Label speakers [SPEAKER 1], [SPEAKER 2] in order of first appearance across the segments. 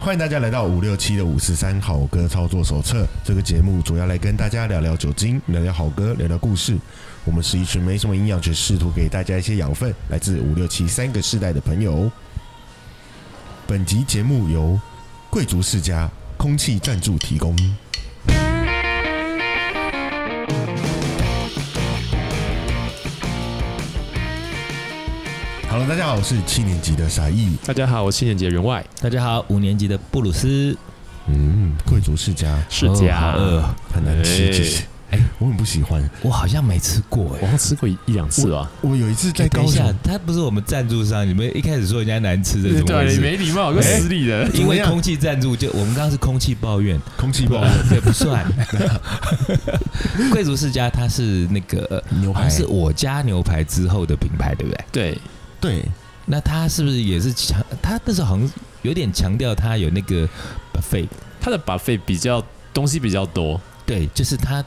[SPEAKER 1] 欢迎大家来到五六七的五十三好歌操作手册。这个节目主要来跟大家聊聊酒精，聊聊好歌，聊聊故事。我们是一群没什么营养，却试图给大家一些养分，来自五六七三个世代的朋友。本集节目由贵族世家空气赞助提供。Hello，大家好，我是七年级的傻义。
[SPEAKER 2] 大家好，我是七年级的员外
[SPEAKER 3] 大家好，五年级的布鲁斯
[SPEAKER 1] 嗯，贵族世家
[SPEAKER 2] 世
[SPEAKER 3] 哦
[SPEAKER 2] 家，
[SPEAKER 3] 好饿
[SPEAKER 1] 很难吃，
[SPEAKER 2] 哎
[SPEAKER 1] 其实。哎、我很不喜欢。
[SPEAKER 3] 我好像没吃过
[SPEAKER 2] 我好
[SPEAKER 3] 哎、
[SPEAKER 2] 像吃过一一两次啊吧。
[SPEAKER 1] 我有一次在
[SPEAKER 3] 欸。等
[SPEAKER 1] 高
[SPEAKER 3] 一
[SPEAKER 1] 雄
[SPEAKER 3] 下，，他不是我们赞助商，你们一开始说人家难吃的怎么回
[SPEAKER 2] 对，
[SPEAKER 3] 事？
[SPEAKER 2] 没礼貌，够
[SPEAKER 1] 哎
[SPEAKER 2] 失礼的。
[SPEAKER 3] 因
[SPEAKER 1] 怎么
[SPEAKER 3] 为
[SPEAKER 1] 样
[SPEAKER 3] 空气赞助，就我们刚刚是空气抱怨，
[SPEAKER 1] 空气包
[SPEAKER 3] 对，不 算。贵族世家它是那个，呃
[SPEAKER 1] 牛
[SPEAKER 3] 好
[SPEAKER 1] 排
[SPEAKER 3] 像是我家牛排之后的品牌，对不对？
[SPEAKER 2] 对，
[SPEAKER 1] 对，
[SPEAKER 3] 那它是不是也是强？它那时候好像有点强调它有那个 buffet，
[SPEAKER 2] 他的 buffet 比较东西比较多，
[SPEAKER 3] 对，就是它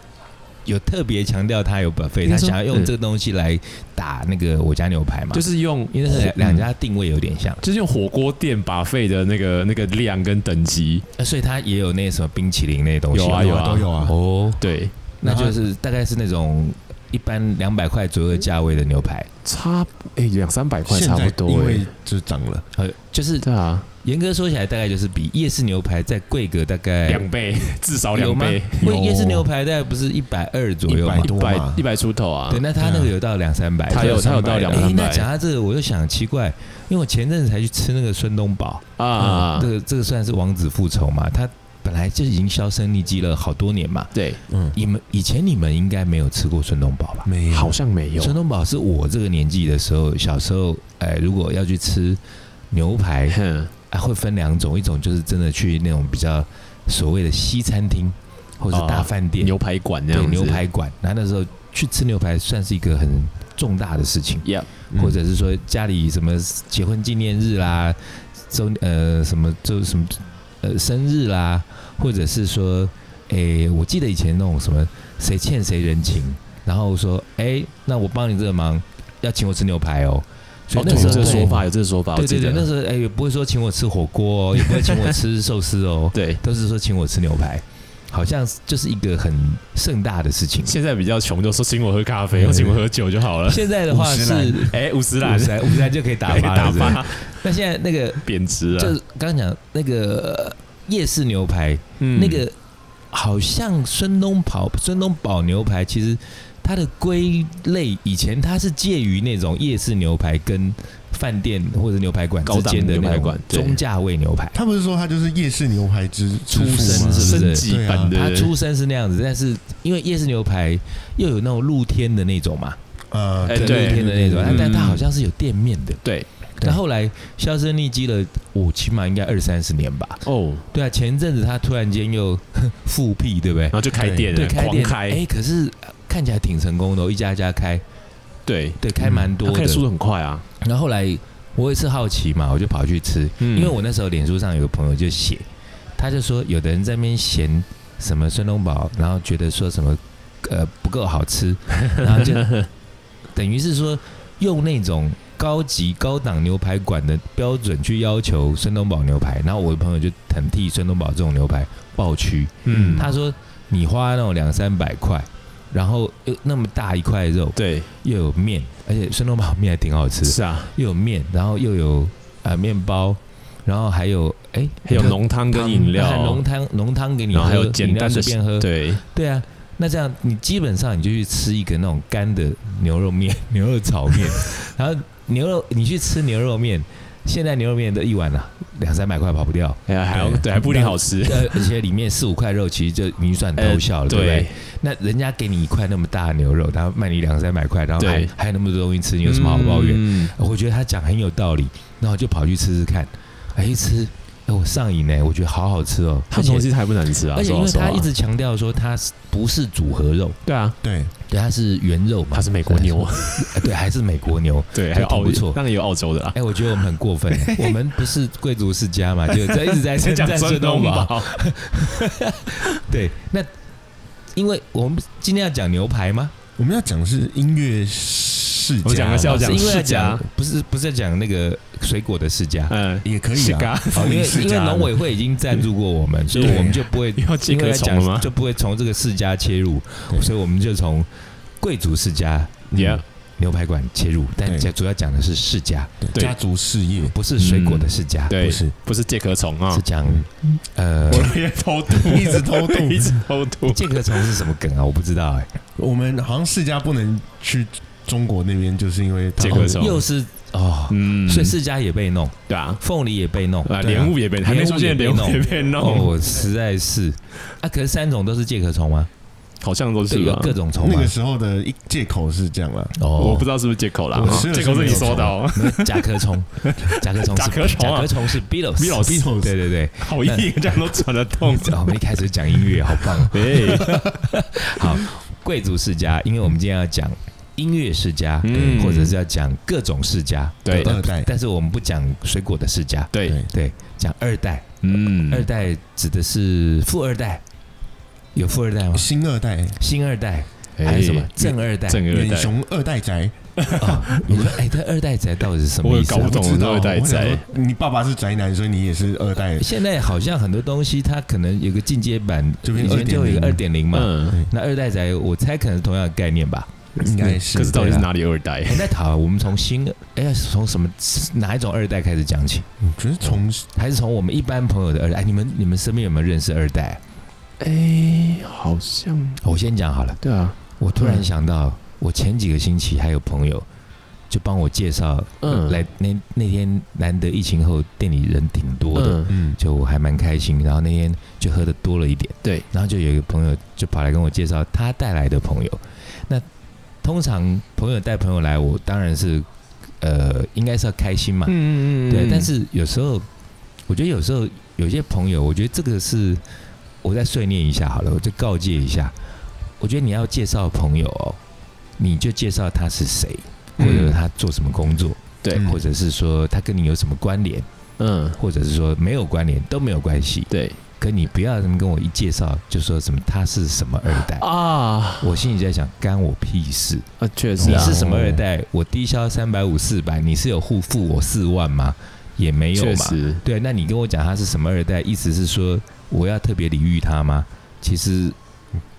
[SPEAKER 3] 有特别强调它有 buffet，
[SPEAKER 2] 应
[SPEAKER 3] 它
[SPEAKER 2] 该说
[SPEAKER 3] 想要用这个东西来打那个我家牛排嘛，
[SPEAKER 2] 就是嗯用
[SPEAKER 3] 因为那两两家定位有点像，
[SPEAKER 2] 就是用火锅店 buffet 的那个那个量跟等级。
[SPEAKER 3] 呃所以它也有那什么冰淇淋那些东西。
[SPEAKER 2] 有啊有啊
[SPEAKER 1] 都有啊。
[SPEAKER 3] 哦，
[SPEAKER 2] 对，
[SPEAKER 3] 那就是大概是那种一般两百块左右的价位的牛排，
[SPEAKER 2] 差哎两三百块
[SPEAKER 1] 现
[SPEAKER 2] 差
[SPEAKER 1] 在
[SPEAKER 2] 不多
[SPEAKER 1] 因为
[SPEAKER 2] 哎。
[SPEAKER 1] 就涨了，
[SPEAKER 3] 呃，就是
[SPEAKER 2] 对啊，
[SPEAKER 3] 严格说起来，大概就是比夜市牛排再贵个大概
[SPEAKER 2] 两倍，至少
[SPEAKER 3] 哎有
[SPEAKER 2] 两
[SPEAKER 3] 吗
[SPEAKER 2] 倍，？
[SPEAKER 3] 会
[SPEAKER 1] 有
[SPEAKER 3] 夜市牛排大概不是一百二左右吗
[SPEAKER 1] 100？多
[SPEAKER 2] 一百
[SPEAKER 1] 嘛
[SPEAKER 2] 一百出头啊
[SPEAKER 3] 对，。那它那个有到两三百，
[SPEAKER 2] 它有它有到两
[SPEAKER 3] 哎
[SPEAKER 2] 三
[SPEAKER 3] 那
[SPEAKER 2] 百
[SPEAKER 3] 讲到这个，我就想奇怪，因为我前阵子才去吃那个孙东宝
[SPEAKER 2] 啊
[SPEAKER 3] 这，个这个算是王子复仇嘛，它本来就已经销声匿迹了好多年嘛，
[SPEAKER 2] 对，
[SPEAKER 1] 嗯，
[SPEAKER 3] 你们以前你们应该没有吃过孙东宝吧？
[SPEAKER 1] 没有
[SPEAKER 2] 好像没有
[SPEAKER 3] 孙东宝是我这个年纪的时候，小时候，哎，如果要去吃牛排，
[SPEAKER 2] 哼
[SPEAKER 3] 哎，会分两种，一种就是真的去那种比较所谓的西餐厅或者
[SPEAKER 2] 哦
[SPEAKER 3] 是大饭店、
[SPEAKER 2] 牛排馆那
[SPEAKER 3] 对
[SPEAKER 2] 样子，哦
[SPEAKER 3] 牛排馆，然后那时候去吃牛排算是一个很重大的事情，
[SPEAKER 2] ，Yeah，
[SPEAKER 1] 嗯
[SPEAKER 3] 或者是说家里什么结婚纪念日啦，周呃什么周什么呃生日啦，或者是说，诶、我记得以前那种什么谁欠谁人情，然后说，诶、那我帮你这个忙，要请我吃牛排哦。所
[SPEAKER 2] 哦
[SPEAKER 3] 以
[SPEAKER 2] 对
[SPEAKER 3] 那时
[SPEAKER 2] 有
[SPEAKER 3] 候、
[SPEAKER 2] 这个
[SPEAKER 3] 对
[SPEAKER 2] 说，法，有这个说法，我
[SPEAKER 3] 对对
[SPEAKER 2] 记
[SPEAKER 3] 对，
[SPEAKER 2] 得，
[SPEAKER 3] 那时候哎、也不会说请我吃火锅哦，也不会请我吃寿司哦
[SPEAKER 2] 对。
[SPEAKER 3] 都是说请我吃牛排，好像就是一个很盛大的事情。
[SPEAKER 2] 现在比较穷，就说请我喝咖啡，或
[SPEAKER 3] 对
[SPEAKER 2] 请我喝酒就好了。
[SPEAKER 3] 现在的话
[SPEAKER 1] 五十
[SPEAKER 3] 是
[SPEAKER 1] 兰
[SPEAKER 2] 哎，五十
[SPEAKER 3] 五
[SPEAKER 2] 啦，
[SPEAKER 3] 十来五十来就可以打
[SPEAKER 2] 哎
[SPEAKER 3] 发了
[SPEAKER 2] 打
[SPEAKER 3] 是不是
[SPEAKER 2] 发
[SPEAKER 3] 那现在那个
[SPEAKER 2] 贬值啊
[SPEAKER 3] 就
[SPEAKER 2] 了。
[SPEAKER 3] 是刚刚讲那个夜市牛排，
[SPEAKER 2] 嗯
[SPEAKER 3] 那个好像孙东宝孙东宝牛排，其实它的归类以前它是介于那种夜市牛排跟饭店或者牛排馆之间的
[SPEAKER 2] 高档牛
[SPEAKER 3] 那
[SPEAKER 2] 排
[SPEAKER 3] 种
[SPEAKER 2] 馆对
[SPEAKER 3] 中价位牛排。
[SPEAKER 1] 他不是说他就是夜市牛排之
[SPEAKER 3] 出
[SPEAKER 1] 之父
[SPEAKER 3] 身
[SPEAKER 1] 吗
[SPEAKER 3] 是不是
[SPEAKER 2] 嗯升级版
[SPEAKER 1] 对
[SPEAKER 2] 的
[SPEAKER 3] 它出身是那样子，但是因为夜市牛排又有那种露天的那种嘛，
[SPEAKER 1] 呃，
[SPEAKER 2] 哎
[SPEAKER 3] 露
[SPEAKER 2] 对
[SPEAKER 3] 天的那种，
[SPEAKER 2] 嗯
[SPEAKER 3] 但它好像是有店面的。
[SPEAKER 2] 对
[SPEAKER 3] 但后来销声匿迹了，我起码应该二三十年吧。
[SPEAKER 2] 哦，
[SPEAKER 3] 对啊，前阵子他突然间又 复辟，对不对
[SPEAKER 2] 然？后就开店了，
[SPEAKER 3] 对，开
[SPEAKER 2] 嗯狂
[SPEAKER 3] 店
[SPEAKER 2] 开，
[SPEAKER 3] 哎，可是呃看起来挺成功的、哦，一家一家开，
[SPEAKER 2] 对，
[SPEAKER 3] 对，开蛮多
[SPEAKER 2] 他开
[SPEAKER 3] 的。
[SPEAKER 2] 的速度很快啊，
[SPEAKER 3] 然后后来我也是好奇嘛，我就跑去吃，
[SPEAKER 2] 因
[SPEAKER 3] 因为我那时候脸书上有个朋友就写，他就说有的人在那边嫌什么孙东宝，然后觉得说什么呃不够 好吃，然后就
[SPEAKER 2] 嗯
[SPEAKER 3] 等于是说用那种高级高档牛排馆的标准去要求孙东宝牛排，然后我的朋友就很替孙东宝这种牛排抱屈，
[SPEAKER 2] 嗯
[SPEAKER 3] 他说你花那种两三百块。然后又那么大一块肉，
[SPEAKER 2] 对
[SPEAKER 3] 又有面，而且孙东宝面还挺好吃，
[SPEAKER 2] 是啊，
[SPEAKER 3] 又有面，然后又有呃面包，然后还有哎，
[SPEAKER 2] 还有浓汤跟饮料
[SPEAKER 3] 还，有浓汤浓汤给你喝，
[SPEAKER 2] 然后还有简单
[SPEAKER 3] 饮
[SPEAKER 2] 的
[SPEAKER 3] 料随便喝，
[SPEAKER 2] 对
[SPEAKER 3] 对啊。那这样，你基本上你就去吃一个那种干的牛肉面、 牛肉炒 面，然后牛肉你去吃牛肉面，现在牛肉面的一碗啊，两三百块跑不 掉，
[SPEAKER 2] 哎呀，还有
[SPEAKER 3] 对
[SPEAKER 2] 对还不一定好吃，
[SPEAKER 3] 呃，而且里面四五块肉其实就已经算
[SPEAKER 2] 哎
[SPEAKER 3] 偷笑了，对不对？那人家给你一块那么大的牛肉，然后卖你两三百块，然后还
[SPEAKER 2] 对嗯
[SPEAKER 3] 还有那么多东西吃，你有什么好抱怨？
[SPEAKER 2] 怨？
[SPEAKER 3] 我觉得他讲很有道理，那我就跑去吃吃看。哎，一吃，哎，我上瘾呢，我觉得好好吃哦。
[SPEAKER 2] 他
[SPEAKER 3] 而且
[SPEAKER 2] 东西还不难吃啊，
[SPEAKER 3] 而且因为
[SPEAKER 2] 说老
[SPEAKER 3] 他
[SPEAKER 2] 实话
[SPEAKER 3] 一直强调说它是不是组合肉，
[SPEAKER 2] 对啊，
[SPEAKER 1] 对，
[SPEAKER 3] 对，它是原肉嘛，
[SPEAKER 2] 他是美国牛，
[SPEAKER 3] 哎 对，还是美国牛。
[SPEAKER 2] 对，还有
[SPEAKER 3] 还
[SPEAKER 2] 澳
[SPEAKER 3] 挺不错
[SPEAKER 2] 当然有澳洲的啦，
[SPEAKER 3] 哎，我觉得我们很过 分，我们不是贵族世家嘛，就在一直在称赞
[SPEAKER 2] 孙
[SPEAKER 3] 孙
[SPEAKER 2] 东
[SPEAKER 3] 东宝。
[SPEAKER 2] 宝，
[SPEAKER 3] 对，那因为我们今天要讲牛排吗？
[SPEAKER 1] 我们要讲的是音乐史世
[SPEAKER 2] 我讲
[SPEAKER 1] 家
[SPEAKER 2] 个笑讲
[SPEAKER 3] 是因为
[SPEAKER 2] 释
[SPEAKER 3] 要
[SPEAKER 2] 迦
[SPEAKER 3] 讲，不是不是在讲那个水果的 世家，
[SPEAKER 2] 嗯，
[SPEAKER 1] 也可以
[SPEAKER 2] 是
[SPEAKER 1] 啊，
[SPEAKER 2] 嘎，
[SPEAKER 3] 哦，因为
[SPEAKER 1] 世
[SPEAKER 3] 因为
[SPEAKER 1] 家
[SPEAKER 3] 农
[SPEAKER 1] 了
[SPEAKER 3] 委会已经赞助过我们，所以
[SPEAKER 1] 对
[SPEAKER 3] 我们就不会
[SPEAKER 2] 要进
[SPEAKER 3] 因为
[SPEAKER 2] 可
[SPEAKER 3] 要
[SPEAKER 2] 虫了
[SPEAKER 3] 讲
[SPEAKER 2] 吗
[SPEAKER 3] 就不会从这个世家切入，
[SPEAKER 1] 对
[SPEAKER 3] 所以我们就从贵族世家
[SPEAKER 1] 嗯
[SPEAKER 2] ？Yeah，
[SPEAKER 3] 牛排馆切入，但
[SPEAKER 1] 对
[SPEAKER 3] 主要讲的是世家，
[SPEAKER 2] 对嗯
[SPEAKER 1] 家族事业
[SPEAKER 3] 不是水果的世家，
[SPEAKER 2] 对
[SPEAKER 1] 不，是
[SPEAKER 2] 不是介壳虫啊
[SPEAKER 3] 是，讲呃，
[SPEAKER 2] 我也偷渡，
[SPEAKER 1] 一直偷渡
[SPEAKER 2] 一直偷渡。
[SPEAKER 3] 剑壳虫是什么梗啊？我不知道 哎，
[SPEAKER 1] 我们好像世家不能去中国那边，就是因为他
[SPEAKER 2] 这
[SPEAKER 1] 们
[SPEAKER 2] 个是
[SPEAKER 3] 哦又是哦，
[SPEAKER 2] 嗯，
[SPEAKER 3] 所以世家也被弄，
[SPEAKER 2] 对啊，
[SPEAKER 3] 凤梨也被弄，
[SPEAKER 2] 啊，
[SPEAKER 1] 对啊
[SPEAKER 2] 莲雾也 被还没出现，莲
[SPEAKER 3] 莲雾
[SPEAKER 2] 雾
[SPEAKER 3] 也
[SPEAKER 2] 也被
[SPEAKER 3] 哦，
[SPEAKER 2] 弄，
[SPEAKER 3] 我实在是啊，可是三种都是介壳虫吗？
[SPEAKER 2] 好像都是
[SPEAKER 3] 对，有
[SPEAKER 2] 吧？
[SPEAKER 3] 各种虫
[SPEAKER 1] 那
[SPEAKER 3] 吗
[SPEAKER 1] 个？时候的一借口是这样啦，
[SPEAKER 3] 哦，
[SPEAKER 2] 我不知道是不是借口啦
[SPEAKER 1] 我吃，的
[SPEAKER 2] 借口是你
[SPEAKER 1] 时候
[SPEAKER 2] 说
[SPEAKER 1] 没
[SPEAKER 2] 的
[SPEAKER 1] 有
[SPEAKER 2] 哦，
[SPEAKER 3] 甲壳虫，甲壳虫是
[SPEAKER 2] 甲壳虫啊
[SPEAKER 3] 甲壳虫是 Beatles
[SPEAKER 2] Beatles
[SPEAKER 1] Beatles
[SPEAKER 3] 对对对，
[SPEAKER 2] 好硬，这样都转得动。
[SPEAKER 3] 我们一开始讲音乐，好棒哦！
[SPEAKER 2] 哎，
[SPEAKER 3] 好，贵族世家，因为我们今天要讲音乐世家，
[SPEAKER 2] 嗯
[SPEAKER 3] 或者是要讲各种世家，
[SPEAKER 2] 对
[SPEAKER 1] 二代
[SPEAKER 3] 但是我们不讲水果的世家，
[SPEAKER 2] 对，
[SPEAKER 3] 对，讲二代，
[SPEAKER 2] 嗯，
[SPEAKER 3] 二代指的是富二代，有富二代吗？
[SPEAKER 1] 新二代
[SPEAKER 3] 新二代
[SPEAKER 2] 哎
[SPEAKER 3] 还有什么正二代？
[SPEAKER 2] 正二
[SPEAKER 1] 远
[SPEAKER 2] 代，
[SPEAKER 1] 雄二代宅，
[SPEAKER 3] 啊，你说哎，这二代宅到底是什么
[SPEAKER 2] 哦我也
[SPEAKER 3] 意思
[SPEAKER 2] 搞不？
[SPEAKER 3] 啊
[SPEAKER 2] 懂
[SPEAKER 1] 我知道
[SPEAKER 2] 二代宅。
[SPEAKER 1] 我想说你爸爸是宅男，所以你也是二代，
[SPEAKER 3] 现在好像很多东西它可能有个进阶版，
[SPEAKER 1] 就变
[SPEAKER 3] 以前就有一个二点零嘛，
[SPEAKER 2] 嗯，
[SPEAKER 3] 那二代宅，我猜可能同样的概念吧。
[SPEAKER 1] 应该是
[SPEAKER 2] 可是到啊底是哪里二代？
[SPEAKER 3] 哎，那好，我们从新，哎，要从什么哪一种二代开始讲起？
[SPEAKER 1] 我觉得从
[SPEAKER 3] 还是从我们一般朋友的二代？哎，你们你们身边有没有认识二代？
[SPEAKER 2] 哎，好像
[SPEAKER 3] 我先讲好了。
[SPEAKER 2] 对啊，
[SPEAKER 3] 我突然想到，我前几个星期还有朋友就帮我介绍，
[SPEAKER 2] 嗯
[SPEAKER 3] 来那那天难得疫情后店里人挺多的，
[SPEAKER 2] 嗯，
[SPEAKER 1] 嗯
[SPEAKER 3] 就我还蛮开心。然后那天就喝的多了一点，
[SPEAKER 2] 对，
[SPEAKER 3] 然后就有一个朋友就跑来跟我介绍他带来的朋友。那通常朋友带朋友来，我当然是呃，应该是要开心嘛，
[SPEAKER 2] 嗯
[SPEAKER 3] 对。但是有时候，我觉得有时候有些朋友，我觉得这个是我再碎念一下好了，我就告诫一下。我觉得你要介绍朋友哦，你就介绍他是谁，或者
[SPEAKER 2] 嗯
[SPEAKER 3] 他做什么工作，
[SPEAKER 2] 对
[SPEAKER 1] 嗯
[SPEAKER 3] 或者是说他跟你有什么关联，
[SPEAKER 2] 嗯，
[SPEAKER 3] 或者是说没有关联都没有关系。
[SPEAKER 2] 对
[SPEAKER 3] 可你不要跟我一介绍就说什么他是什么二代，
[SPEAKER 2] 啊
[SPEAKER 3] 我心里在想干我屁事。
[SPEAKER 2] 啊，确实
[SPEAKER 3] 你
[SPEAKER 2] 啊
[SPEAKER 3] 是，什么二代？我低消三百五四百，你是有互付我四万吗？也没有
[SPEAKER 2] 确
[SPEAKER 3] 嘛。
[SPEAKER 2] 实，
[SPEAKER 3] 对，那你跟我讲他是什么二代，意思是说我要特别礼遇他吗？其实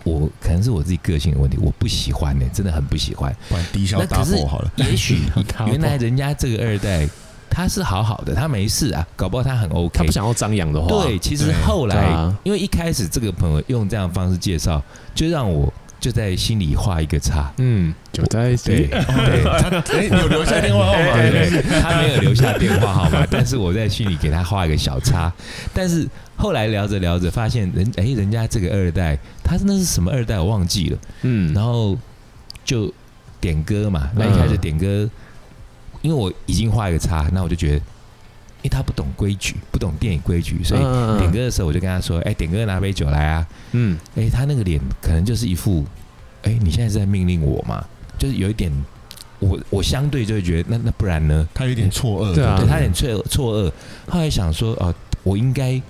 [SPEAKER 3] 我可能是我自己个性的问题，我不喜欢呢、真的很不喜欢。
[SPEAKER 1] 不然低消
[SPEAKER 3] 那可
[SPEAKER 1] 大
[SPEAKER 3] 是
[SPEAKER 1] 破好了，
[SPEAKER 3] 也许
[SPEAKER 2] 他
[SPEAKER 3] 原来人家这个二代他是好好的，他没事啊，搞不好他很 OK。
[SPEAKER 2] 他不想要张扬的话，
[SPEAKER 3] 对，其实
[SPEAKER 1] 对
[SPEAKER 3] 后来、
[SPEAKER 2] 对啊
[SPEAKER 3] 因为一开始这个朋友用这样的方式介绍，就让我就在心里画一个叉。
[SPEAKER 2] 嗯，就在
[SPEAKER 3] 对，对，
[SPEAKER 1] 哎， 你有留下电话号码？
[SPEAKER 3] 对对对，他没有留下电话号码，但是我在心里给他画一个小叉。但是后来聊着聊着，发现人哎，人家这个二代，他那是什么二代我忘记了。
[SPEAKER 2] 嗯，
[SPEAKER 3] 然后就点歌嘛，那一开始点歌，因为我已经画一个叉，那我就觉得，因为他不懂规矩，不懂电影规矩，所以
[SPEAKER 2] 以
[SPEAKER 3] 点歌的时候我就跟他说，哎，点歌拿杯酒来啊。
[SPEAKER 2] 嗯，
[SPEAKER 3] 哎，他那个脸可能就是一副，哎，你现在是在命令我嘛？就是有一点。我我相对就会觉得，那那不然呢？
[SPEAKER 1] 他有点错愕，
[SPEAKER 2] 对啊
[SPEAKER 3] 对他有点错错愕，后来想说，哦、我应该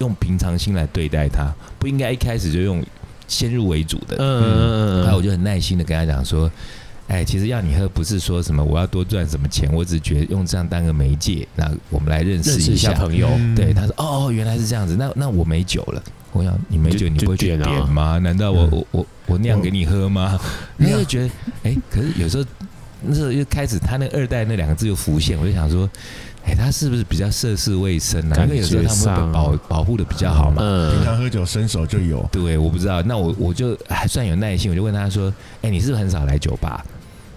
[SPEAKER 3] 用平常心来对待他，不应该一开始就用先入为主的。
[SPEAKER 2] 嗯
[SPEAKER 3] 后来我就很耐心的跟他讲说，哎，其实要你喝不是说什么我要多赚什么钱，我只觉得用这样当个媒介，那我们来认识一下。
[SPEAKER 2] 朋友，
[SPEAKER 1] 嗯
[SPEAKER 3] 对，他说哦，原来是这样子，那那我没酒了。我想你没
[SPEAKER 2] 就
[SPEAKER 3] 酒，你不会
[SPEAKER 2] 就
[SPEAKER 3] 去
[SPEAKER 2] 点啊
[SPEAKER 3] 点吗？难道我
[SPEAKER 1] 嗯
[SPEAKER 3] 我我我酿给你喝吗？
[SPEAKER 1] 我
[SPEAKER 3] 然后就觉得，哎，可是有时候那时候又开始他那二代那两个字又浮现，我就想说，哎，他是不是比较涉世未深啊？
[SPEAKER 2] 感
[SPEAKER 3] 因为有时候他
[SPEAKER 2] 觉
[SPEAKER 3] 们
[SPEAKER 2] 上
[SPEAKER 3] 会保保护的比较好嘛。
[SPEAKER 1] 平
[SPEAKER 2] 嗯，
[SPEAKER 1] 常喝酒伸手就有，
[SPEAKER 3] 对，我不知道。那我我就还算有耐心，我就问他说：“哎、你是不是很少来酒吧？”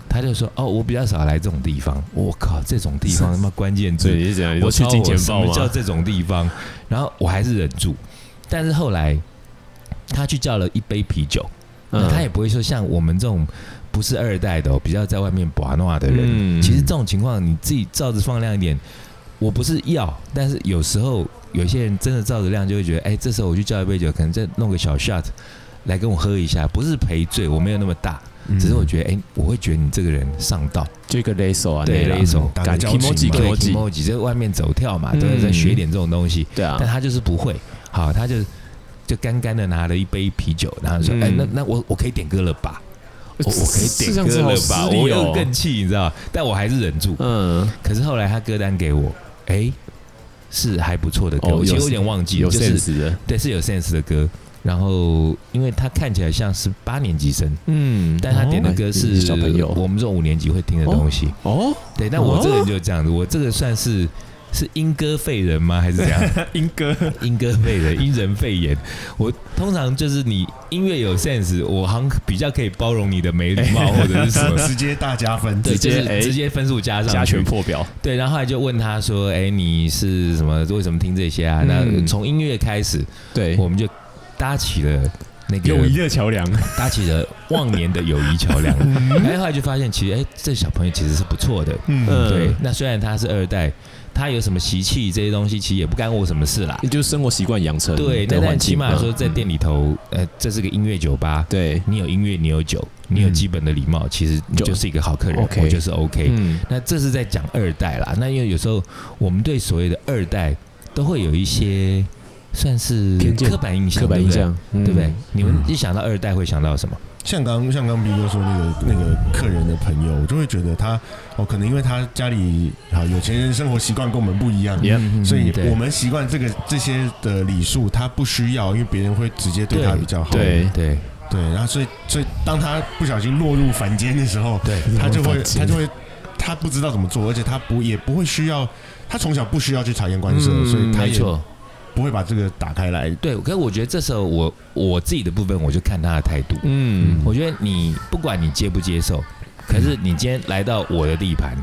[SPEAKER 3] 他就说：“哦，我比较少来这种地方。”我靠，这种地方他妈关键
[SPEAKER 2] 所
[SPEAKER 3] 字，
[SPEAKER 2] 以你讲，你
[SPEAKER 3] 我
[SPEAKER 2] 都去
[SPEAKER 3] 超
[SPEAKER 2] 金钱
[SPEAKER 3] 什
[SPEAKER 2] 豹
[SPEAKER 3] 么叫
[SPEAKER 2] 嘛，
[SPEAKER 3] 这种地方？然后我还是忍住，但是后来他去叫了一杯啤酒，
[SPEAKER 2] 嗯
[SPEAKER 3] 那他也不会说像我们这种不是二代的、哦，比较在外面把闹啊的人，
[SPEAKER 2] 嗯
[SPEAKER 3] 其实这种情况你自己照着放亮一点，我不是要，但是有时候有些人真的照着亮就会觉得，哎，这时候我去叫一杯酒，可能再弄个小 shot 来跟我喝一下，不是赔罪，我没有那么大，只是我觉得，哎，我会觉得你这个人上道，
[SPEAKER 2] 嗯就一个勒手啊，
[SPEAKER 3] 对
[SPEAKER 2] 勒
[SPEAKER 3] 勒手
[SPEAKER 1] 打个交情
[SPEAKER 2] Kimoji
[SPEAKER 1] 嘛
[SPEAKER 2] 对
[SPEAKER 3] 对
[SPEAKER 2] emoji
[SPEAKER 3] emoji 在外面走跳嘛，
[SPEAKER 2] 嗯
[SPEAKER 3] 都是在学一点这种东西，
[SPEAKER 2] 对啊
[SPEAKER 3] 但，他就是不会，好，他就就干干的拿了一杯啤酒，然后说，
[SPEAKER 2] 嗯
[SPEAKER 3] 哎，那那我我可以点歌了吧？我我可以
[SPEAKER 2] 这
[SPEAKER 3] 点
[SPEAKER 2] 样子
[SPEAKER 3] 歌
[SPEAKER 2] 好
[SPEAKER 3] 了
[SPEAKER 2] 失
[SPEAKER 3] 吧？
[SPEAKER 2] 礼
[SPEAKER 3] 我
[SPEAKER 2] 哦
[SPEAKER 3] 又更气，你知道？但我还是忍住。
[SPEAKER 2] 嗯，
[SPEAKER 3] 可是后来他歌单给我，哎、是还不错的歌，
[SPEAKER 2] 哦
[SPEAKER 3] 我其实
[SPEAKER 2] 有
[SPEAKER 3] 我有点忘记，
[SPEAKER 2] 有
[SPEAKER 3] 就是
[SPEAKER 2] sense 的，
[SPEAKER 3] 对，是有 sense 的歌。然后，因为他看起来像是八年级生，
[SPEAKER 2] 嗯，
[SPEAKER 3] 但他点的歌是、
[SPEAKER 2] 哦小朋友
[SPEAKER 3] 我们这种五年级会听的东西。
[SPEAKER 2] 哦，
[SPEAKER 3] 对，但我这个人就这样子，我这个算是是因歌废人吗？还是怎样？
[SPEAKER 2] 英哥，
[SPEAKER 1] 哦
[SPEAKER 3] 因歌废人，因人废言。我通常就是你音乐有 sense，我好像比较可以包容你的没礼貌或者是什么。
[SPEAKER 1] 直接大加分，
[SPEAKER 3] 对，就
[SPEAKER 2] 接
[SPEAKER 3] 是
[SPEAKER 2] 哎
[SPEAKER 3] 直接分数加上去
[SPEAKER 2] 加权破表，
[SPEAKER 3] 对，然后后来就问他说：“哎，你是什么？为什么听这些啊？”那
[SPEAKER 2] 嗯
[SPEAKER 3] 从音乐开始，
[SPEAKER 2] 对
[SPEAKER 3] 我们就搭起了那个
[SPEAKER 2] 友谊的桥 梁，
[SPEAKER 3] 搭起了忘年的友谊 桥梁。哎，后来就发现，其实哎，这小朋友其实是不错的。
[SPEAKER 1] 嗯，
[SPEAKER 2] 嗯
[SPEAKER 3] 对，那虽然他是二代，他有什么习气这些东西，其实也不干我什么事啦。
[SPEAKER 2] 就是生活习惯养成
[SPEAKER 3] 对，
[SPEAKER 2] 的
[SPEAKER 3] 那
[SPEAKER 2] 环
[SPEAKER 3] 但
[SPEAKER 2] 境
[SPEAKER 3] 起码
[SPEAKER 2] 嘛
[SPEAKER 3] 说在店里头，呃，这是个音乐酒吧，
[SPEAKER 2] 对，
[SPEAKER 3] 你有音乐，你有酒，你有
[SPEAKER 2] 嗯
[SPEAKER 3] 基本的礼貌，其实你
[SPEAKER 2] 就
[SPEAKER 3] 就是一个好客人，
[SPEAKER 2] OK
[SPEAKER 3] 我就是 OK。
[SPEAKER 2] 嗯，
[SPEAKER 3] 那这是在讲二代啦。那因为有时候我们对所谓的二代都会有一些算是
[SPEAKER 2] 偏见
[SPEAKER 3] 刻板印象，
[SPEAKER 2] 刻板印象，
[SPEAKER 3] 对不对，对不对？你们
[SPEAKER 1] 嗯
[SPEAKER 3] 一想到二代会想到什么？
[SPEAKER 1] 像刚像刚 B 哥说那个那个客人的朋友，我就会觉得他哦，可能因为他家里啊有钱人生活习惯跟我们不一样。
[SPEAKER 2] Yeah
[SPEAKER 3] 嗯
[SPEAKER 1] 所以
[SPEAKER 3] 对
[SPEAKER 1] 我们习惯这个这些的礼数，他不需要，因为别人会直接对他比较好。
[SPEAKER 2] 对
[SPEAKER 3] 对
[SPEAKER 1] 对，然后所以所以当他不小心落入凡间的时候，
[SPEAKER 3] 对
[SPEAKER 2] 嗯
[SPEAKER 1] 他就会
[SPEAKER 2] 反击
[SPEAKER 1] 他就会他不知道怎么做，而且他不也不会需要，他从小不需要去察言观色，所以他
[SPEAKER 3] 嗯没
[SPEAKER 1] 也
[SPEAKER 3] 错，
[SPEAKER 1] 不会把这个打开来。
[SPEAKER 3] 对。可是我觉得这时候我我自己的部分，我就看他的态度。
[SPEAKER 2] 嗯，
[SPEAKER 3] 我觉得你不管你接不接受，可是你今天来到我的地盘，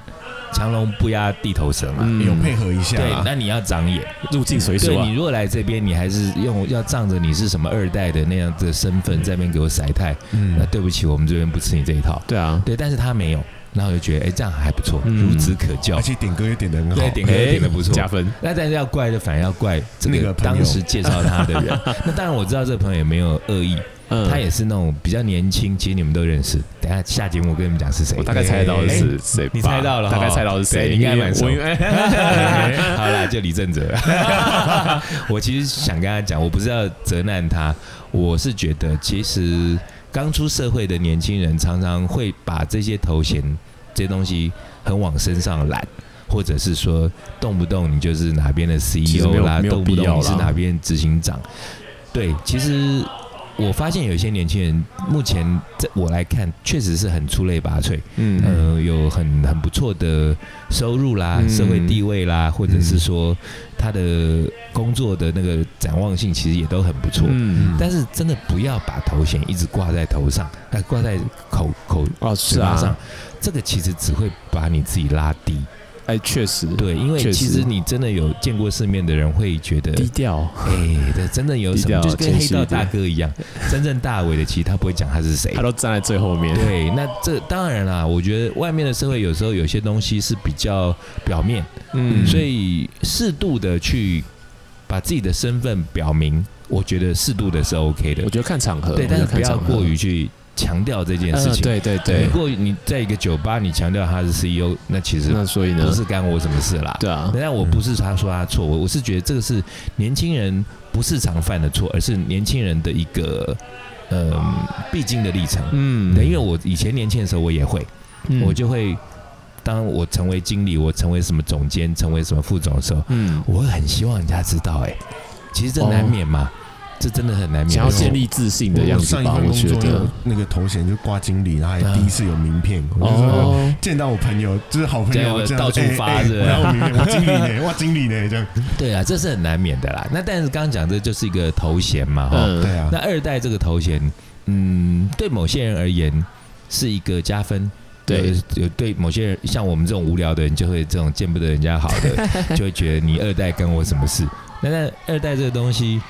[SPEAKER 3] 强龙不压地头蛇嘛。
[SPEAKER 2] 嗯
[SPEAKER 1] 有配合一下
[SPEAKER 3] 对
[SPEAKER 1] 啊，，
[SPEAKER 3] 那你要长眼。
[SPEAKER 2] 入境随俗
[SPEAKER 3] 对
[SPEAKER 2] 啊
[SPEAKER 3] 你，如果来这边，你还是用要仗着你是什么二代的那样的身份在那边给我晒太，那
[SPEAKER 1] 嗯，
[SPEAKER 3] 对不起，我们这边不吃你这一套。
[SPEAKER 2] 对啊，
[SPEAKER 3] 对，但是他没有，然后我就觉得，哎、这样还不错，
[SPEAKER 2] 嗯
[SPEAKER 3] 孺子可教
[SPEAKER 1] 而。且点歌也点的很好
[SPEAKER 3] 对，，点歌
[SPEAKER 2] 哎
[SPEAKER 3] 点的不错。
[SPEAKER 2] 加分，
[SPEAKER 3] 那但是要怪的，反而要怪这
[SPEAKER 1] 那
[SPEAKER 3] 个
[SPEAKER 1] 个朋友
[SPEAKER 3] 当时介绍他的人。那当然我知道这个朋友也没有恶意，
[SPEAKER 2] 嗯
[SPEAKER 3] 他也是那种比较年轻，其实你们都认识。等一下下节目我跟你们讲是谁哎
[SPEAKER 2] 我。大概猜得到是谁吧，
[SPEAKER 3] 你猜到了哈
[SPEAKER 2] 大概猜到是谁，
[SPEAKER 3] 对你应该蛮熟
[SPEAKER 2] 我 因为
[SPEAKER 3] 好啦，就 李正哲。我其实想跟他讲，我不是要责难他，我是觉得其实刚出社会的年轻人常常会把这些头衔、这些东西很往身上揽。或者是说，动不动你就是哪边的
[SPEAKER 2] 其实
[SPEAKER 3] CEO
[SPEAKER 2] 没有
[SPEAKER 3] 啦，
[SPEAKER 2] 没有
[SPEAKER 3] 动不
[SPEAKER 2] 必要
[SPEAKER 3] 动
[SPEAKER 2] 啦
[SPEAKER 3] 你是哪边执行长。对，其实我发现有一些年轻人，目前在我来看，确实是很出类拔萃。
[SPEAKER 2] 嗯
[SPEAKER 3] 呃，有很很不错的收入啦、
[SPEAKER 2] 嗯
[SPEAKER 3] 社会地位啦，或者是说他的工作的那个展望性，其实也都很不错。
[SPEAKER 2] 嗯，
[SPEAKER 3] 但是真的不要把头衔一直挂在头上，呃，挂在口口
[SPEAKER 2] 哦
[SPEAKER 3] 嘴
[SPEAKER 2] 是
[SPEAKER 3] 巴上，
[SPEAKER 2] 啊，
[SPEAKER 3] 这个其实只会把你自己拉低。
[SPEAKER 2] 哎确实
[SPEAKER 3] 对，因为
[SPEAKER 2] 确实
[SPEAKER 3] 其实你真的有见过世面的人会觉得，
[SPEAKER 2] 低调，
[SPEAKER 3] 哎，这真的有什么，
[SPEAKER 2] 低调
[SPEAKER 3] 就是跟
[SPEAKER 2] 谦
[SPEAKER 3] 黑
[SPEAKER 2] 虚一
[SPEAKER 3] 道
[SPEAKER 2] 点
[SPEAKER 3] 大哥一样，真正大伟的其实他不会讲他是谁
[SPEAKER 2] 他，都站在最后面，
[SPEAKER 3] 对，那这当然啦，我觉得外面的社会有时候有些东西是比较表面，
[SPEAKER 2] 嗯
[SPEAKER 3] 所以适度的去把自己的身份表明，我觉得适度的是 OK 的
[SPEAKER 2] 我。觉得看场合，
[SPEAKER 3] 对，但是不要过
[SPEAKER 2] 于
[SPEAKER 3] 于去强调这件事情。
[SPEAKER 2] 对对
[SPEAKER 3] 你
[SPEAKER 2] 对，
[SPEAKER 3] 过于你在一个酒吧，你强调他是 CEO，那其实
[SPEAKER 2] 那所以呢
[SPEAKER 3] 不，是干我什么事啦。
[SPEAKER 2] 嗯对啊，
[SPEAKER 3] 但我不是他说他错，我我是觉得这个是年轻人不是常犯的错，而是年轻人的一个呃必经的历程。
[SPEAKER 2] 嗯
[SPEAKER 3] 对，因为我以前年轻的时候我也会，
[SPEAKER 2] 嗯
[SPEAKER 3] 我就会当我成为经理，我成为什么总监，成为什么副总的时候，
[SPEAKER 2] 嗯，
[SPEAKER 3] 我会很希望人家知道、哎，其实这难免嘛，这真的很难免。
[SPEAKER 2] 哦想要建立自信的样
[SPEAKER 1] 我
[SPEAKER 2] 子
[SPEAKER 1] 上一
[SPEAKER 2] 吧，
[SPEAKER 1] 份
[SPEAKER 2] 我
[SPEAKER 1] 工
[SPEAKER 2] 觉
[SPEAKER 1] 作有
[SPEAKER 2] 得。
[SPEAKER 1] 那个头衔就挂经理，然后还
[SPEAKER 3] 嗯
[SPEAKER 1] 第一次有名片，我就说
[SPEAKER 2] 哦，
[SPEAKER 1] 见到我朋友，就是好朋友，
[SPEAKER 3] 对
[SPEAKER 1] 这样
[SPEAKER 3] 到处
[SPEAKER 1] 哎
[SPEAKER 3] 发
[SPEAKER 1] 哎
[SPEAKER 3] 是不是
[SPEAKER 1] 然后我明天我经理呢，哇经理呢，这样，
[SPEAKER 3] 对啊，这是很难免的啦。那但是刚刚讲这就是一个头衔嘛，哈、
[SPEAKER 2] 嗯，
[SPEAKER 1] 对啊
[SPEAKER 3] 那，二代这个头衔，嗯，对某些人而言是一个加分。
[SPEAKER 2] 对
[SPEAKER 3] 有，有对某些人，像我们这种无聊的人，就会这种见不得人家好 的，就会觉得你二代跟我什么事？那那二代这个东西，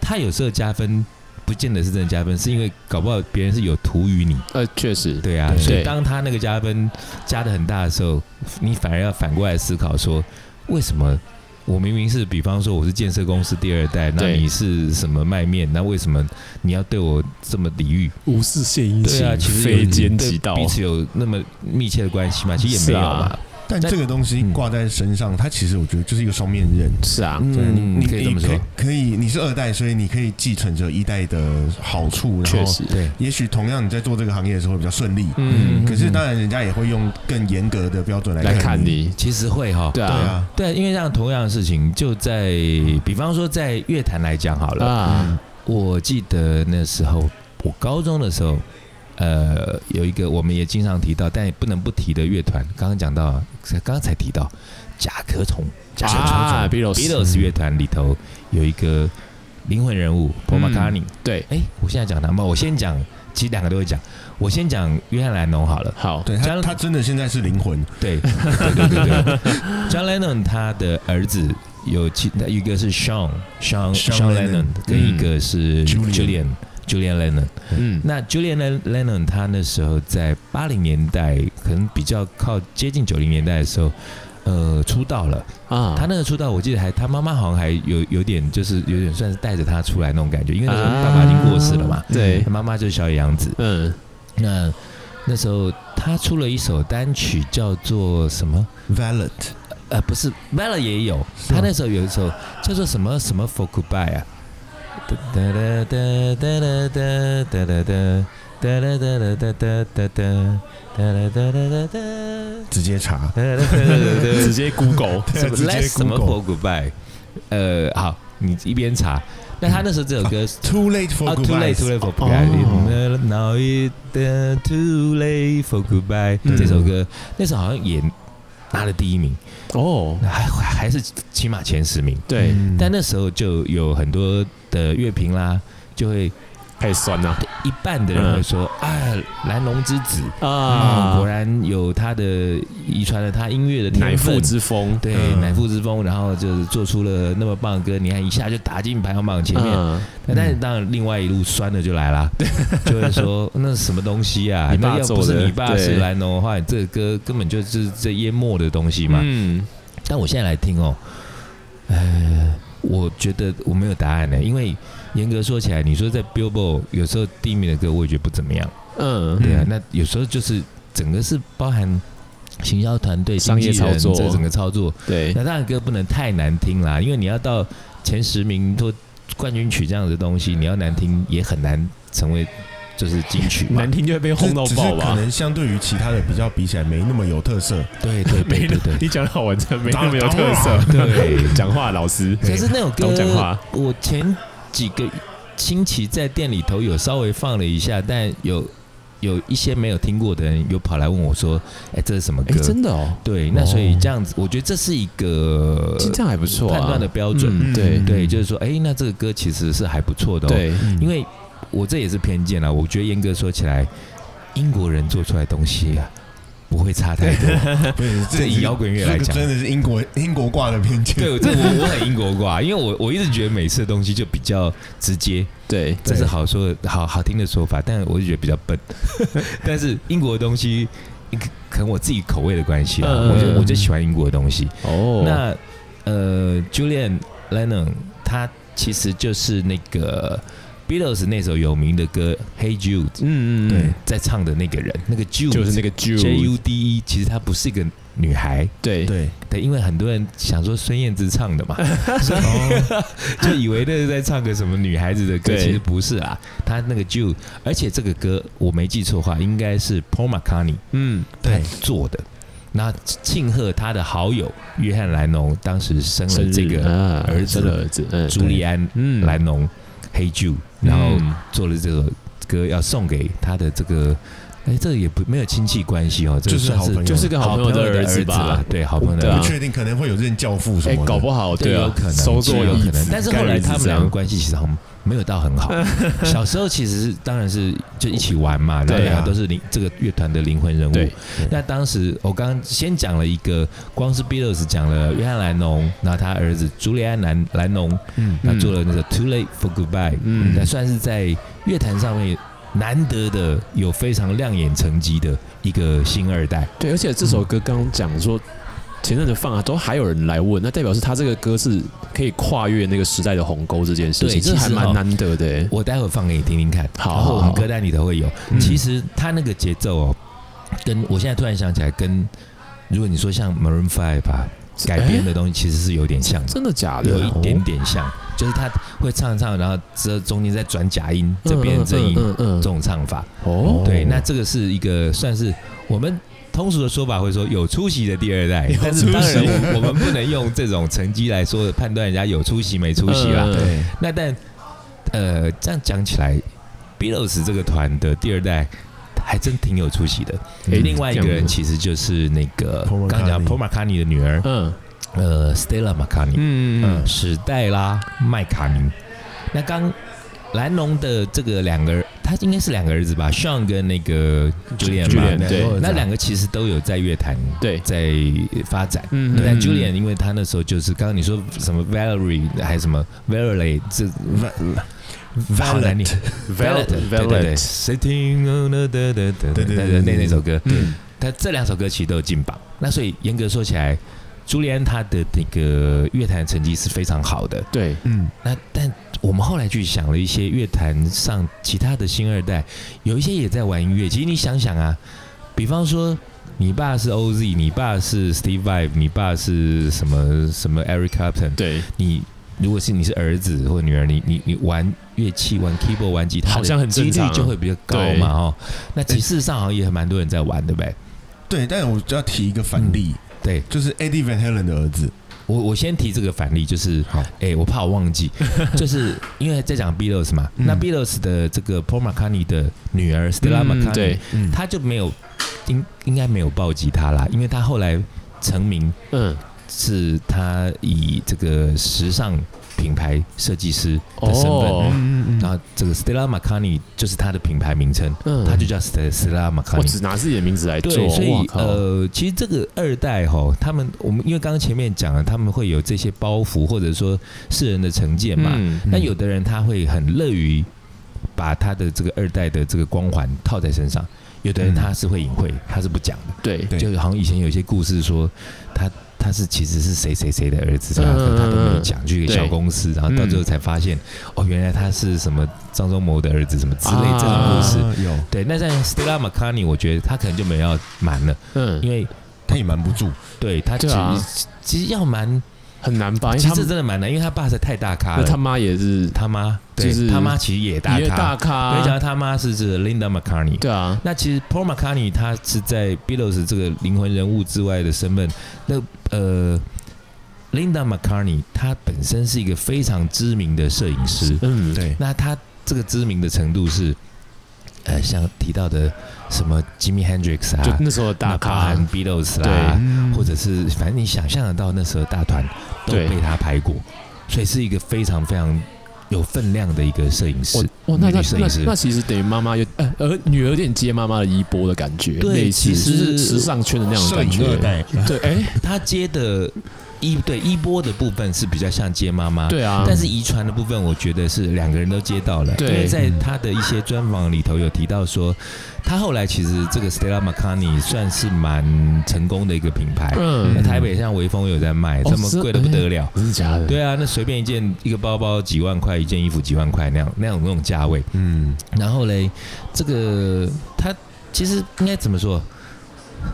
[SPEAKER 3] 它有时候加分，不见得是真的加分，是因为搞不好别人是有图于你，
[SPEAKER 2] 呃，确实，
[SPEAKER 3] 对啊。
[SPEAKER 1] 对
[SPEAKER 3] 所以当他那个加分加的很大的时候，你反而要反过来思考说，为什么我明明是，比方说我是建设公司第二代，那
[SPEAKER 2] 对
[SPEAKER 3] 你是什么卖面，那为什么你要对我这么礼遇？
[SPEAKER 2] 无事献殷
[SPEAKER 3] 对啊，
[SPEAKER 2] 勤，
[SPEAKER 3] 其实
[SPEAKER 2] 非
[SPEAKER 3] 有
[SPEAKER 2] 奸
[SPEAKER 3] 对
[SPEAKER 2] 即盗，啊
[SPEAKER 3] 彼此有那么密切的关系吗？其实
[SPEAKER 2] 是
[SPEAKER 3] 也没有
[SPEAKER 2] 啊
[SPEAKER 3] 嘛。
[SPEAKER 1] 但
[SPEAKER 3] 那
[SPEAKER 1] 这个东西挂在身上，它其实我觉得就是一个双面刃。
[SPEAKER 2] 是啊，
[SPEAKER 1] 对你
[SPEAKER 3] 可以这么说
[SPEAKER 1] 可以可可以，你是二代，所以你可以继承着一代的好处，然
[SPEAKER 2] 确
[SPEAKER 1] 后
[SPEAKER 2] 实，
[SPEAKER 3] 对，
[SPEAKER 1] 也许同样你在做这个行业的时候会比较顺利，
[SPEAKER 2] 嗯，
[SPEAKER 1] 可是当然人家也会用更严格的标准
[SPEAKER 2] 来
[SPEAKER 1] 来
[SPEAKER 2] 看
[SPEAKER 1] 看你，
[SPEAKER 2] 你，
[SPEAKER 3] 其实会哈，
[SPEAKER 2] 对
[SPEAKER 1] 对
[SPEAKER 2] 啊，
[SPEAKER 1] 啊，
[SPEAKER 3] 对，因为像同样的事情，就在比方说在乐坛来讲好了，
[SPEAKER 1] 嗯
[SPEAKER 2] 啊，
[SPEAKER 3] 我记得那时候我高中的时候，呃，有一个我们也经常提到，但也不能不提的乐团，刚刚讲到，刚才提到甲壳虫，甲壳虫
[SPEAKER 2] 啊，Beatles
[SPEAKER 3] Beatles 乐团里头有一个灵魂人物 Paul
[SPEAKER 2] 嗯
[SPEAKER 3] McCartney。
[SPEAKER 2] 对，
[SPEAKER 3] 哎、我现在讲他们，我先讲，其实两个都会讲，我先讲约翰·兰农好了。
[SPEAKER 2] 好，
[SPEAKER 1] 对
[SPEAKER 3] 加
[SPEAKER 1] 他
[SPEAKER 3] 了
[SPEAKER 1] 他真的现在是灵魂，
[SPEAKER 3] 对，对对对对，John Lennon 他的儿子有其一个是 Sean Sean
[SPEAKER 1] Sean
[SPEAKER 3] Sean
[SPEAKER 1] Lennon
[SPEAKER 3] Lennon，跟一个是
[SPEAKER 1] Julian
[SPEAKER 3] Julian Julian Lennon。
[SPEAKER 2] 嗯，
[SPEAKER 3] 那 Julian Len- Lennon 他那时候在八零年代，可能比较靠接近九零年代的时候，呃，出道了。
[SPEAKER 2] 啊，
[SPEAKER 3] 他那个出道，我记得还他妈妈好像还有有点就是有点算是带着他出来那种感觉，因为那时候爸爸已经过世了嘛
[SPEAKER 2] 啊，对
[SPEAKER 3] 他，妈妈就是小野洋子。
[SPEAKER 2] 嗯，
[SPEAKER 3] 那那时候他出了一首单曲叫做什么？
[SPEAKER 1] Valet
[SPEAKER 3] 呃，不是 v a l a 也有，
[SPEAKER 1] 是吗
[SPEAKER 3] 他那时候有一首叫做什么什么 For Goodbye 啊，哒哒哒哒哒哒哒哒哒。哒哒哒哒哒哒哒哒哒哒哒哒哒
[SPEAKER 1] 直接查，
[SPEAKER 3] 哒哒哒
[SPEAKER 2] 直接 Google，
[SPEAKER 3] 什 么
[SPEAKER 1] 直接
[SPEAKER 3] Let's 什么
[SPEAKER 1] Google
[SPEAKER 3] for goodbye？呃，好，你一边查。那他那时候这首歌是
[SPEAKER 1] Too late
[SPEAKER 2] Oh,
[SPEAKER 1] for
[SPEAKER 3] 啊，Too late, too
[SPEAKER 1] goodbye，
[SPEAKER 3] late for
[SPEAKER 2] 哦
[SPEAKER 3] goodbye. Now it uh, too late for goodbye.
[SPEAKER 2] 嗯
[SPEAKER 3] 这首歌那时候好像也拿了第一名，
[SPEAKER 2] 哦，
[SPEAKER 3] 还还还是起码前十名。
[SPEAKER 2] 对，
[SPEAKER 1] 嗯
[SPEAKER 3] 但那时候就有很多的乐评啦，就会
[SPEAKER 2] 开始酸了
[SPEAKER 3] 一半的人会说啊，蓝龙之子啊，
[SPEAKER 2] 嗯啊，
[SPEAKER 3] 果然有他的遗传了他音乐的
[SPEAKER 2] 乃
[SPEAKER 3] 天
[SPEAKER 2] 父
[SPEAKER 3] 分。
[SPEAKER 2] 之风，
[SPEAKER 3] 对，
[SPEAKER 1] 嗯
[SPEAKER 3] 乃父之风，然后就是做出了那么棒的歌，你看一下就打进排行榜前面，
[SPEAKER 2] 嗯，
[SPEAKER 3] 那但是当然，另外一路酸的就 来啦，就会说那什么东西啊？
[SPEAKER 2] 你爸
[SPEAKER 3] 那要不
[SPEAKER 2] 做的
[SPEAKER 3] 是你爸
[SPEAKER 2] 对
[SPEAKER 3] 是蓝龙的话，你这个歌根本就是这淹没的东西嘛。
[SPEAKER 2] 嗯，
[SPEAKER 3] 但我现在来听哦，呃，我觉得我没有答案呢，因为严格说起来，你说在 Billboard 有时候第一名的歌，我也觉得不怎么样，
[SPEAKER 2] 嗯，
[SPEAKER 3] 对啊，
[SPEAKER 1] 嗯
[SPEAKER 3] 那有时候就是整个是包含行销团队、
[SPEAKER 2] 商业
[SPEAKER 3] 经纪人
[SPEAKER 2] 操作
[SPEAKER 3] 这整个操作，
[SPEAKER 2] 对，
[SPEAKER 3] 那当然歌不能太难听啦，因为你要到前十名或冠军曲这样的东西，你要难听也很难成为就是金曲嘛
[SPEAKER 2] 难。听就会被
[SPEAKER 1] 这
[SPEAKER 2] 轰到
[SPEAKER 1] 只是
[SPEAKER 2] 爆
[SPEAKER 1] 可
[SPEAKER 2] 吧？
[SPEAKER 1] 能相对于其他的比较比起来，没那么有特色，
[SPEAKER 3] 对对对
[SPEAKER 2] 没
[SPEAKER 3] 对
[SPEAKER 2] 的
[SPEAKER 3] 对，。
[SPEAKER 2] 你讲的好完整，没那么有
[SPEAKER 1] 当
[SPEAKER 2] 特色。
[SPEAKER 3] 当然对
[SPEAKER 2] 讲话老师
[SPEAKER 3] 可是那首
[SPEAKER 2] 懂讲
[SPEAKER 3] 歌，
[SPEAKER 2] 话，啊
[SPEAKER 3] 我前几个星期在店里头有稍微放了一下，但有有一些没有听过的人有跑来问我说：“哎，这是什么歌？”
[SPEAKER 2] 的哦，
[SPEAKER 3] 对，那所以这样子，我觉得这是一个
[SPEAKER 2] 其实这样还不错啊，
[SPEAKER 3] 呃判断的标准。
[SPEAKER 1] 嗯
[SPEAKER 2] 嗯对
[SPEAKER 3] 对，就是说，哎，那这个歌其实是还不错的、哦。
[SPEAKER 2] 对，
[SPEAKER 1] 嗯
[SPEAKER 3] 因为我这也是偏见啦。我觉得严格说起来，英国人做出来的东西啊，不会差太 多。
[SPEAKER 1] 不是
[SPEAKER 3] 这以摇滚乐来
[SPEAKER 1] 这
[SPEAKER 3] 讲
[SPEAKER 1] 个真的是英国英国挂的偏见，
[SPEAKER 3] 对，这我我很英国挂，因为我我一直觉得美式的东西就比较直接，
[SPEAKER 2] 对，
[SPEAKER 3] 这是好说好好听的说法，但我就觉得比较笨。 但是英国的东西，可可能我自己口味的关系啦，啊
[SPEAKER 2] 嗯
[SPEAKER 3] 我就我就喜欢英国的东西。
[SPEAKER 2] 哦，
[SPEAKER 3] 那呃，Julian Lennon 他其实就是那个 Beatles 那首有名的歌《Hey Jude》。
[SPEAKER 2] 嗯嗯，
[SPEAKER 1] 对
[SPEAKER 2] 嗯，
[SPEAKER 3] 在唱的那个人，那个 Jude
[SPEAKER 2] 就是那个 Jew，
[SPEAKER 3] J U D E，其实她不是一个女孩，
[SPEAKER 2] 对，
[SPEAKER 1] 对，
[SPEAKER 3] 对，因为很多人想说孙燕姿 唱的嘛，所以 就以为那是在唱个什么女孩子的歌，
[SPEAKER 2] 哦对
[SPEAKER 3] 其实不是啊，她那个 Jude，而且这个歌我没记错的话，应该是 Paul McCartney
[SPEAKER 2] 嗯，
[SPEAKER 1] 对
[SPEAKER 3] 他做的。那庆贺他的好友约翰·兰农当时生
[SPEAKER 2] 生
[SPEAKER 3] 了
[SPEAKER 2] 日
[SPEAKER 3] 这个
[SPEAKER 2] 啊
[SPEAKER 3] 儿子
[SPEAKER 2] 生了儿子，嗯，
[SPEAKER 3] 朱利安
[SPEAKER 2] 嗯
[SPEAKER 3] ·兰农黑 Jude，
[SPEAKER 2] 对
[SPEAKER 3] 然后
[SPEAKER 2] 嗯
[SPEAKER 3] 做了这首歌要送给他的这个，哎，这个也不没有亲戚关系哦，这个
[SPEAKER 1] 就是
[SPEAKER 3] 算
[SPEAKER 1] 好朋友
[SPEAKER 2] 就是个好朋友的
[SPEAKER 3] 的
[SPEAKER 2] 儿子
[SPEAKER 3] 子
[SPEAKER 2] 吧
[SPEAKER 3] 啦？，对，好朋友的
[SPEAKER 2] 对
[SPEAKER 3] 儿
[SPEAKER 2] 啊
[SPEAKER 1] 不
[SPEAKER 3] 子，
[SPEAKER 1] 确定可能会有任教父什
[SPEAKER 2] 哎
[SPEAKER 1] 么，的，
[SPEAKER 2] 搞不好
[SPEAKER 3] 对，
[SPEAKER 2] 啊，
[SPEAKER 3] 有可能，
[SPEAKER 2] 收作
[SPEAKER 3] 对有
[SPEAKER 2] 有
[SPEAKER 3] 可
[SPEAKER 1] 椅
[SPEAKER 3] 能
[SPEAKER 1] 子，
[SPEAKER 3] 但是后来他们
[SPEAKER 2] 盖椅
[SPEAKER 3] 两个
[SPEAKER 2] 子
[SPEAKER 3] 关系其实好像没有到很 好。小时候其实是当然是就一起玩嘛，然后
[SPEAKER 2] 对啊
[SPEAKER 3] 两个都是灵这个乐团的灵魂人物
[SPEAKER 2] 对。
[SPEAKER 3] 那当时我刚刚先讲了一个，光是 Beatles 讲了约翰·兰农，然后他儿子朱利安·兰兰农，
[SPEAKER 1] 嗯，
[SPEAKER 3] 他做了那个 Too Late for Goodbye，
[SPEAKER 2] 嗯
[SPEAKER 3] 那算是在乐坛上面难得的有非常亮眼成绩的一个新二代。
[SPEAKER 2] 对，而且这首歌刚刚讲说。前阵子放啊，都还有人来问，那代表是他这个歌是可以跨越那个时代的鸿沟这件事
[SPEAKER 3] 对
[SPEAKER 2] 情，这
[SPEAKER 3] 其实
[SPEAKER 2] 还蛮
[SPEAKER 3] 哦
[SPEAKER 2] 难得的欸。
[SPEAKER 3] 我待会放给你听听看，
[SPEAKER 2] 好
[SPEAKER 3] 然后我
[SPEAKER 2] 好
[SPEAKER 3] 们
[SPEAKER 2] 好
[SPEAKER 3] 歌单里头会有。
[SPEAKER 1] 嗯
[SPEAKER 3] 其实他那个节奏哦，跟我现在突然想起来，跟如果你说像 Maroon Five 吧，改编的东西其实是有点像的，
[SPEAKER 2] 欸真的假的？哦
[SPEAKER 3] 有一点点像，就是他会唱唱，然后这中间再转假音，这边这音
[SPEAKER 2] 嗯嗯
[SPEAKER 3] 这种唱法。
[SPEAKER 2] 哦，
[SPEAKER 3] 对，那这个是一个算是我们通俗的说法，会说有出息的第二代
[SPEAKER 1] 有。
[SPEAKER 3] 但是当
[SPEAKER 1] 出息
[SPEAKER 3] 然我，我们不能用这种成绩来说判断人家有出息没出息啦。
[SPEAKER 2] 嗯
[SPEAKER 1] 对，
[SPEAKER 3] 那但呃，这样讲起来，Beatles 这个团的第二代还真挺有出息的。
[SPEAKER 2] 诶
[SPEAKER 3] 另外一个
[SPEAKER 2] 这样
[SPEAKER 3] 人
[SPEAKER 2] 子
[SPEAKER 3] 其实就是那个
[SPEAKER 1] 嗯 Paul
[SPEAKER 3] 刚讲
[SPEAKER 1] McCartney
[SPEAKER 3] Paul McCartney 的女儿，
[SPEAKER 2] 嗯
[SPEAKER 3] 呃，Stella McCartney。
[SPEAKER 2] 嗯
[SPEAKER 3] 嗯
[SPEAKER 2] 嗯，
[SPEAKER 3] 史黛拉、麦卡尼。那刚蓝龙的这个两个，他应该是两个儿子吧，Sean 跟那个 Julian 嘛。
[SPEAKER 2] Julian，对
[SPEAKER 3] 那两个其实都有在乐坛
[SPEAKER 2] 对，
[SPEAKER 3] 在发展。
[SPEAKER 2] 嗯
[SPEAKER 3] 但
[SPEAKER 2] 嗯
[SPEAKER 3] Julian 因为他那时候就是刚刚你说什么 Valerie 还是什么 Valerie 这
[SPEAKER 1] v a
[SPEAKER 3] 好
[SPEAKER 1] l e
[SPEAKER 3] 难
[SPEAKER 1] n
[SPEAKER 3] 念
[SPEAKER 2] Valet
[SPEAKER 3] 对对
[SPEAKER 2] Valet
[SPEAKER 3] 对，Sitting on the 对对
[SPEAKER 1] 对对
[SPEAKER 3] 对那那首歌，
[SPEAKER 2] 嗯
[SPEAKER 3] 他这两首歌其实都有进榜。那所以严格说起来，朱利安他的那个乐坛成绩是非常好的。
[SPEAKER 2] 对，
[SPEAKER 1] 嗯，
[SPEAKER 3] 那但我们后来去想了一些乐坛上其他的新二代，有一些也在玩音乐。其实你想想啊，比方说你爸是 OZ，你爸是 Steve Vai，你爸是什么什么 Eric Clapton，
[SPEAKER 2] 对，
[SPEAKER 3] 你如果是你是儿子或女儿，你你你玩乐器、玩 keyboard、玩吉他的，
[SPEAKER 2] 好像很
[SPEAKER 3] 几
[SPEAKER 2] 正
[SPEAKER 3] 率
[SPEAKER 2] 常啊
[SPEAKER 3] 就会比较高
[SPEAKER 2] 对
[SPEAKER 3] 嘛哦。那其实事实上好像也蛮多人在玩，对不对？
[SPEAKER 1] 对，但我就要提一个反例，
[SPEAKER 3] 嗯对
[SPEAKER 1] 就是 Eddie Van Halen 的儿子，
[SPEAKER 3] 我我先提这个反例，就是
[SPEAKER 1] 好，
[SPEAKER 3] 哎、我怕我 忘记，就是因为在讲 Beatles 嘛，
[SPEAKER 1] 嗯
[SPEAKER 3] 那 Beatles 的这个 Paul McCartney 的女儿 Stella
[SPEAKER 2] 嗯
[SPEAKER 3] McCartney，、
[SPEAKER 2] 对，
[SPEAKER 1] 嗯，
[SPEAKER 3] 他就没有应应该没有抱吉他啦，因为他后来成名
[SPEAKER 2] 嗯，
[SPEAKER 3] 是他以这个时尚品牌设计师的身份，
[SPEAKER 2] 哦
[SPEAKER 1] 嗯
[SPEAKER 3] 然后这个 Stella McCartney 就是他的品牌名称，
[SPEAKER 2] 嗯，
[SPEAKER 3] 他就叫 Ste- Stella
[SPEAKER 2] 我
[SPEAKER 3] McCartney。
[SPEAKER 2] 只拿自己的名字来做，
[SPEAKER 3] 对，所以
[SPEAKER 2] 哇靠
[SPEAKER 3] 呃，其实这个二代吼，他们我们因为刚刚前面讲了，他们会有这些包袱或者说世人的成见嘛，
[SPEAKER 2] 嗯
[SPEAKER 3] 那有的人他会很乐于把他的这个二代的这个光环套在身上，有的
[SPEAKER 1] 嗯
[SPEAKER 3] 人他是会隐晦，他是不讲的，
[SPEAKER 2] 对，
[SPEAKER 1] 对
[SPEAKER 3] 就好像以前有一些故事说他。他是其实是谁谁谁的儿子，什么
[SPEAKER 2] 嗯
[SPEAKER 3] 可他都没有
[SPEAKER 2] 嗯
[SPEAKER 3] 讲，去一个
[SPEAKER 2] 对
[SPEAKER 3] 小公司，然后到最后才发现，哦，原来他是什么张忠谋的儿子，什么之类这种故事。
[SPEAKER 1] 啊有，
[SPEAKER 3] 对，那像 Stella McCartney，我觉得他可能就没有要瞒了，因
[SPEAKER 2] 嗯，
[SPEAKER 3] 为
[SPEAKER 1] 他也瞒不住，
[SPEAKER 3] 对他其
[SPEAKER 2] 对
[SPEAKER 3] 实、
[SPEAKER 2] 啊
[SPEAKER 3] 其实要瞒，
[SPEAKER 2] 很难吧？因
[SPEAKER 3] 其
[SPEAKER 2] 为他
[SPEAKER 3] 实这
[SPEAKER 2] 们
[SPEAKER 3] 真的蛮难，因为他爸是太大咖
[SPEAKER 2] 那
[SPEAKER 3] 了，
[SPEAKER 2] 他妈也是
[SPEAKER 3] 他妈对、
[SPEAKER 2] 就是
[SPEAKER 3] 他妈其实也大
[SPEAKER 2] 也
[SPEAKER 3] 咖，
[SPEAKER 2] 大咖，啊
[SPEAKER 3] 我跟你讲，他妈是这个 Linda McCartney。
[SPEAKER 2] 对啊，
[SPEAKER 3] 那其实 Paul McCartney 他是在 Beatles 这个灵魂人物之外的身份。那呃，Linda McCartney 她本身是一个非常知名的摄影师。
[SPEAKER 2] 嗯，
[SPEAKER 1] 对，
[SPEAKER 3] 那她这个知名的程度是，呃，像提到的什么 Jimi Hendrix
[SPEAKER 2] 就
[SPEAKER 3] 啊，
[SPEAKER 2] 那时候的大
[SPEAKER 3] 那包
[SPEAKER 2] 咖，啊
[SPEAKER 3] 含 Beatles
[SPEAKER 2] 对
[SPEAKER 3] 啦，
[SPEAKER 1] 嗯
[SPEAKER 3] 啊或者是反正你想象得到那时候的大团都
[SPEAKER 2] 对
[SPEAKER 3] 被他拍过，所以是一个非常非常有分量的一个摄影师
[SPEAKER 2] 我。哇，那
[SPEAKER 3] 女
[SPEAKER 2] 那
[SPEAKER 3] 摄
[SPEAKER 2] 那
[SPEAKER 3] 影师
[SPEAKER 2] 那其实等于妈妈有呃呃女儿有点接妈妈的衣钵的感觉，
[SPEAKER 3] 对
[SPEAKER 2] 类似
[SPEAKER 3] 其实
[SPEAKER 2] 就是时尚圈的那种
[SPEAKER 1] 摄
[SPEAKER 2] 感
[SPEAKER 1] 影二
[SPEAKER 2] 觉，
[SPEAKER 1] 代，
[SPEAKER 2] 对，哎，
[SPEAKER 3] 他接的一对一波的部分是比较像接妈妈，、
[SPEAKER 2] 对啊，
[SPEAKER 3] 但是遗传的部分，我觉得是两个人都接到了。
[SPEAKER 2] 对
[SPEAKER 3] 因为在他的一些专访里头有提到说，他后来其实这个 Stella McCartney 算是蛮成功的一个品牌，那
[SPEAKER 2] 嗯，
[SPEAKER 3] 台北像微风有在卖，
[SPEAKER 2] 哦
[SPEAKER 3] 这么贵的不得了。
[SPEAKER 2] 真的假的？
[SPEAKER 3] 对啊，那随便一件一个包包几万块，一件衣服几万块那样那种那种价位，
[SPEAKER 1] 嗯，
[SPEAKER 3] 然后嘞，这个他其实应该怎么说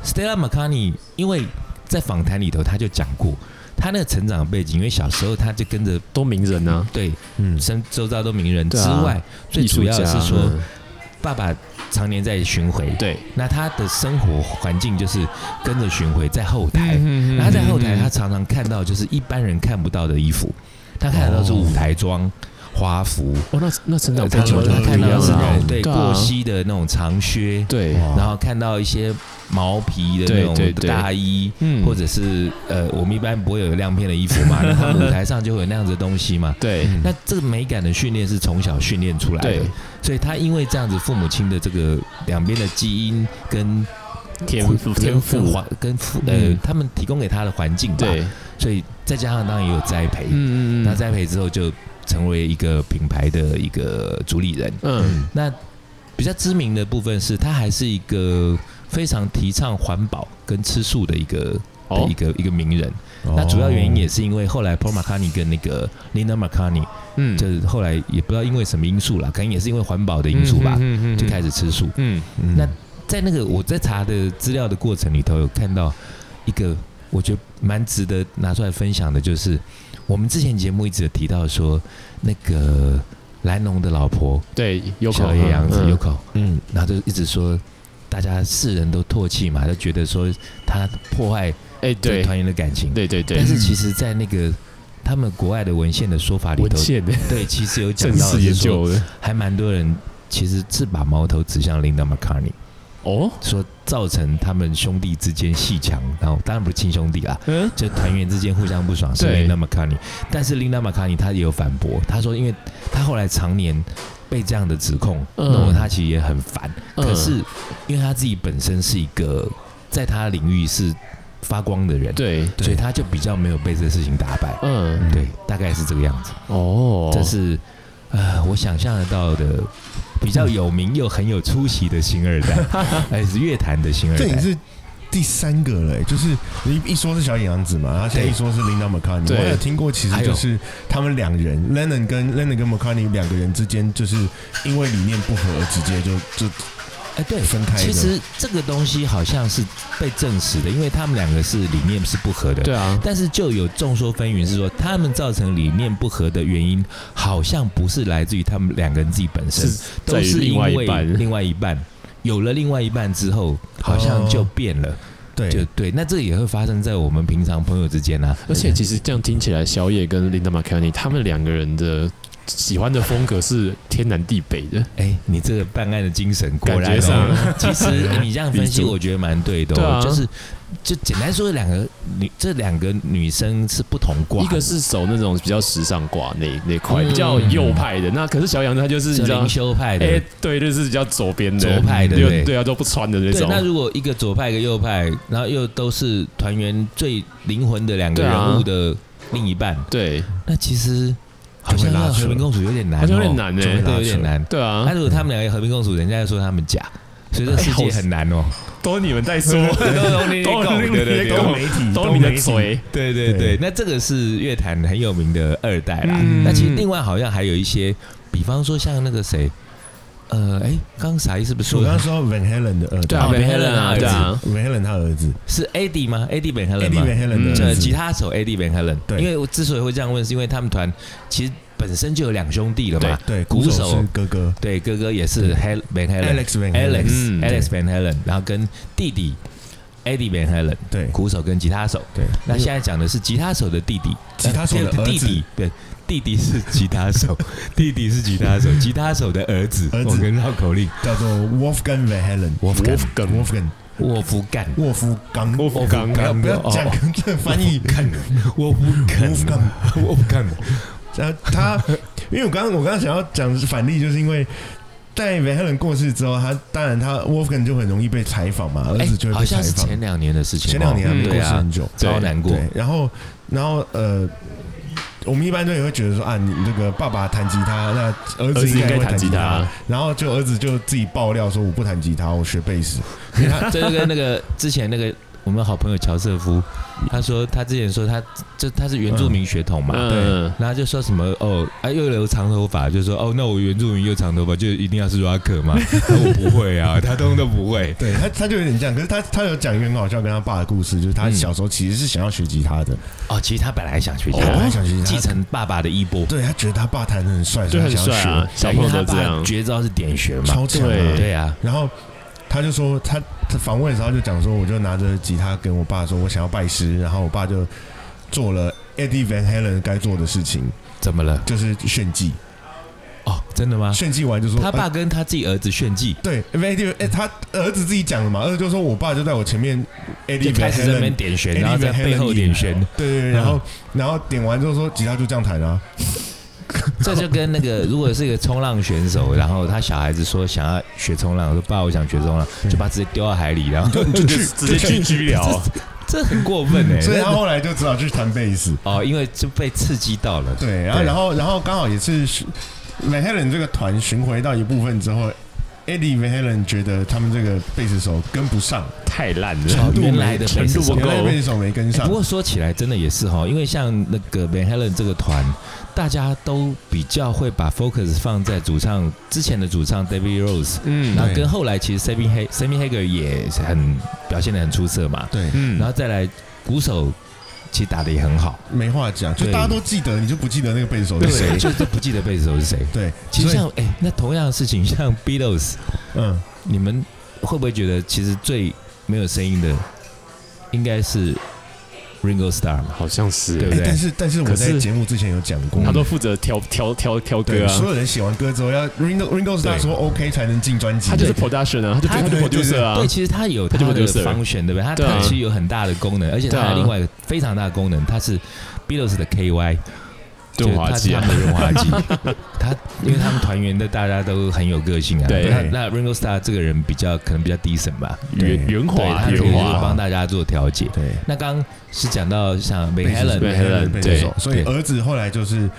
[SPEAKER 3] ？Stella McCartney，因为在访谈里头他就讲过，他那个成长背景，因为小时候他就跟着
[SPEAKER 2] 都名人啊，
[SPEAKER 3] 对
[SPEAKER 1] 嗯
[SPEAKER 3] 身周遭都名人之
[SPEAKER 2] 对啊
[SPEAKER 3] 外，最
[SPEAKER 2] 艺术
[SPEAKER 3] 主要
[SPEAKER 2] 家
[SPEAKER 3] 是说
[SPEAKER 2] 嗯
[SPEAKER 3] 爸爸常年在巡回，
[SPEAKER 2] 对，
[SPEAKER 3] 那他的生活环境就是跟着巡回在后台，
[SPEAKER 2] 嗯
[SPEAKER 3] 然后在后台他
[SPEAKER 2] 嗯
[SPEAKER 3] 常常看到就是一般人看不到的衣服，他看得到是舞台装、华服。
[SPEAKER 2] 哦，那那成长
[SPEAKER 3] 他
[SPEAKER 2] 背景
[SPEAKER 1] 就
[SPEAKER 2] 完全不
[SPEAKER 3] 看
[SPEAKER 2] 一
[SPEAKER 3] 到
[SPEAKER 2] 样
[SPEAKER 3] 是
[SPEAKER 1] 了
[SPEAKER 3] 那
[SPEAKER 2] 啊
[SPEAKER 3] 种，对
[SPEAKER 2] 对啊
[SPEAKER 3] 过膝的那种长靴，
[SPEAKER 2] 对，
[SPEAKER 1] 哇
[SPEAKER 3] 然后看到一些毛皮的
[SPEAKER 2] 对
[SPEAKER 3] 那种
[SPEAKER 2] 对对
[SPEAKER 3] 大衣，
[SPEAKER 2] 嗯
[SPEAKER 3] 或者是呃，我们一般不会有亮片的衣服 嘛，那他们舞台上就会有那样子的东西嘛。
[SPEAKER 2] 对
[SPEAKER 3] 那这个美感的训练是从小训练出来嗯的
[SPEAKER 2] 嗯对，，
[SPEAKER 3] 所以他因为这样子，父母亲的这个两边的基因跟
[SPEAKER 2] 天赋天
[SPEAKER 3] 跟
[SPEAKER 2] 赋，
[SPEAKER 3] 环跟父呃
[SPEAKER 2] 嗯，
[SPEAKER 3] 他们提供给他的环境吧，
[SPEAKER 2] 对，
[SPEAKER 3] 所以再加上当然也有栽培，
[SPEAKER 2] 嗯
[SPEAKER 3] 那栽培之后就成为一个品牌的一个主理人，
[SPEAKER 2] 嗯
[SPEAKER 3] 那比较知名的部分是，他还是一个非常提倡环保跟吃素的一个、的
[SPEAKER 2] 哦
[SPEAKER 3] 一个一个名人。那主要原因也
[SPEAKER 1] 是
[SPEAKER 3] 是因为后来 Paul McCartney 跟那个 Linda McCartney，、
[SPEAKER 2] 嗯
[SPEAKER 3] 就是后来也不知道因为什么因素啦，可能也是因为环保的因素吧，
[SPEAKER 2] 嗯
[SPEAKER 3] 就
[SPEAKER 2] 始
[SPEAKER 3] 开始吃素。
[SPEAKER 2] 嗯
[SPEAKER 3] 那在那个我在查的资料的过程里头，有看到一个我觉得蛮值得拿出来分享的，就是我们之前节目一直有提到说，那个蓝龙的老婆
[SPEAKER 2] 对，有
[SPEAKER 3] 小野洋子
[SPEAKER 2] 嗯
[SPEAKER 3] Yoko，
[SPEAKER 1] 嗯，
[SPEAKER 3] 然后就一直说。大家世人都唾弃嘛，就觉得说他破坏
[SPEAKER 2] 哎，
[SPEAKER 3] 这个
[SPEAKER 2] 对，
[SPEAKER 3] 团员的感情。
[SPEAKER 2] 对对对
[SPEAKER 3] 但，是其实，在那个他们国外的文献的说法里
[SPEAKER 2] 文
[SPEAKER 3] 头，
[SPEAKER 2] 献的
[SPEAKER 3] 对，其实有讲
[SPEAKER 2] 正
[SPEAKER 3] 到
[SPEAKER 2] 式研
[SPEAKER 3] 是说，
[SPEAKER 2] 究的
[SPEAKER 3] 还蛮多人其实是把矛头指向 Linda McCartney，
[SPEAKER 2] 哦，
[SPEAKER 3] 说造成他们兄弟之间戏强，然后当然不是亲兄弟啦，
[SPEAKER 2] 嗯，
[SPEAKER 3] 就团员之间互相不爽是
[SPEAKER 2] 对
[SPEAKER 3] Linda McCartney，但是 Linda McCartney 她也有反驳，她说，因为她后来常年被这样的指控，
[SPEAKER 2] 嗯
[SPEAKER 3] 弄得她其实也很烦，可
[SPEAKER 2] 嗯
[SPEAKER 3] 是因为她自己本身是一个在她领域是发光的人，
[SPEAKER 2] 对，
[SPEAKER 3] 所以他就比较没有被这事情打败。
[SPEAKER 2] 嗯，
[SPEAKER 3] 对，大概是这个样子。
[SPEAKER 2] 哦，
[SPEAKER 3] 这是呃，我想象得到的比较有名又很有出息的新二 代，哎，是乐坛的新二
[SPEAKER 1] 这也
[SPEAKER 3] 代。
[SPEAKER 1] 是第三个了、欸，就是你一说是小野洋子嘛，然后现在
[SPEAKER 3] 对
[SPEAKER 1] 一说是 Linda McCartney，
[SPEAKER 2] 对
[SPEAKER 1] 我还有听过，其实
[SPEAKER 3] 还有
[SPEAKER 1] 就是他们两人，Lennon 跟 Lennon 跟 McCartney 两个人之间，就是因为理念不合，直接就就
[SPEAKER 3] 哎，对。
[SPEAKER 1] 分开的。
[SPEAKER 3] 其实这个东西好像是被证实的，因为他们两个是理念是不合的。
[SPEAKER 2] 对啊，
[SPEAKER 3] 但是就有众说纷纭，是说他们造成理念不合的原因，好像不是来自于他们两个人自己本身，
[SPEAKER 2] 是
[SPEAKER 3] 都
[SPEAKER 2] 在于
[SPEAKER 3] 是
[SPEAKER 2] 另
[SPEAKER 3] 因
[SPEAKER 2] 外
[SPEAKER 3] 为
[SPEAKER 2] 一半，
[SPEAKER 3] 另外一半有了另外一半之后，好像就
[SPEAKER 1] 哦
[SPEAKER 3] 变了。
[SPEAKER 1] 对，
[SPEAKER 3] 就对，那这个也会发生在我们平常朋友之间啊。
[SPEAKER 2] 而且其实这样听起来，小野跟 Linda McCartney 他们两个人的喜欢的风格是天南地北的。
[SPEAKER 3] 哎、你这个办案的精神果然、
[SPEAKER 2] 感觉
[SPEAKER 3] 哦
[SPEAKER 2] 上，
[SPEAKER 3] 其实你这样分析，
[SPEAKER 2] 鼻祖
[SPEAKER 3] 我觉得蛮对的、
[SPEAKER 2] 对
[SPEAKER 3] 哦
[SPEAKER 2] 啊
[SPEAKER 3] 就是就简单说，两个女这两个女生是不同挂，
[SPEAKER 2] 一个是走那种比较时尚挂那那块，
[SPEAKER 3] 嗯
[SPEAKER 2] 比较右派的。那可是小杨他就是你
[SPEAKER 3] 是
[SPEAKER 2] 知道
[SPEAKER 3] 灵，修派的。
[SPEAKER 2] 哎， 对，就是比较左边的
[SPEAKER 3] 左派的
[SPEAKER 2] 就
[SPEAKER 3] 对
[SPEAKER 2] 对啊，都不穿的那
[SPEAKER 3] 对，
[SPEAKER 2] 种。
[SPEAKER 3] 那如果一个左派一个右派，然后又都是团员最灵魂的两个
[SPEAKER 2] 对啊
[SPEAKER 3] 人物的另一半，
[SPEAKER 2] 对啊
[SPEAKER 3] 那其实好
[SPEAKER 1] 就会
[SPEAKER 3] 像
[SPEAKER 1] 拉
[SPEAKER 3] 要
[SPEAKER 1] 扯
[SPEAKER 3] 和平共处有点难、哦，
[SPEAKER 2] 好像有点难欸
[SPEAKER 3] 对
[SPEAKER 1] 就会拉
[SPEAKER 3] 有点
[SPEAKER 1] 扯
[SPEAKER 3] 难。
[SPEAKER 2] 对
[SPEAKER 3] 那、
[SPEAKER 2] 啊，
[SPEAKER 3] 如果他们两个和平共处，人家又说他们假，所以这个世
[SPEAKER 2] 哎
[SPEAKER 3] 界
[SPEAKER 2] 好
[SPEAKER 3] 很难哦。
[SPEAKER 2] 都是你们在说，
[SPEAKER 3] 都你
[SPEAKER 2] 都
[SPEAKER 3] 讲
[SPEAKER 2] 是
[SPEAKER 3] 对对
[SPEAKER 2] 你
[SPEAKER 3] 对
[SPEAKER 2] 在
[SPEAKER 1] 都
[SPEAKER 2] 讲
[SPEAKER 1] 媒体，
[SPEAKER 2] 都是你
[SPEAKER 1] 媒
[SPEAKER 2] 的
[SPEAKER 1] 体，
[SPEAKER 2] 嘴。
[SPEAKER 3] 对对对
[SPEAKER 1] 对，
[SPEAKER 3] 那这个是乐坛很有名的二代啦。
[SPEAKER 2] 嗯
[SPEAKER 3] 那其实另外好像还有一些，比方说像那个谁，呃，哎，刚刚傻一是不是
[SPEAKER 1] 我
[SPEAKER 3] 说
[SPEAKER 1] 刚刚说 Van Halen 的儿子
[SPEAKER 2] 对啊
[SPEAKER 3] 哦
[SPEAKER 2] ，Van Halen
[SPEAKER 3] Helen 啊
[SPEAKER 2] 啊，对啊，
[SPEAKER 1] ，Van Halen 他儿子
[SPEAKER 3] 是 AD 吗？AD Van Halen
[SPEAKER 1] ，Eddie
[SPEAKER 3] 吗
[SPEAKER 1] Van Halen 的儿
[SPEAKER 2] 嗯
[SPEAKER 3] 这
[SPEAKER 1] 子，
[SPEAKER 3] 吉他手 AD Van Halen。
[SPEAKER 1] 对
[SPEAKER 3] 因为我之所以会这样问，是因为他们团其实本身就有两兄弟了嘛。
[SPEAKER 1] 对，
[SPEAKER 3] 鼓
[SPEAKER 1] 鼓
[SPEAKER 3] 手
[SPEAKER 1] 是哥哥
[SPEAKER 3] 对，哥哥也是 Hel- Van Halen。
[SPEAKER 1] Alex Van Halen，
[SPEAKER 3] Alex
[SPEAKER 2] 嗯
[SPEAKER 3] Alex Van Halen，然后跟弟弟 AD Van Halen，
[SPEAKER 1] 对
[SPEAKER 3] 鼓手跟吉他手。
[SPEAKER 1] 对，
[SPEAKER 3] 那现在讲的是吉他手的弟弟，
[SPEAKER 1] 吉他手的
[SPEAKER 3] 呃
[SPEAKER 1] 儿
[SPEAKER 3] 弟
[SPEAKER 1] 子
[SPEAKER 3] 弟，对，弟弟是吉他手， 弟弟是吉他手，吉他手的儿子，
[SPEAKER 1] 儿子
[SPEAKER 3] 我跟绕口令，
[SPEAKER 1] 叫做 Wolfgang Van Halen。
[SPEAKER 2] Wolfgang
[SPEAKER 1] Wolfgang
[SPEAKER 3] 沃夫干，
[SPEAKER 1] 沃夫冈，
[SPEAKER 2] 沃夫冈
[SPEAKER 1] 不要不要讲跟这个翻译
[SPEAKER 3] 干，沃夫哦 干，沃夫干，
[SPEAKER 1] 然后他，因为我刚刚我刚刚想要讲反例，就是因为在 Van Halen 过世之后，他当然他 Wolfgang 就很容易被采访嘛， 儿
[SPEAKER 3] 哎
[SPEAKER 1] 子就，会
[SPEAKER 3] 好
[SPEAKER 1] 被
[SPEAKER 3] 像
[SPEAKER 1] 采
[SPEAKER 3] 是
[SPEAKER 1] 访。
[SPEAKER 3] 前两年的事情哦，
[SPEAKER 1] 前两年还
[SPEAKER 2] 嗯
[SPEAKER 1] 没过
[SPEAKER 3] 对
[SPEAKER 1] 世
[SPEAKER 3] 啊
[SPEAKER 1] 很，久，
[SPEAKER 2] 对
[SPEAKER 3] 超难过，
[SPEAKER 1] 对，然后然后呃。我们一般都也会觉得说啊，你这个爸爸弹吉他，那儿
[SPEAKER 2] 儿
[SPEAKER 1] 子
[SPEAKER 2] 子
[SPEAKER 1] 应
[SPEAKER 2] 应
[SPEAKER 1] 该
[SPEAKER 2] 该
[SPEAKER 1] 会
[SPEAKER 2] 弹
[SPEAKER 1] 弹
[SPEAKER 2] 吉
[SPEAKER 1] 他
[SPEAKER 2] 他，，
[SPEAKER 1] 然后就儿子就自己爆料说我不弹吉他，我学贝斯。因为他
[SPEAKER 3] 这就跟那个之前那个我们好朋友乔瑟夫，他说他之前说他这他是原住民血统嘛，
[SPEAKER 2] 嗯，
[SPEAKER 3] 然后就说什么哦，啊又留长头发，就说哦，那我原住民又长头发，就一定要是 rocker 吗？ 那我不会啊，他通通都不会。
[SPEAKER 1] 对他，他就有点这样。可是他他有讲一个很好笑跟他爸的故事，就是他
[SPEAKER 3] 嗯
[SPEAKER 1] 小时候其实是想要学吉他的，
[SPEAKER 3] 哦，其实他本来想学
[SPEAKER 1] 他
[SPEAKER 3] 吉
[SPEAKER 1] 本来
[SPEAKER 3] 他，
[SPEAKER 1] 想学吉
[SPEAKER 3] 继
[SPEAKER 1] 他，
[SPEAKER 3] 承爸爸的衣钵，
[SPEAKER 1] 对他觉得他爸弹的很帅，所
[SPEAKER 2] 就
[SPEAKER 1] 以他
[SPEAKER 2] 很
[SPEAKER 1] 想要
[SPEAKER 2] 帅啊
[SPEAKER 1] 学，，
[SPEAKER 2] 小朋友
[SPEAKER 3] 他
[SPEAKER 2] 都这
[SPEAKER 3] 爸
[SPEAKER 2] 样，
[SPEAKER 3] 绝招是点学嘛，
[SPEAKER 1] 超强啊。
[SPEAKER 2] 对
[SPEAKER 3] 对啊，
[SPEAKER 1] 然后他就说，他他访问的时候就讲说，我就拿着吉他跟我爸说，我想要拜师，然后我爸就做了 Eddie Van Halen 该做的事情，
[SPEAKER 3] 怎么了？
[SPEAKER 1] 就是炫技，
[SPEAKER 3] 哦，真的吗？哎
[SPEAKER 1] 炫技完就说
[SPEAKER 3] 他
[SPEAKER 1] 呃
[SPEAKER 3] 爸跟他自己儿子炫技，
[SPEAKER 1] 对 Eddie，哎，他儿子自己讲的嘛，儿子就说我爸就在我前面
[SPEAKER 3] 就
[SPEAKER 1] ，Eddie
[SPEAKER 3] 开
[SPEAKER 1] Van
[SPEAKER 3] 始在那边
[SPEAKER 1] Halen。
[SPEAKER 3] 点旋，
[SPEAKER 1] Eddie
[SPEAKER 3] 然后在
[SPEAKER 1] Van Halen
[SPEAKER 3] 背后点嗯旋
[SPEAKER 1] 演，对对对，然后然后点完之后说吉他就这样弹啊，
[SPEAKER 3] 这就跟那 个，如果是一个冲浪选手，然后他小孩子说想要学冲浪，我说爸，我想学冲浪，就把他直接丢到海里，然后
[SPEAKER 1] 就去
[SPEAKER 2] 直接去拘留，
[SPEAKER 3] 这很过分哎、
[SPEAKER 1] 所以他后来就只好去弹贝斯。
[SPEAKER 3] 哦，因为就被刺激到了，
[SPEAKER 1] 对，然后
[SPEAKER 3] 对
[SPEAKER 1] 然后然后刚好也是巡 Van Halen 这个团巡回到一部分之后，Eddie Van Halen 觉得他们这个贝斯手跟不上，
[SPEAKER 2] 太烂
[SPEAKER 3] 哦
[SPEAKER 2] 了，
[SPEAKER 3] 原来的贝斯手
[SPEAKER 2] 不够
[SPEAKER 1] 原来贝斯手没跟
[SPEAKER 3] 哎
[SPEAKER 1] 上
[SPEAKER 3] 不。过说起来真的也是哈，因为像那个 Van Halen 这个团，大家都比较会把 focus 放在主唱之前的主唱 David Rose，
[SPEAKER 2] 嗯
[SPEAKER 3] 然后
[SPEAKER 1] 对
[SPEAKER 3] 跟后来其实 Sammy h a Sammy Hagar 也很表现的很出色嘛，
[SPEAKER 1] 对，
[SPEAKER 2] 嗯
[SPEAKER 3] 然后再来鼓手其实打的也很好，
[SPEAKER 1] 没话讲，就
[SPEAKER 3] 对
[SPEAKER 1] 大家都记得，你就不记得那个贝斯手是谁
[SPEAKER 3] 对，？就是不记得贝斯手是谁。
[SPEAKER 1] 对，
[SPEAKER 3] 其实
[SPEAKER 1] 所以
[SPEAKER 3] 像哎、那同样的事情，像 Beatles，
[SPEAKER 1] 嗯，
[SPEAKER 3] 你们会不会觉得其实最没有声音的应该是 Ringo Starr 嘛？
[SPEAKER 2] 好像是
[SPEAKER 3] 对
[SPEAKER 1] 哎
[SPEAKER 3] 不对
[SPEAKER 1] 但是但是我
[SPEAKER 2] 可是
[SPEAKER 1] 在节目之前有讲过
[SPEAKER 2] 他，都负责挑挑挑挑
[SPEAKER 1] 对
[SPEAKER 2] 歌，啊
[SPEAKER 1] 所，有人写完歌之后要 Ringo Ringo
[SPEAKER 3] 对
[SPEAKER 1] Starr 说 OK 才能进专辑，
[SPEAKER 2] 他就是 production 啊，他就他
[SPEAKER 3] 他
[SPEAKER 2] 就
[SPEAKER 1] 对对
[SPEAKER 2] producer 啊
[SPEAKER 3] 对，，其实它有
[SPEAKER 2] 它
[SPEAKER 3] 它
[SPEAKER 2] 就
[SPEAKER 3] 的
[SPEAKER 2] producer
[SPEAKER 3] 方选，对不对？它
[SPEAKER 2] 对啊
[SPEAKER 3] 它其实有很大的功能，而且
[SPEAKER 2] 对啊
[SPEAKER 3] 它另外一个非常大的功能，它是 Beatles 的 KY
[SPEAKER 2] 润滑剂啊
[SPEAKER 3] 就是它是他，们的润 滑剂。他因为他们团员的大家都很有个性啊。
[SPEAKER 2] 对
[SPEAKER 3] 那那 Ringo Starr 这个人比较可能比较 decent 吧，
[SPEAKER 1] 对
[SPEAKER 2] 圆圆
[SPEAKER 3] 对，
[SPEAKER 2] 滑
[SPEAKER 3] 他可以
[SPEAKER 2] 圆
[SPEAKER 3] 就是
[SPEAKER 2] 滑，
[SPEAKER 3] 帮大家做调节。
[SPEAKER 1] 对。
[SPEAKER 3] 那刚刚是讲到像 Van
[SPEAKER 1] 贝斯手
[SPEAKER 2] 对
[SPEAKER 3] Halen，
[SPEAKER 1] 贝斯手
[SPEAKER 2] Helen，
[SPEAKER 1] 贝斯手
[SPEAKER 3] 对
[SPEAKER 1] 所以
[SPEAKER 3] 对
[SPEAKER 1] 儿子后来就是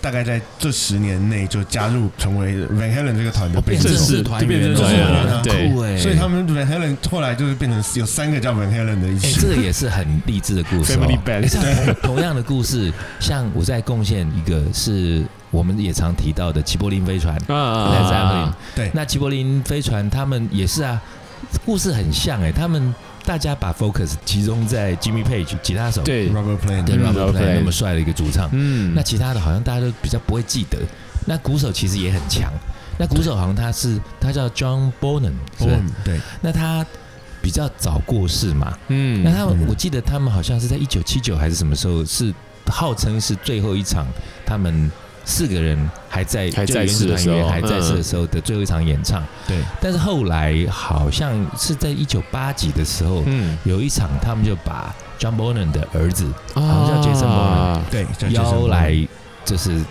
[SPEAKER 1] 大概在这十年内就加入成为 Van Halen 这个
[SPEAKER 3] 哦
[SPEAKER 1] 团的贝斯
[SPEAKER 2] 哦正
[SPEAKER 1] 手，
[SPEAKER 2] 式团员
[SPEAKER 1] 就是
[SPEAKER 2] 了对
[SPEAKER 1] 我
[SPEAKER 2] 啊
[SPEAKER 1] 们，
[SPEAKER 2] 对
[SPEAKER 3] 酷哎，
[SPEAKER 1] 所以他们 Van Halen 后来就是变成有三个叫 Van Halen 的一
[SPEAKER 3] 哎，
[SPEAKER 1] 起
[SPEAKER 3] 这，个也是很励志的故事哦
[SPEAKER 2] ，Family。Band，
[SPEAKER 3] 像同样的故事，像我在贡献一个是我们也常提到的齐柏林飞船，
[SPEAKER 2] 啊
[SPEAKER 3] 在 z e p l
[SPEAKER 2] 啊，
[SPEAKER 1] 对
[SPEAKER 3] 那齐柏林飞船他们也是啊，故事很像哎、他们大家把 focus 集中在 Jimmy Page 吉他手，
[SPEAKER 2] 对，
[SPEAKER 1] Robert Plant，
[SPEAKER 3] 对
[SPEAKER 2] 嗯
[SPEAKER 3] Robert
[SPEAKER 2] Robert Plant
[SPEAKER 3] Plant 那么帅的一个主唱，
[SPEAKER 2] 嗯，
[SPEAKER 3] 那其他的好像大家都比较不会记得。那鼓手其实也很强，那鼓手好像他是他叫 John Bonham，是不是
[SPEAKER 1] Bonham，对，
[SPEAKER 3] 那他比较早过世嘛，
[SPEAKER 2] 嗯，
[SPEAKER 3] 那他们
[SPEAKER 1] 嗯
[SPEAKER 3] 我记得他们好像是在一九七九还是什么时候，是号称是最后一场他们四个人还在
[SPEAKER 2] 还
[SPEAKER 3] 就
[SPEAKER 2] 在
[SPEAKER 3] 原始
[SPEAKER 2] 世的
[SPEAKER 3] 团
[SPEAKER 2] 时候
[SPEAKER 3] 员还在世
[SPEAKER 2] 嗯
[SPEAKER 3] 的时候的最后一场演唱。
[SPEAKER 1] 对，
[SPEAKER 3] 但是后来好像是在一九八几的时候，
[SPEAKER 2] 嗯，
[SPEAKER 3] 有一场他们就把 John Bonham 的儿子
[SPEAKER 2] 好
[SPEAKER 3] 啊好像叫 Jason Bonham
[SPEAKER 2] 啊，
[SPEAKER 1] 对，叫 Jason
[SPEAKER 3] 邀
[SPEAKER 1] Bonham
[SPEAKER 3] 来，就是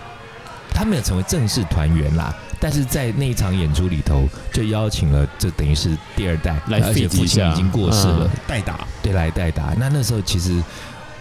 [SPEAKER 3] 他没有成为正式团员啦。但是在那一场演出里头，就邀请了，就等于是第二代，
[SPEAKER 2] 来
[SPEAKER 3] 而且
[SPEAKER 2] feed 一
[SPEAKER 3] 父亲
[SPEAKER 2] 下
[SPEAKER 3] 已经过世了
[SPEAKER 2] 嗯，
[SPEAKER 1] 代打，
[SPEAKER 3] 对来代打。那那时候其实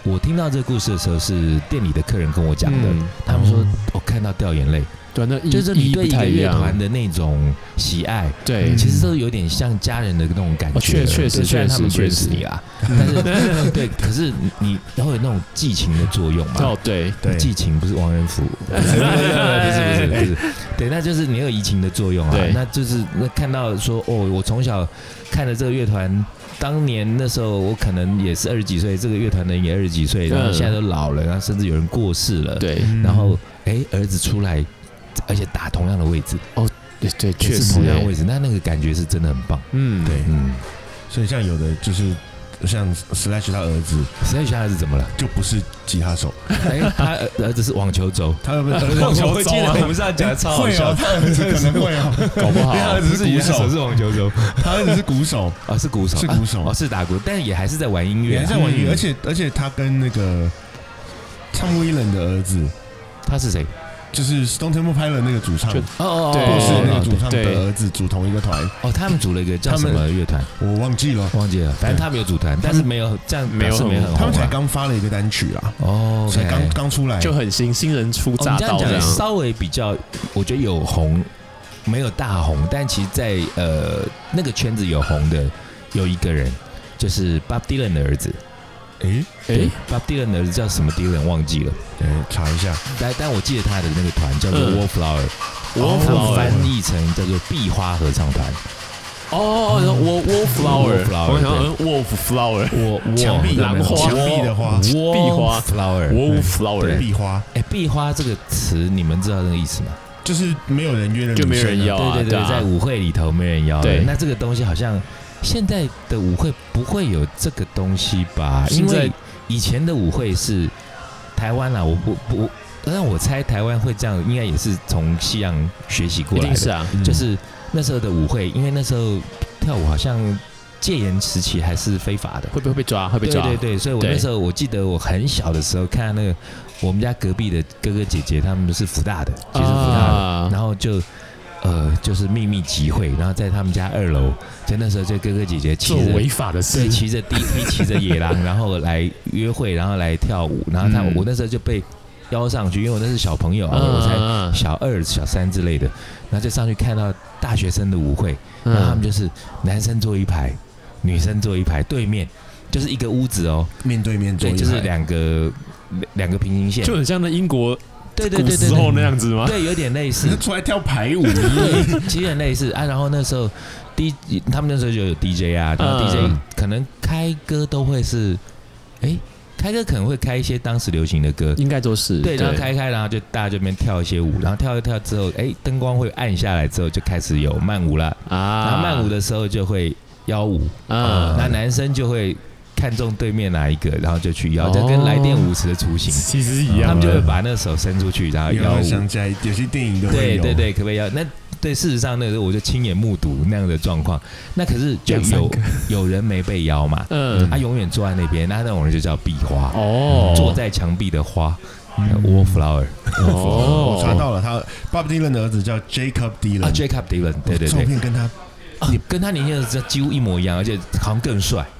[SPEAKER 3] 我听到这个故事的时候，是店里的客人跟我讲的，
[SPEAKER 2] 嗯
[SPEAKER 3] 他们说
[SPEAKER 1] 哦
[SPEAKER 3] 我、看到掉眼泪，
[SPEAKER 2] 对啊，那意
[SPEAKER 3] 就是
[SPEAKER 2] 意
[SPEAKER 3] 你
[SPEAKER 2] 义
[SPEAKER 3] 对
[SPEAKER 2] 不
[SPEAKER 3] 一
[SPEAKER 2] 太
[SPEAKER 3] 个
[SPEAKER 2] 一
[SPEAKER 3] 乐
[SPEAKER 2] 样，
[SPEAKER 3] 团的那种喜爱，
[SPEAKER 2] 对
[SPEAKER 1] 嗯，
[SPEAKER 3] 其实都有点像家人的那种感
[SPEAKER 2] 哦确
[SPEAKER 3] 觉。
[SPEAKER 2] 确实
[SPEAKER 3] 对虽
[SPEAKER 2] 确实
[SPEAKER 3] 然他们不认识
[SPEAKER 2] 确实
[SPEAKER 3] 你啦，但是 对，可是你会有那种寄情的作用嘛
[SPEAKER 2] 哦？对，
[SPEAKER 1] 对，
[SPEAKER 3] 寄情不是王仁 甫，不是不是不是不是，对，那就是你有移情的作用啊
[SPEAKER 2] 哎对。
[SPEAKER 3] 那就是那看到说哦，我从小看着这个乐团，当年那时候我可能也是二十几岁，这个乐团的人也二十几
[SPEAKER 2] 嗯
[SPEAKER 3] 岁，然后现在都老了，然后甚至有人过世了，，
[SPEAKER 2] 对，
[SPEAKER 1] 嗯
[SPEAKER 3] 然后哎儿子出来，而且打同样的位置，
[SPEAKER 2] 对对，
[SPEAKER 3] 也
[SPEAKER 2] 确
[SPEAKER 3] 是
[SPEAKER 2] 实
[SPEAKER 3] 同样的
[SPEAKER 2] 欸
[SPEAKER 3] 位置，那那个感觉是真的很棒。
[SPEAKER 2] 嗯，
[SPEAKER 1] 对，
[SPEAKER 3] 嗯，
[SPEAKER 1] 所以像有的就是像 Slash 他儿子
[SPEAKER 3] 实在学他是怎么 了？
[SPEAKER 1] 就不是吉他手，
[SPEAKER 3] 哎，他儿儿子是网球肘。
[SPEAKER 1] 他 儿子
[SPEAKER 2] 网球肘啊
[SPEAKER 3] 我记得我们上讲的超好
[SPEAKER 1] 会
[SPEAKER 3] 笑
[SPEAKER 1] 哦，，他儿子可能会 哦，
[SPEAKER 2] 搞不 好
[SPEAKER 1] 因为他儿子是鼓手，
[SPEAKER 3] 是网球肘，
[SPEAKER 1] 他儿子是鼓手，
[SPEAKER 3] 啊，是鼓手，
[SPEAKER 1] 是鼓手
[SPEAKER 3] 哦，是打鼓，但也还是在玩音乐
[SPEAKER 1] 也
[SPEAKER 3] 啊，
[SPEAKER 1] 在玩音乐，
[SPEAKER 2] 嗯
[SPEAKER 1] 而且而且他跟那个汤威伦的儿子，
[SPEAKER 3] 他是谁？
[SPEAKER 1] 就是 Stone Temple Pilot 那个主唱，
[SPEAKER 2] 就
[SPEAKER 1] 就
[SPEAKER 3] 哦哦
[SPEAKER 2] 对
[SPEAKER 1] 是那个主唱
[SPEAKER 2] 对
[SPEAKER 1] 的儿子组同一个团，
[SPEAKER 3] 哦，他们组了一个叫
[SPEAKER 1] 他
[SPEAKER 3] 什
[SPEAKER 1] 们
[SPEAKER 3] 么乐团？
[SPEAKER 1] 我忘记了，
[SPEAKER 3] 忘记了，反正他们有组团，但是没有这样，
[SPEAKER 2] 没有
[SPEAKER 3] 是没有
[SPEAKER 2] 很
[SPEAKER 3] 很红啊
[SPEAKER 1] 他们才刚发了一个单曲啦，
[SPEAKER 3] 哦，
[SPEAKER 1] 才刚
[SPEAKER 3] OK
[SPEAKER 1] 刚出来，
[SPEAKER 2] 就很新新人出
[SPEAKER 3] 哦你
[SPEAKER 2] 乍
[SPEAKER 3] 这样
[SPEAKER 2] 到
[SPEAKER 3] 讲
[SPEAKER 2] 这样，
[SPEAKER 3] 稍微比较，我觉得有红，没有大红，但其实在呃那个圈子有红的有一个人，就是 Bob Dylan 的儿子，
[SPEAKER 1] 诶
[SPEAKER 2] 诶，
[SPEAKER 3] ，Bob Dylan 的儿子叫什么 Dylan 忘记了，
[SPEAKER 1] 等一下查一下，
[SPEAKER 3] 但但我记得他的那个团叫做
[SPEAKER 2] 嗯
[SPEAKER 3] Wallflower，
[SPEAKER 2] 我
[SPEAKER 3] 他们
[SPEAKER 1] Wallflower
[SPEAKER 3] 翻译成叫做壁花合唱团。
[SPEAKER 2] 哦，我 wolf flower，
[SPEAKER 3] Wallflower，哦
[SPEAKER 2] 我想嗯 wolf flower，
[SPEAKER 3] 我我
[SPEAKER 1] 墙壁
[SPEAKER 2] 兰花
[SPEAKER 1] 墙壁的花
[SPEAKER 2] 壁花
[SPEAKER 3] flower。
[SPEAKER 2] wolf flower，
[SPEAKER 1] 壁花，
[SPEAKER 3] 哎，壁花这个词，你们知道那个意思吗？
[SPEAKER 1] 就是没有人约的，
[SPEAKER 2] 就没人要，啊，
[SPEAKER 3] 哦对对，
[SPEAKER 2] 啊
[SPEAKER 3] 在舞会里头没人邀。
[SPEAKER 2] 对
[SPEAKER 3] 那这个东西好像现在的舞会不会有这个东西吧？
[SPEAKER 2] 现
[SPEAKER 3] 因
[SPEAKER 2] 在
[SPEAKER 3] 为以前的舞会是台湾啦，我不不，那我猜台湾会这样，应该也是从西洋学习过
[SPEAKER 2] 一
[SPEAKER 3] 来
[SPEAKER 2] 定是
[SPEAKER 3] 的。
[SPEAKER 2] 啊，
[SPEAKER 1] 嗯
[SPEAKER 3] 就是那时候的舞会，因为那时候跳舞好像戒严时期还是非法的。
[SPEAKER 2] 会不会被抓？会被
[SPEAKER 3] 对
[SPEAKER 2] 抓？
[SPEAKER 3] 对对，所以我
[SPEAKER 2] 对
[SPEAKER 3] 那时候我记得我很小的时候看那个我们家隔壁的哥哥姐姐，他们是福大的，其实福大的，
[SPEAKER 2] 啊，
[SPEAKER 3] 然后就呃就是秘密集会，然后在他们家二楼，就那时候就哥哥姐姐骑
[SPEAKER 2] 做
[SPEAKER 3] 着
[SPEAKER 2] 违法的
[SPEAKER 3] 对
[SPEAKER 2] 事，
[SPEAKER 3] 骑着第一批骑着野狼，然后来约会，然后来跳舞，然后他、
[SPEAKER 2] 嗯
[SPEAKER 3] 我那时候就被邀上去，因为我那是小朋友啊，我才
[SPEAKER 2] 嗯
[SPEAKER 3] 小二小三之类的，然后就上去看到大学生的舞会，然后他们
[SPEAKER 2] 嗯，
[SPEAKER 3] 就是男生坐一排，女生坐一排，对面就是一个屋子哦，
[SPEAKER 1] 面对面坐
[SPEAKER 3] 对，
[SPEAKER 1] 一
[SPEAKER 3] 就是
[SPEAKER 1] 排，
[SPEAKER 3] 两个两两个平行线，
[SPEAKER 2] 就很像那英国
[SPEAKER 3] 对对
[SPEAKER 2] 古
[SPEAKER 3] 对对
[SPEAKER 2] 时候
[SPEAKER 3] 对，
[SPEAKER 2] 那样子吗？
[SPEAKER 3] 对，有点类似
[SPEAKER 1] 只是，出来跳排舞，
[SPEAKER 3] 对，其实很类似啊。然后那时候嗯 D 他们那时候就有 DJ 啊，然后 DJ
[SPEAKER 2] 嗯
[SPEAKER 3] 可能开歌都会是哎，开歌可能会开一些当时流行的歌，
[SPEAKER 2] 应该都是
[SPEAKER 3] 对，然后开一开，然后就大家就边跳一些舞，然后跳一跳之后，哎，灯光会暗下来之后就开始有慢舞啦，然
[SPEAKER 2] 啊
[SPEAKER 3] 后慢舞的时候就会邀舞，
[SPEAKER 4] 嗯
[SPEAKER 2] 啊，
[SPEAKER 3] 那男生就会看中对面哪一个，然后就去邀，
[SPEAKER 2] 哦
[SPEAKER 3] 就跟来电舞池的雏形，
[SPEAKER 4] 其实是一
[SPEAKER 3] 他
[SPEAKER 4] 样
[SPEAKER 3] 们就会
[SPEAKER 4] 的。
[SPEAKER 3] 把那个手伸出去，然后
[SPEAKER 1] 有
[SPEAKER 3] 邀
[SPEAKER 1] 没有
[SPEAKER 3] 舞。
[SPEAKER 1] 想起来，有些电影都会
[SPEAKER 3] 对
[SPEAKER 1] 有
[SPEAKER 3] 哎对，对，可不可以要？那对，事实上那个时候我就亲眼目睹那样的状况。那可是就
[SPEAKER 4] 两三
[SPEAKER 3] 有
[SPEAKER 4] 个
[SPEAKER 3] 有人没被邀嘛，
[SPEAKER 2] 嗯
[SPEAKER 3] 他永远坐在那边，那那种人就叫壁花，
[SPEAKER 2] 哦，
[SPEAKER 3] 坐在墙壁的花、wallflower
[SPEAKER 4] 嗯
[SPEAKER 3] 呃
[SPEAKER 2] 哦，
[SPEAKER 1] 我查到了，他 Bob Dylan 的儿子叫 Jacob
[SPEAKER 3] 啊
[SPEAKER 1] Dylan，哦
[SPEAKER 3] ，Jacob Dylan，对对
[SPEAKER 1] 照
[SPEAKER 3] 对，
[SPEAKER 1] 片跟他
[SPEAKER 3] 啊跟他年轻的时候几乎一模一样，而且好像更帅。
[SPEAKER 4] 嗯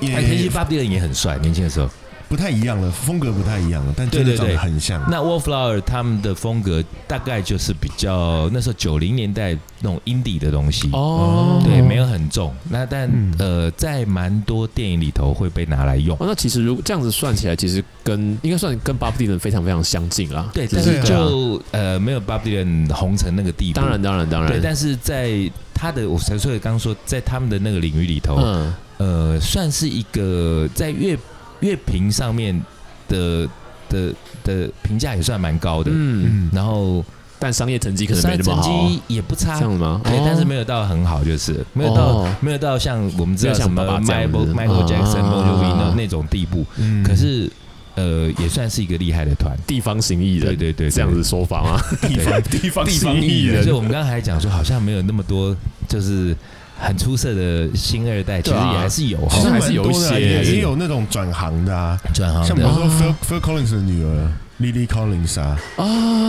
[SPEAKER 3] 哎，可是
[SPEAKER 1] 也
[SPEAKER 3] Bob Dylan 也很帅，年轻的时候。
[SPEAKER 1] 不太一样了，风格不太一样了，但真的
[SPEAKER 3] 对对
[SPEAKER 1] 长
[SPEAKER 3] 对
[SPEAKER 1] 得很像。
[SPEAKER 3] 那 Wallflower 他们的风格大概就是比较那时候九零年代那种 indie 的东西。
[SPEAKER 2] 哦，
[SPEAKER 3] 对，没有很重。那但、
[SPEAKER 1] 嗯
[SPEAKER 3] 呃，在蛮多电影里头会被拿来用。
[SPEAKER 2] 哦，那其实如果这样子算起来，其实跟应该算跟巴布迪人非常非常相近啦。
[SPEAKER 3] 对，
[SPEAKER 2] 只
[SPEAKER 3] 但是
[SPEAKER 1] 对啊
[SPEAKER 3] 就、呃没有 Bob Dylan 红成那个地步。
[SPEAKER 2] 当然，当然，当然，
[SPEAKER 3] 对，但是在他的我才所以刚说，在他们的那个领域里头，
[SPEAKER 2] 嗯，
[SPEAKER 3] 呃，算是一个在乐乐评上面的的的评价也算蛮高的。
[SPEAKER 2] 嗯，
[SPEAKER 1] 嗯，
[SPEAKER 3] 然后
[SPEAKER 2] 但商业成绩可能
[SPEAKER 3] 商
[SPEAKER 2] 没
[SPEAKER 3] 业
[SPEAKER 2] 那么
[SPEAKER 3] 成
[SPEAKER 2] 好哦，
[SPEAKER 3] 绩也不
[SPEAKER 2] 这
[SPEAKER 3] 差，啊
[SPEAKER 2] 样子吗？
[SPEAKER 3] 对，
[SPEAKER 2] 哦
[SPEAKER 3] 但是没有到很好，就是没有到
[SPEAKER 2] 哦
[SPEAKER 3] 没有到像我们知道
[SPEAKER 2] 没有像
[SPEAKER 3] 什么
[SPEAKER 2] 爸爸这样子
[SPEAKER 3] Michael Michael Jackson、
[SPEAKER 2] 啊
[SPEAKER 3] Bon Jovi 那那种地步。
[SPEAKER 1] 嗯
[SPEAKER 3] 可是呃，也算是一个厉害的团。
[SPEAKER 2] 地方型艺
[SPEAKER 3] 对
[SPEAKER 2] 人，
[SPEAKER 3] 对对，对
[SPEAKER 2] 这样子说法 吗？
[SPEAKER 1] 地方地方
[SPEAKER 4] 地
[SPEAKER 1] 性
[SPEAKER 4] 方艺人
[SPEAKER 3] 所以我们刚才还讲说，好像没有那么多就是很出色的新二代，其实
[SPEAKER 2] 对啊
[SPEAKER 3] 也还是有
[SPEAKER 1] 其
[SPEAKER 2] 其
[SPEAKER 1] 实
[SPEAKER 2] 实
[SPEAKER 3] 哈
[SPEAKER 2] 还，是有一
[SPEAKER 1] 蛮多的啊
[SPEAKER 2] 些
[SPEAKER 1] 也也有那种转行的啊，
[SPEAKER 3] 转行
[SPEAKER 1] 像比
[SPEAKER 3] 的
[SPEAKER 1] 如
[SPEAKER 2] 我。
[SPEAKER 1] 说
[SPEAKER 2] 啊
[SPEAKER 1] Phil Phil Collins 的女儿 Lily Collins 啊，
[SPEAKER 2] 啊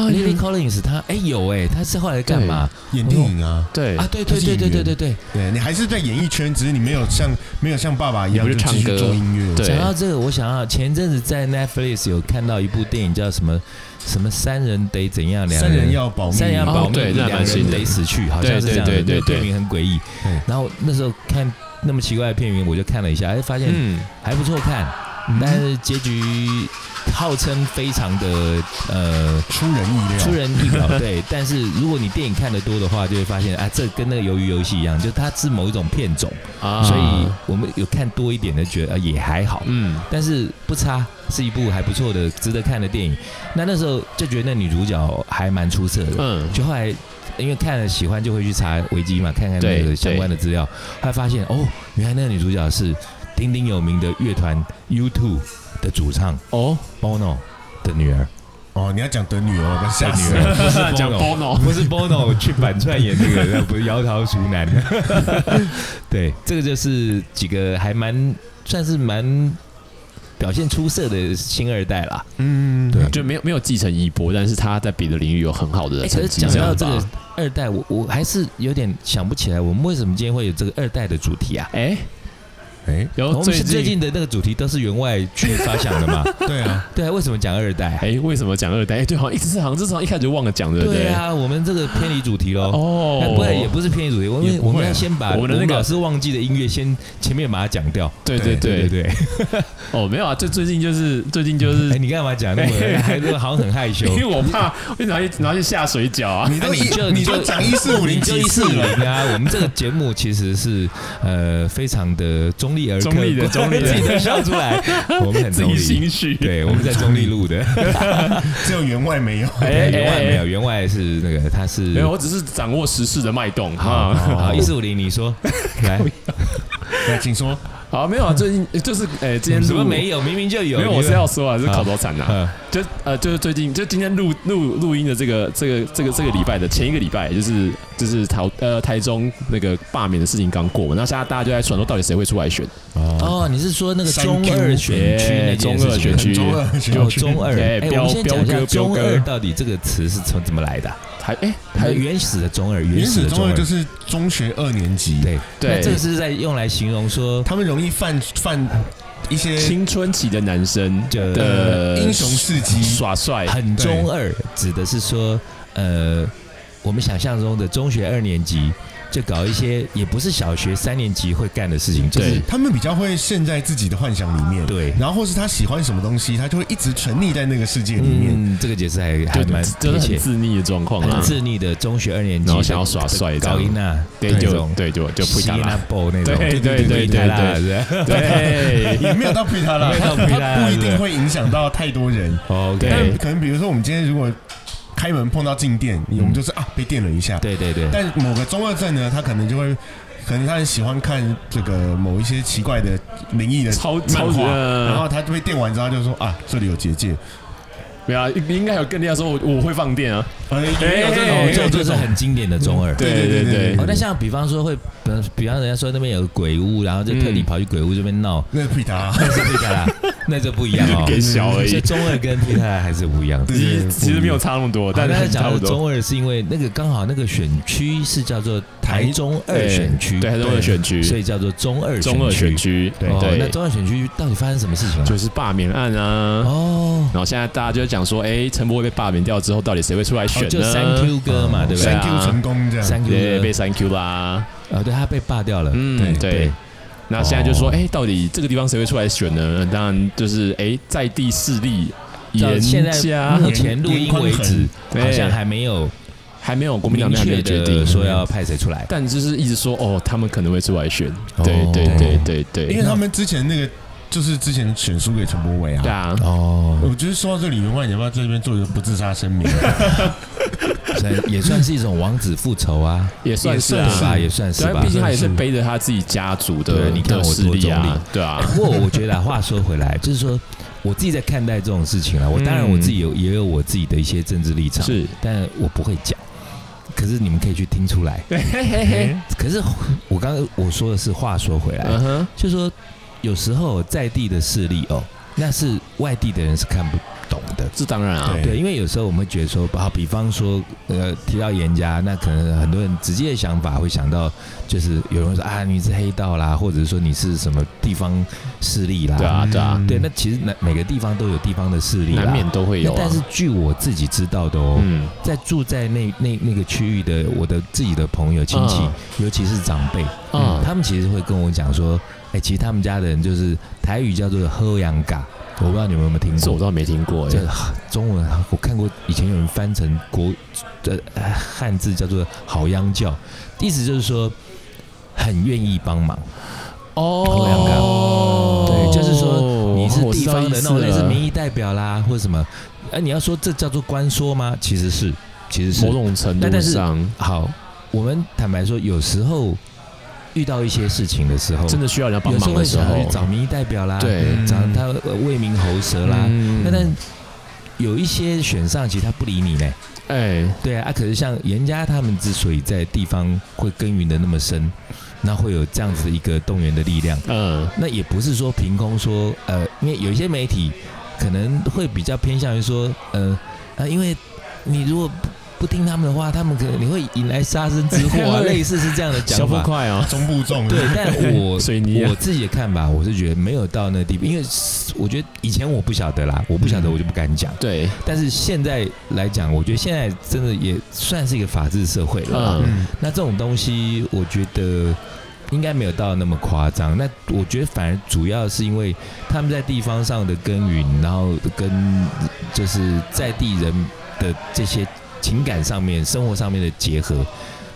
[SPEAKER 3] Lily Collins，他哎有哎，他是后来干嘛
[SPEAKER 1] 演电影啊，
[SPEAKER 2] 对
[SPEAKER 3] 啊？对对对对对对对。
[SPEAKER 1] 对你还是在演艺圈，只是你没有像没有像爸爸一样
[SPEAKER 2] 你
[SPEAKER 1] 就
[SPEAKER 2] 不是
[SPEAKER 1] 继续
[SPEAKER 2] 唱歌
[SPEAKER 1] 做音乐，
[SPEAKER 2] 对
[SPEAKER 3] 讲到这个，我想要前阵子在 Netflix 有看到一部电影叫什么什么三人得怎样，两
[SPEAKER 1] 三人要保密，
[SPEAKER 3] 三人要
[SPEAKER 2] 哦
[SPEAKER 3] 保密，
[SPEAKER 2] 对那
[SPEAKER 3] 两
[SPEAKER 2] 蛮新
[SPEAKER 3] 人
[SPEAKER 2] 的
[SPEAKER 3] 得死去，好像是这样的。
[SPEAKER 2] 对对对对
[SPEAKER 3] 那个片名很诡异
[SPEAKER 1] 嗯。
[SPEAKER 3] 然后那时候看那么奇怪的片名，我就看了一下，哎，发现
[SPEAKER 2] 嗯，
[SPEAKER 3] 还不错看，但是结局号称非常的呃
[SPEAKER 1] 出人意料，
[SPEAKER 3] 出人意 表，对。但是如果你电影看得多的话，就会发现啊，这跟那个鱿鱼游戏一样，就它是某一种片种，
[SPEAKER 2] 啊
[SPEAKER 3] 所以我们有看多一点的，觉得、啊、也还好。
[SPEAKER 2] 嗯，
[SPEAKER 3] 但是不差，是一部还不错的、值得看的电影。那那时候就觉得那女主角还蛮出色的，
[SPEAKER 2] 嗯，
[SPEAKER 3] 就后来因为看了喜欢，就会去查维基嘛，看看那
[SPEAKER 2] 对
[SPEAKER 3] 个相关的资料，后来发现哦，原来那个女主角是鼎鼎有名的乐团 U2 的主唱
[SPEAKER 2] 哦，
[SPEAKER 3] Bono 的女儿，
[SPEAKER 1] 哦，你要讲等女儿，我吓
[SPEAKER 3] 的
[SPEAKER 1] 死
[SPEAKER 3] 女
[SPEAKER 1] 了。
[SPEAKER 3] 儿不是
[SPEAKER 2] 讲
[SPEAKER 3] Bono。
[SPEAKER 2] Bono，
[SPEAKER 3] 哦不是 Bono 去反串演那个，那不是摇头鼠男。 对，这个就是几个还蛮算是蛮表现出色的新二代啦。
[SPEAKER 1] 嗯，
[SPEAKER 3] 对
[SPEAKER 2] 就没有没有继承衣钵，但是他在别的领域有很好的
[SPEAKER 3] 哎，可
[SPEAKER 2] 成
[SPEAKER 3] 是
[SPEAKER 2] 绩，
[SPEAKER 3] 讲到这
[SPEAKER 2] 样
[SPEAKER 3] 个
[SPEAKER 2] 吧，
[SPEAKER 3] 二代，我我还是有点想不起来，我们为什么今天会有这个二代的主题啊？
[SPEAKER 2] 哎，
[SPEAKER 1] 哎，
[SPEAKER 2] 有
[SPEAKER 3] 我们
[SPEAKER 2] 最
[SPEAKER 3] 哦是最近的那个主题都是员外去发想的 嘛？
[SPEAKER 1] 对啊，
[SPEAKER 3] 对啊，为什么讲二代？
[SPEAKER 2] 哎，为什么讲二代？哎，对，好像一直好像这好像一开始就忘了讲，对不
[SPEAKER 3] 对？啊，我们这个偏离主题喽。
[SPEAKER 2] 哦
[SPEAKER 3] 哎，不然也不是偏离主题，我
[SPEAKER 1] 也
[SPEAKER 3] 们
[SPEAKER 1] 不会啊
[SPEAKER 3] 我们要先把
[SPEAKER 2] 我们的那个
[SPEAKER 3] 老师忘记的音乐先前面把它讲掉。
[SPEAKER 2] 对对
[SPEAKER 3] 对
[SPEAKER 2] 对
[SPEAKER 3] 对，
[SPEAKER 2] 哦，没有啊，这最近就是最近就是
[SPEAKER 3] 哎，，你干嘛 讲那么？还是好像很害羞
[SPEAKER 2] 因。为我怕我拿去拿去下水饺啊，
[SPEAKER 1] 你都
[SPEAKER 3] 你就
[SPEAKER 1] 一你都讲一四五
[SPEAKER 3] 你
[SPEAKER 1] 零
[SPEAKER 3] 就
[SPEAKER 1] 几
[SPEAKER 3] 一四
[SPEAKER 1] 次
[SPEAKER 3] 五
[SPEAKER 1] 了，
[SPEAKER 3] 零啊！我们这个节目其实是呃非常的中立而客观
[SPEAKER 2] 中立 的中立的
[SPEAKER 3] 自己都笑出 来，我们很
[SPEAKER 2] 自
[SPEAKER 3] 中
[SPEAKER 2] 己心
[SPEAKER 3] 立。
[SPEAKER 2] 虚。
[SPEAKER 3] 对，我们在中立 录的，
[SPEAKER 1] 只有员外没有。
[SPEAKER 2] 哎
[SPEAKER 3] 员外没有，
[SPEAKER 2] 哎
[SPEAKER 3] 员外是那个他是
[SPEAKER 2] 没有，我只是掌握时事的脉动
[SPEAKER 3] 好
[SPEAKER 2] 哈。
[SPEAKER 3] 啊好一四五零，你说来，
[SPEAKER 1] 来，请说，
[SPEAKER 2] 好，没有啊，最近呃就是哎，今天
[SPEAKER 3] 什么
[SPEAKER 2] 录
[SPEAKER 3] 没有？明明就有，
[SPEAKER 2] 没有，我
[SPEAKER 3] 你
[SPEAKER 2] 是要说啊，是
[SPEAKER 3] 啊
[SPEAKER 2] 口头禅呐。
[SPEAKER 3] 呃
[SPEAKER 2] 就呃，就是最近，就今天录录录音的这个这个这个这个礼拜的前一个礼拜，就是就是台呃台中那个罢免的事情刚过嘛，那现在大家就在传说到底谁会出来选？
[SPEAKER 3] 哦，你是说那个
[SPEAKER 1] 三
[SPEAKER 3] 中
[SPEAKER 1] Q
[SPEAKER 3] 二选区那
[SPEAKER 2] 哎
[SPEAKER 3] 件
[SPEAKER 2] 中
[SPEAKER 3] 事
[SPEAKER 2] 二选
[SPEAKER 3] 情
[SPEAKER 2] 区
[SPEAKER 1] 中二选
[SPEAKER 3] 哦，
[SPEAKER 1] 区
[SPEAKER 3] 中二，
[SPEAKER 2] 哎
[SPEAKER 3] 哎，我
[SPEAKER 2] 彪
[SPEAKER 3] 们先讲一
[SPEAKER 2] 彪
[SPEAKER 3] 下
[SPEAKER 2] 哥彪
[SPEAKER 3] 中
[SPEAKER 2] 哥
[SPEAKER 3] 二到底这个词是从怎么来的啊？
[SPEAKER 2] 台哎
[SPEAKER 3] 还
[SPEAKER 2] 台
[SPEAKER 3] 有原始的中二，
[SPEAKER 1] 原始
[SPEAKER 3] 的
[SPEAKER 1] 中
[SPEAKER 3] 中
[SPEAKER 1] 二就是中学二年级，
[SPEAKER 3] 对那
[SPEAKER 2] 对
[SPEAKER 3] 这个是在用来形容说
[SPEAKER 1] 他们容易犯犯一些呃
[SPEAKER 2] 青春期的男生
[SPEAKER 3] 这
[SPEAKER 2] 的
[SPEAKER 1] 英雄事迹，
[SPEAKER 2] 耍帅，
[SPEAKER 3] 很中二，指的是说呃，我们想象中的中学二年级就搞一些也不是小学三年级会干的事情，就是
[SPEAKER 1] 他们比较会陷在自己的幻想里面，
[SPEAKER 3] 对
[SPEAKER 1] 然后或是他喜欢什么东西，他就会一直沉溺在那个世界里面。
[SPEAKER 3] 嗯，这个解释还还蛮
[SPEAKER 2] 就
[SPEAKER 3] 贴
[SPEAKER 2] 是
[SPEAKER 3] 切
[SPEAKER 2] 很，自溺的状况啊
[SPEAKER 3] 很
[SPEAKER 2] 啦。
[SPEAKER 3] 自溺的中学二年级，
[SPEAKER 2] 哦然后想要耍帅这样
[SPEAKER 3] 高音啊，
[SPEAKER 2] 对，
[SPEAKER 3] 那
[SPEAKER 2] 就
[SPEAKER 3] 种
[SPEAKER 2] 对，就就不
[SPEAKER 3] 吸
[SPEAKER 2] 他
[SPEAKER 3] 引啊
[SPEAKER 2] 啦。
[SPEAKER 3] 爆那种，
[SPEAKER 2] 对对对
[SPEAKER 3] 对
[SPEAKER 2] 对
[SPEAKER 3] 啦，
[SPEAKER 2] 对
[SPEAKER 3] 是吧
[SPEAKER 2] 对，
[SPEAKER 1] 也没有到陪他了，
[SPEAKER 3] 没有到
[SPEAKER 1] 他
[SPEAKER 3] 陪他啦
[SPEAKER 1] 他不一
[SPEAKER 3] 对
[SPEAKER 1] 定会影响到太多人。
[SPEAKER 3] ，OK，
[SPEAKER 1] 但可能比如说我们今天如果开门碰到静电，我们就是啊被电了一下。
[SPEAKER 3] 对对对，
[SPEAKER 1] 但某个中二症呢，他可能就会，可能他很喜欢看这个某一些奇怪的灵异的
[SPEAKER 2] 超
[SPEAKER 1] 漫
[SPEAKER 2] 超
[SPEAKER 1] 画，
[SPEAKER 3] 啊
[SPEAKER 2] 呃
[SPEAKER 1] 然后他就被电完之后他就说啊
[SPEAKER 3] 哎
[SPEAKER 1] 这里有结界，
[SPEAKER 2] 没有啊，应该有更厉害说，我我会放电啊，
[SPEAKER 1] 哎
[SPEAKER 2] 哎
[SPEAKER 1] 有这
[SPEAKER 2] 哎
[SPEAKER 1] 种
[SPEAKER 3] 哦，
[SPEAKER 2] 哎
[SPEAKER 1] 就
[SPEAKER 3] 这
[SPEAKER 1] 这
[SPEAKER 3] 就是
[SPEAKER 1] 种
[SPEAKER 3] 很经典的中二。
[SPEAKER 2] 对
[SPEAKER 1] 对对
[SPEAKER 2] 对对
[SPEAKER 1] 对
[SPEAKER 3] 哦，那像比方说会，比比方人家说那边有个鬼屋，然后就特地
[SPEAKER 2] 嗯
[SPEAKER 3] 跑去鬼屋这边闹，
[SPEAKER 1] 那是 Pita，
[SPEAKER 3] 那是对的啦， 那就不一样哦。
[SPEAKER 2] 更小而
[SPEAKER 3] 所以
[SPEAKER 2] 已。
[SPEAKER 3] 中二跟替代还是不一样的。
[SPEAKER 1] 对
[SPEAKER 2] 其实其实没有差那么多，但
[SPEAKER 3] 但是
[SPEAKER 2] 是
[SPEAKER 3] 讲
[SPEAKER 2] 差
[SPEAKER 3] 到
[SPEAKER 2] 不多。
[SPEAKER 3] 中二，是因为那个刚好那个选区是叫做台中二选区，
[SPEAKER 2] 对，还是中二选区，
[SPEAKER 3] 所以叫做中二
[SPEAKER 2] 中二选
[SPEAKER 3] 选。
[SPEAKER 2] 区，对
[SPEAKER 3] 哦，那
[SPEAKER 2] 对，
[SPEAKER 3] 中二选区到底发生什么事情了？
[SPEAKER 2] 就是罢免案啊。
[SPEAKER 3] 哦，
[SPEAKER 2] 然后现在大家就在讲说，哎，陈柏惟被罢免掉之后，到底谁会出来选
[SPEAKER 3] 哦就
[SPEAKER 2] 呢？
[SPEAKER 3] 三 Q 哥嘛，对
[SPEAKER 2] 对
[SPEAKER 3] 不
[SPEAKER 1] 三
[SPEAKER 2] 啊
[SPEAKER 3] 对？
[SPEAKER 1] Q 成功这样，
[SPEAKER 3] 三 Q
[SPEAKER 2] 对，
[SPEAKER 3] 哥
[SPEAKER 2] 被三 Q 啦。
[SPEAKER 3] 啊，对他被罢掉了。
[SPEAKER 2] 嗯，对
[SPEAKER 3] 对。，
[SPEAKER 2] 那现在就说，
[SPEAKER 3] 哦
[SPEAKER 2] 哎，到底这个地方谁会出来选呢？当然就是，哎，在地势力
[SPEAKER 3] 到
[SPEAKER 2] 严
[SPEAKER 3] 现在
[SPEAKER 2] 家
[SPEAKER 3] 目前录音为止，
[SPEAKER 2] 严
[SPEAKER 3] 好像还没有
[SPEAKER 2] 还没有国民党
[SPEAKER 3] 明
[SPEAKER 2] 内还没
[SPEAKER 3] 确
[SPEAKER 2] 有决
[SPEAKER 3] 的
[SPEAKER 2] 定
[SPEAKER 3] 说要，派谁出来。
[SPEAKER 2] 但就是一直说，哦，他们可能会出来选。
[SPEAKER 3] 哦
[SPEAKER 2] 对对对对
[SPEAKER 1] 因为
[SPEAKER 2] 对，
[SPEAKER 1] 他们之前那个就是之前选输给陈柏伟
[SPEAKER 2] 对
[SPEAKER 1] 啊。
[SPEAKER 2] 啊，
[SPEAKER 3] 哦，
[SPEAKER 1] 我觉得说到这里，袁焕，你要不要在这边做一个不自杀声 明？
[SPEAKER 3] 所以也算是一种王子复仇啊，
[SPEAKER 2] 也算是
[SPEAKER 3] 对吧？
[SPEAKER 2] 啊。
[SPEAKER 3] 也算是
[SPEAKER 2] 对啊，
[SPEAKER 3] 吧。
[SPEAKER 2] 毕竟他也是
[SPEAKER 1] 算是
[SPEAKER 2] 背着他自己家族的
[SPEAKER 3] 对你看
[SPEAKER 2] 的
[SPEAKER 3] 我
[SPEAKER 2] 势
[SPEAKER 3] 多
[SPEAKER 2] 力
[SPEAKER 3] 中
[SPEAKER 2] 啊
[SPEAKER 3] 立，
[SPEAKER 2] 对啊，
[SPEAKER 3] 不过我觉得啊，话说回来，就是说我自己在看待这种事情啊，我当然我自己有也有我自己的一些政治立场，
[SPEAKER 2] 是，
[SPEAKER 3] 但我不会讲。可是你们可以去听出来。
[SPEAKER 2] 嘿嘿嘿嘿，
[SPEAKER 3] 可是我刚刚我说的是，话说回来，
[SPEAKER 2] 嗯哼，
[SPEAKER 3] 就是说有时候在地的势力哦，那是外地的人是看不懂的。
[SPEAKER 2] 这当然啊，
[SPEAKER 1] 对
[SPEAKER 3] 对，因为有时候我们会觉得说，好，比方说，呃，提到严家，那可能很多人直接的想法会想到，就是有人会说啊，你是黑道啦，或者是说你是什么地方势力啦，
[SPEAKER 2] 对啊对啊
[SPEAKER 1] 嗯
[SPEAKER 3] 对，那其实那每个地方都有地方的势力啦，
[SPEAKER 2] 难免都会
[SPEAKER 3] 那
[SPEAKER 2] 有啊。
[SPEAKER 3] 但是据我自己知道的哦，
[SPEAKER 2] 嗯，
[SPEAKER 3] 在住在那那那个区域的我的自己的朋友亲戚，
[SPEAKER 2] 嗯
[SPEAKER 3] 尤其是长辈，
[SPEAKER 2] 嗯
[SPEAKER 3] 他们其实会跟我讲说，哎、其实他们家的人就是台语叫做喝羊嘎，我不知道你们有没有听
[SPEAKER 2] 这我
[SPEAKER 3] 过。
[SPEAKER 2] 倒没听过哎
[SPEAKER 3] 这，中文我看过，以前有人翻成国呃汉字叫做“好央教”，意思就是说很愿意帮忙。
[SPEAKER 2] 哎
[SPEAKER 3] 好两个哦对就是
[SPEAKER 2] 哦
[SPEAKER 3] 说你是地方的那种类似民意代表啦，或者什么？哎、你要说这叫做官说吗？其实是，其实是
[SPEAKER 2] 某种程
[SPEAKER 3] 但
[SPEAKER 2] 度
[SPEAKER 3] 但是
[SPEAKER 2] 上，
[SPEAKER 3] 好。我们坦白说，有时候遇到一些事情的时候，
[SPEAKER 2] 真的需要人家帮
[SPEAKER 3] 有时
[SPEAKER 2] 忙
[SPEAKER 3] 候会
[SPEAKER 2] 的时
[SPEAKER 3] 想
[SPEAKER 2] 候
[SPEAKER 3] 要去，找民意代表啦，
[SPEAKER 2] 对
[SPEAKER 3] 找他呃为民喉舌啦。
[SPEAKER 2] 嗯
[SPEAKER 3] 那但有一些选上，其实他不理你呢。
[SPEAKER 2] 哎，
[SPEAKER 3] 对啊，啊可是像严家他们之所以在地方会耕耘的那么深，那会有这样子一个动员的力量，
[SPEAKER 2] 嗯，
[SPEAKER 3] 那也不是说凭空说，呃，因为有一些媒体可能会比较偏向于说，呃，啊，因为你如果不不听他们的话，他们可能你会引来杀身之祸 啊，
[SPEAKER 2] 对
[SPEAKER 3] 类似是这样的
[SPEAKER 2] 小
[SPEAKER 3] 讲
[SPEAKER 2] 不
[SPEAKER 3] 法。
[SPEAKER 2] 快哦，
[SPEAKER 1] 中部众
[SPEAKER 3] 对，但我
[SPEAKER 2] 水泥啊
[SPEAKER 3] 我自己的看法，我是觉得没有到那地步，因为我觉得以前我不晓得啦，我不晓得我就不敢讲。
[SPEAKER 2] 对，
[SPEAKER 3] 但是现在来讲，我觉得现在真的也算是一个法治社会了啦。
[SPEAKER 2] 嗯
[SPEAKER 1] 嗯，
[SPEAKER 3] 那这种东西，我觉得应该没有到那么夸张。那我觉得反而主要是因为他们在地方上的耕耘，然后跟就是在地人的这些情感上面、生活上面的结合，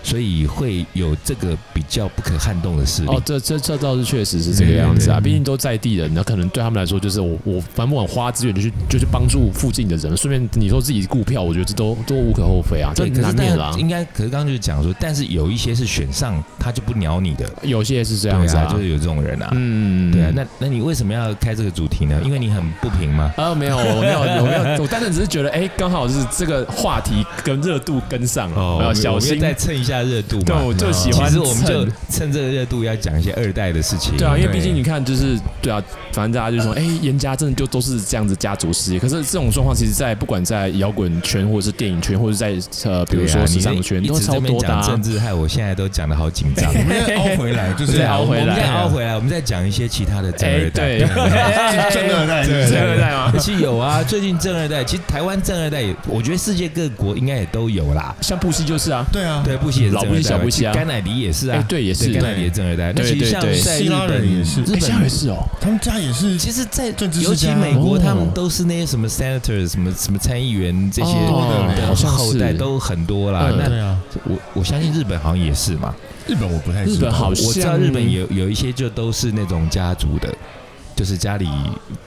[SPEAKER 3] 所以会有这个比较不可撼动的势力。
[SPEAKER 2] 哦，这这这倒是确实是这个样子啊，毕竟都在地人，那可能对他们来说，就是我我反正我花资源就去就去帮助附近的人，顺便你说自己股票，我觉得这都都无可厚非啊，这
[SPEAKER 3] 对，可
[SPEAKER 2] 难
[SPEAKER 3] 是
[SPEAKER 2] 免
[SPEAKER 3] 但
[SPEAKER 2] 啦
[SPEAKER 3] 是。应该，可是刚刚就讲说，但是有一些是选上他就不鸟你的，
[SPEAKER 2] 有些是这样子
[SPEAKER 3] 对啊，就是有这种人啊。
[SPEAKER 2] 嗯，
[SPEAKER 3] 对啊，那那你为什么要开这个主题呢？因为你很不平嘛。
[SPEAKER 2] 啊，没有，我没有，我没有，我单纯只是觉得，哎，刚好是这个话题跟热度跟上了，
[SPEAKER 3] 哦我
[SPEAKER 2] 要
[SPEAKER 3] 们
[SPEAKER 2] 哦小
[SPEAKER 3] 我
[SPEAKER 2] 心
[SPEAKER 3] 们再蹭一下热度嘛。
[SPEAKER 2] 对我就喜欢
[SPEAKER 3] 其实我们就
[SPEAKER 2] 蹭
[SPEAKER 3] 趁这个热度要讲一些二代的事情。
[SPEAKER 2] 对啊，因为毕竟你看，就是对啊，反正大家就说，哎、严家真的就都是这样子家族事业。可是这种状况，其实在不管在摇滚圈，或者是电影圈，或者在呃，比
[SPEAKER 3] 对啊
[SPEAKER 2] 如说时尚圈，
[SPEAKER 3] 你一
[SPEAKER 2] 都
[SPEAKER 3] 直这
[SPEAKER 2] 超
[SPEAKER 3] 边
[SPEAKER 2] 多的、
[SPEAKER 3] 讲
[SPEAKER 2] 啊
[SPEAKER 3] 政。治，害我现在都讲的好紧 张。
[SPEAKER 1] 我们要凹回来， 就是
[SPEAKER 2] 对啊凹回来
[SPEAKER 3] 我们再嗯凹回来，我们再讲一些其他的正
[SPEAKER 2] 哎、
[SPEAKER 3] 二代。
[SPEAKER 2] 对，
[SPEAKER 1] 是正二代，
[SPEAKER 2] 对
[SPEAKER 1] 是
[SPEAKER 2] 正二代吗
[SPEAKER 3] 其实有啊，最近正二代，其实台湾正二代也，我觉得世界各国应该也都有啦。
[SPEAKER 2] 像布希就是啊，
[SPEAKER 1] 对啊，
[SPEAKER 3] 对，布西也是
[SPEAKER 2] 老
[SPEAKER 3] 正
[SPEAKER 2] 不
[SPEAKER 3] 二
[SPEAKER 2] 西
[SPEAKER 3] 代
[SPEAKER 2] 小
[SPEAKER 3] 吧，
[SPEAKER 2] 不西啊
[SPEAKER 3] 甘乃迪也是啊
[SPEAKER 2] 哎，，对，也是
[SPEAKER 3] 甘乃迪也正二代。那
[SPEAKER 2] 对
[SPEAKER 3] 其实像
[SPEAKER 2] 对对
[SPEAKER 3] 在
[SPEAKER 1] 希
[SPEAKER 3] 日
[SPEAKER 1] 腊人
[SPEAKER 3] 本
[SPEAKER 1] 也是
[SPEAKER 3] 日
[SPEAKER 2] 哎，香也
[SPEAKER 3] 本
[SPEAKER 2] 是哦，
[SPEAKER 1] 他们家也是
[SPEAKER 3] 其实，在
[SPEAKER 1] 政治世
[SPEAKER 3] 尤其
[SPEAKER 1] 家啊
[SPEAKER 3] 美国，
[SPEAKER 2] 哦
[SPEAKER 3] 他们都是那些什么 senator、什么什么参议员这些
[SPEAKER 2] 哦
[SPEAKER 3] 的
[SPEAKER 2] 好像是
[SPEAKER 3] 后代都很多啦。
[SPEAKER 2] 嗯
[SPEAKER 3] 那
[SPEAKER 1] 对啊，
[SPEAKER 3] 我我相信日本好像也是嘛，
[SPEAKER 1] 日本我不太知道
[SPEAKER 2] 日本好
[SPEAKER 3] 我知道
[SPEAKER 2] 像
[SPEAKER 3] 日本有有一些就都是那种家族的，就是家里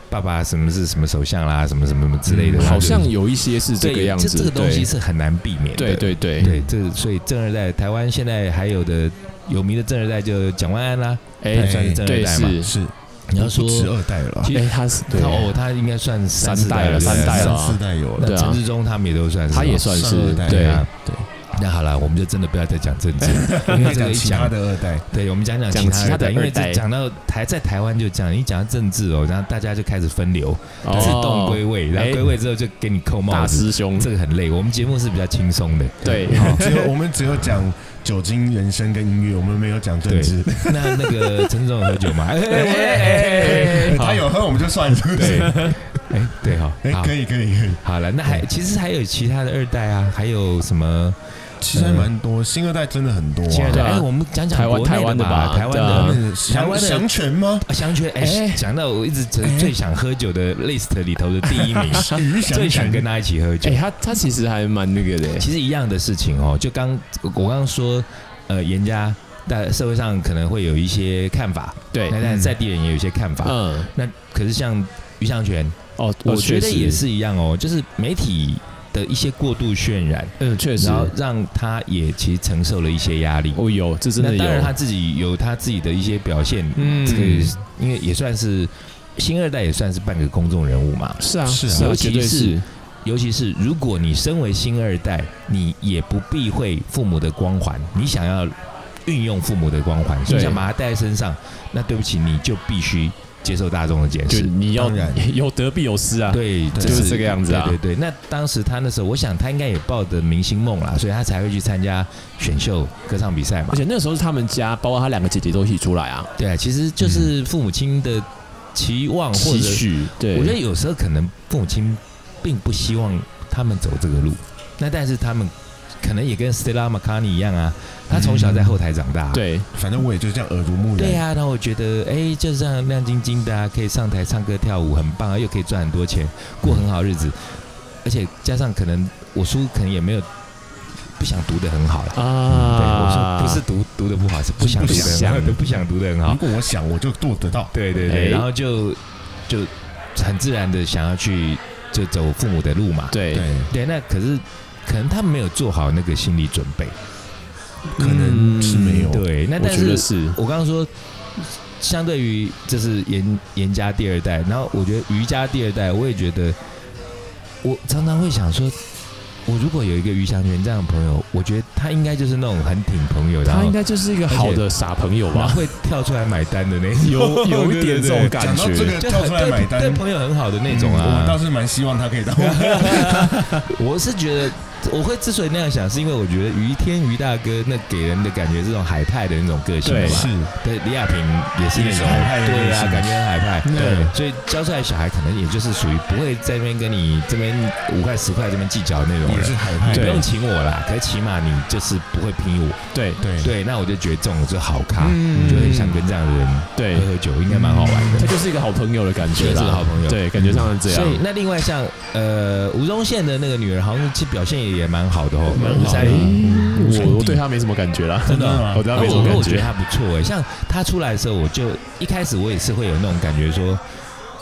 [SPEAKER 3] 爸爸什么是什么首相啦，什么什么什么之类
[SPEAKER 1] 嗯
[SPEAKER 3] 的，然后
[SPEAKER 2] 好
[SPEAKER 3] 就
[SPEAKER 2] 像有一些是这
[SPEAKER 3] 对
[SPEAKER 2] 个样子，
[SPEAKER 3] 这个东
[SPEAKER 2] 对
[SPEAKER 3] 西是很难避免的。
[SPEAKER 2] 对对对
[SPEAKER 3] 对，这所以正二代，台湾现在还有的有名的正二代就蒋万安啦，他
[SPEAKER 2] 哎，
[SPEAKER 3] 算是正二
[SPEAKER 2] 对
[SPEAKER 3] 代嘛。
[SPEAKER 2] 是，
[SPEAKER 1] 是
[SPEAKER 3] 你要说
[SPEAKER 1] 十二代了啊，
[SPEAKER 3] 其实
[SPEAKER 2] 哎，他是对
[SPEAKER 3] 他，哦，他应该算
[SPEAKER 2] 三
[SPEAKER 3] 四
[SPEAKER 2] 代了
[SPEAKER 3] 对
[SPEAKER 2] 三
[SPEAKER 3] 不对
[SPEAKER 2] 代了啊
[SPEAKER 1] 三四代有了，
[SPEAKER 2] 对
[SPEAKER 3] 那
[SPEAKER 2] 啊
[SPEAKER 3] 陈志忠他们也都算是吧，
[SPEAKER 2] 他也算是
[SPEAKER 1] 上二代
[SPEAKER 2] 对
[SPEAKER 3] 啊。
[SPEAKER 1] 对，
[SPEAKER 3] 那好了，我们就真的不要再讲政治， 因为这个
[SPEAKER 1] 讲
[SPEAKER 3] 一
[SPEAKER 1] 其他
[SPEAKER 3] 讲，
[SPEAKER 1] 的二代，
[SPEAKER 3] 对我们讲讲
[SPEAKER 2] 讲
[SPEAKER 3] 其他
[SPEAKER 2] 其他的
[SPEAKER 3] 代因为
[SPEAKER 2] 二代
[SPEAKER 3] 这讲到台在台湾就讲，一讲到政治哦，然后大家就开始分流，自动归
[SPEAKER 2] 哦
[SPEAKER 3] 位，然后
[SPEAKER 2] 哎
[SPEAKER 3] 归位之后就给你扣帽
[SPEAKER 2] 大
[SPEAKER 3] 子，
[SPEAKER 2] 师兄，
[SPEAKER 3] 这个很累。我们节目是比较轻松的，
[SPEAKER 2] 对，
[SPEAKER 1] 只 有我们只有讲酒精、人生跟音乐，我们没有讲政治。
[SPEAKER 3] 那那个陈志忠有喝酒吗？哎哎 哎哎哎
[SPEAKER 1] 哎他有喝我们就算，是不是？
[SPEAKER 3] 对， 哎对哈，
[SPEAKER 1] 哎，
[SPEAKER 3] 好
[SPEAKER 1] 可以可以可以，
[SPEAKER 3] 好了，那还其实还有其他的二代啊，还有什么？
[SPEAKER 1] 其实还蛮多，新二代真的很多
[SPEAKER 3] 亲爱
[SPEAKER 1] 啊。
[SPEAKER 3] 的，
[SPEAKER 2] 对啊
[SPEAKER 3] 哎，我们讲讲
[SPEAKER 2] 台湾
[SPEAKER 3] 国内
[SPEAKER 2] 台湾
[SPEAKER 3] 的
[SPEAKER 2] 的吧
[SPEAKER 3] 台湾
[SPEAKER 2] 对
[SPEAKER 3] 的
[SPEAKER 2] 啊
[SPEAKER 1] 那个
[SPEAKER 3] 台湾
[SPEAKER 1] 祥
[SPEAKER 3] 的
[SPEAKER 1] 祥泉吗？
[SPEAKER 3] 啊香泉，哎
[SPEAKER 2] 哎，
[SPEAKER 3] 讲到我一直最
[SPEAKER 1] 哎
[SPEAKER 3] 最想喝酒的 list 里头的第一名，
[SPEAKER 1] 鱼祥
[SPEAKER 3] 最想跟
[SPEAKER 1] 泉，
[SPEAKER 3] 他一起喝酒
[SPEAKER 2] 哎，。他他其实还蛮那个的，
[SPEAKER 3] 其实一样的事情哦，就刚我刚刚说，呃，严家在社会上可能会有一些看法，
[SPEAKER 2] 对，
[SPEAKER 3] 那但在地人也有一些看法。
[SPEAKER 2] 哎嗯，
[SPEAKER 3] 那可是像于向全，
[SPEAKER 2] 哦，
[SPEAKER 3] 我觉得也
[SPEAKER 2] 是。
[SPEAKER 3] 是一样哦，就是媒体的一些过度渲染，
[SPEAKER 2] 嗯，确实
[SPEAKER 3] 然，后让他也其实承受了一些压力。
[SPEAKER 2] 哦，有，这真的
[SPEAKER 3] 那
[SPEAKER 2] 有。
[SPEAKER 3] 当然他自己有他自己的一些表现，
[SPEAKER 2] 嗯
[SPEAKER 3] 这个因为也算是新二代，也算是半个公众人物嘛。
[SPEAKER 2] 是啊，
[SPEAKER 1] 是啊
[SPEAKER 2] 是
[SPEAKER 3] 尤
[SPEAKER 2] 啊，
[SPEAKER 3] 其
[SPEAKER 2] 绝对是，
[SPEAKER 3] 尤其是如果你身为新二代，你也不避讳父母的光环，你想要运用父母的光环，
[SPEAKER 2] 对
[SPEAKER 3] 你想把它带在身上，那对不起，你就必须接受大众的检
[SPEAKER 2] 就
[SPEAKER 3] 视。
[SPEAKER 2] 你要
[SPEAKER 1] 当然
[SPEAKER 2] 有得必有失啊。
[SPEAKER 3] 对，
[SPEAKER 1] 对
[SPEAKER 2] 就是这个样子啊
[SPEAKER 3] 对对对，那当时他那时候，我想他应该也抱着明星梦啦，所以他才会去参加选秀歌唱比赛嘛
[SPEAKER 2] 而。且那时候是他们家，包括他两个姐姐都一起出来啊，
[SPEAKER 3] 对啊，其实就是父母亲的期望哦或
[SPEAKER 2] 嗯期
[SPEAKER 3] 者
[SPEAKER 2] 许。对，
[SPEAKER 3] 我觉得有时候可能父母亲并不希望他们走这个路，那但是他们可能也跟 Stella McCartney 一样啊，他从小在后台长大、。啊
[SPEAKER 2] 对，
[SPEAKER 1] 反正我也就这样耳濡目染。
[SPEAKER 3] 对啊，那我觉得，哎，就这样亮晶晶的、啊，可以上台唱歌跳舞，很棒啊，又可以赚很多钱，过很好日子，而且加上可能我书可能也没有不想读的很好了。嗯对，我
[SPEAKER 2] 啊，
[SPEAKER 3] 说不是读读的不好，是不想读的
[SPEAKER 2] 不
[SPEAKER 3] 很
[SPEAKER 2] 想
[SPEAKER 3] 好，不想读的很好
[SPEAKER 1] 如。果我想，我就做得到。
[SPEAKER 3] 对对
[SPEAKER 2] 哎
[SPEAKER 3] 对，然后就就很自然的想要去就走父母的路嘛。
[SPEAKER 2] 对，
[SPEAKER 1] 对，
[SPEAKER 3] 对，那可是可能他们没有做好那个心理准备。
[SPEAKER 1] 可能是没有。
[SPEAKER 3] 对，那
[SPEAKER 2] 嗯我
[SPEAKER 3] 但
[SPEAKER 2] 觉得
[SPEAKER 3] 是
[SPEAKER 2] 是，
[SPEAKER 3] 我刚刚说，相对于就是严严家第二代，然后我觉得余家第二代，我也觉得，我常常会想说。我如果有一个余祥全这样的朋友，我觉得他应该就是那种很挺朋友，然
[SPEAKER 2] 他
[SPEAKER 3] 后
[SPEAKER 2] 应该就是一个好的傻朋友
[SPEAKER 3] 然
[SPEAKER 2] 吧
[SPEAKER 3] 后，会跳出来买单的那种，
[SPEAKER 2] 有有一点这种感
[SPEAKER 1] 讲到这
[SPEAKER 2] 觉。
[SPEAKER 1] 个
[SPEAKER 3] 就
[SPEAKER 1] 跳
[SPEAKER 3] 很
[SPEAKER 1] 出来
[SPEAKER 3] 对
[SPEAKER 1] 买单
[SPEAKER 3] 对，朋友很好的那种
[SPEAKER 1] 嗯我
[SPEAKER 3] 啊。
[SPEAKER 1] 倒是蛮希望他可以当我
[SPEAKER 3] 我是觉得，我会之所以那样想，是因为我觉得于天于大哥那给人的感觉是那种海派的那种个性
[SPEAKER 2] 对
[SPEAKER 3] 嘛。对，李亚平也是那
[SPEAKER 1] 也是
[SPEAKER 3] 种
[SPEAKER 1] 海派的
[SPEAKER 3] 对
[SPEAKER 1] 类
[SPEAKER 3] 啊，
[SPEAKER 1] 型
[SPEAKER 3] 感觉很海派。
[SPEAKER 2] 对，
[SPEAKER 3] 所以教出来的小孩可能也就是属于不会在那边跟你这边五块十块这边计较的那种
[SPEAKER 1] 也
[SPEAKER 3] 人
[SPEAKER 1] 是。海派
[SPEAKER 3] 你不
[SPEAKER 2] 对
[SPEAKER 3] 用请我啦，可是起码你就是不会拼我。
[SPEAKER 2] 对
[SPEAKER 1] 对
[SPEAKER 3] 对，那我就觉得这种就好咖，
[SPEAKER 2] 嗯
[SPEAKER 3] 就会想跟这样的人
[SPEAKER 2] 对
[SPEAKER 3] 喝，喝酒，应该蛮好玩的。
[SPEAKER 2] 他就是一个好朋友的感觉
[SPEAKER 3] 是
[SPEAKER 2] 啦，
[SPEAKER 3] 个好朋友
[SPEAKER 2] 对，感觉上是这
[SPEAKER 3] 嗯所以
[SPEAKER 2] 样。
[SPEAKER 3] 那另外像呃吴宗宪的那个女儿，好像其实表现也蛮好的哦，
[SPEAKER 1] 蛮
[SPEAKER 3] 吴
[SPEAKER 1] 好的
[SPEAKER 3] 三
[SPEAKER 1] 哎
[SPEAKER 3] 林。
[SPEAKER 1] 山
[SPEAKER 2] 我我
[SPEAKER 1] 地
[SPEAKER 2] 对他没什么感觉啦，
[SPEAKER 1] 真的吗
[SPEAKER 2] 我对他没什
[SPEAKER 3] 哦我
[SPEAKER 2] 么感
[SPEAKER 3] 我觉得
[SPEAKER 2] 觉。
[SPEAKER 3] 她不错哎，像她出来的时候，我就一开始我也是会有那种感觉说，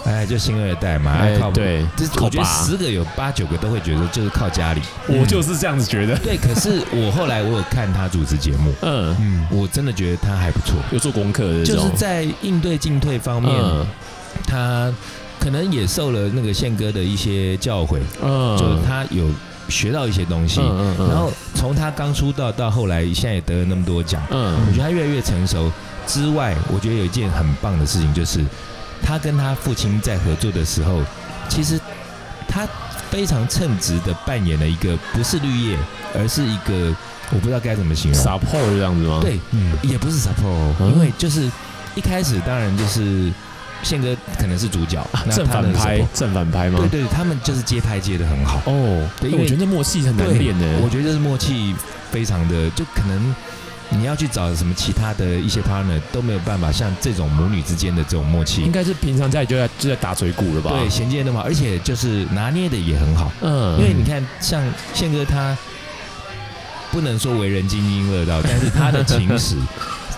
[SPEAKER 3] 哎，就新二代嘛，哎
[SPEAKER 2] 哎，
[SPEAKER 3] 靠，，
[SPEAKER 2] 对，
[SPEAKER 3] 就是我觉得
[SPEAKER 2] 靠爸
[SPEAKER 3] 十个有八九个都会觉得就是靠家里。
[SPEAKER 2] 我就是这样子觉得。
[SPEAKER 3] 对，可是我后来我有看她主持节目，
[SPEAKER 2] 嗯，
[SPEAKER 1] 嗯，
[SPEAKER 3] 我真的觉得她还不错，
[SPEAKER 2] 有做功课的这
[SPEAKER 3] 就
[SPEAKER 2] 种
[SPEAKER 3] 是。在应对进退方面，
[SPEAKER 2] 嗯
[SPEAKER 3] 她可能也受了那个宪哥的一些教诲，
[SPEAKER 2] 嗯，
[SPEAKER 3] 就是她有学到一些东西。
[SPEAKER 2] 嗯嗯，
[SPEAKER 3] 然后从他刚出道到后来，现在也得了那么多奖，我
[SPEAKER 2] 嗯
[SPEAKER 3] 觉得他越来越成熟。之外，我觉得有一件很棒的事情，就是他跟他父亲在合作的时候，其实他非常称职的扮演了一个不是绿叶，而是一个我不知道该怎么形容，
[SPEAKER 2] 撒泡这样子吗？
[SPEAKER 3] 对，
[SPEAKER 1] 嗯，
[SPEAKER 3] 也不是 support，、哦
[SPEAKER 2] 嗯
[SPEAKER 3] 因为就是一开始当然就是宪哥可能是主角，那
[SPEAKER 2] 啊正
[SPEAKER 3] 他
[SPEAKER 2] 反
[SPEAKER 3] 们是
[SPEAKER 2] 拍
[SPEAKER 3] support，
[SPEAKER 2] 正反拍吗
[SPEAKER 3] 对？对，他们就是接拍接的很好。
[SPEAKER 2] 哦，
[SPEAKER 3] 对
[SPEAKER 2] 对，
[SPEAKER 3] 因为
[SPEAKER 2] 我觉得这默契很难练呢。
[SPEAKER 3] 我觉得这是默契非常的，就可能你要去找什么其他的一些 partner 都没有办法像这种母女之间的这种默
[SPEAKER 2] 应
[SPEAKER 3] 契，
[SPEAKER 2] 该是平常家里就在就在打嘴鼓了吧？
[SPEAKER 3] 对，衔接的嘛，而且就是拿捏的也很好，
[SPEAKER 2] 嗯，
[SPEAKER 3] 因为你看像宪哥他不能说为人津津乐道，但是他的情 史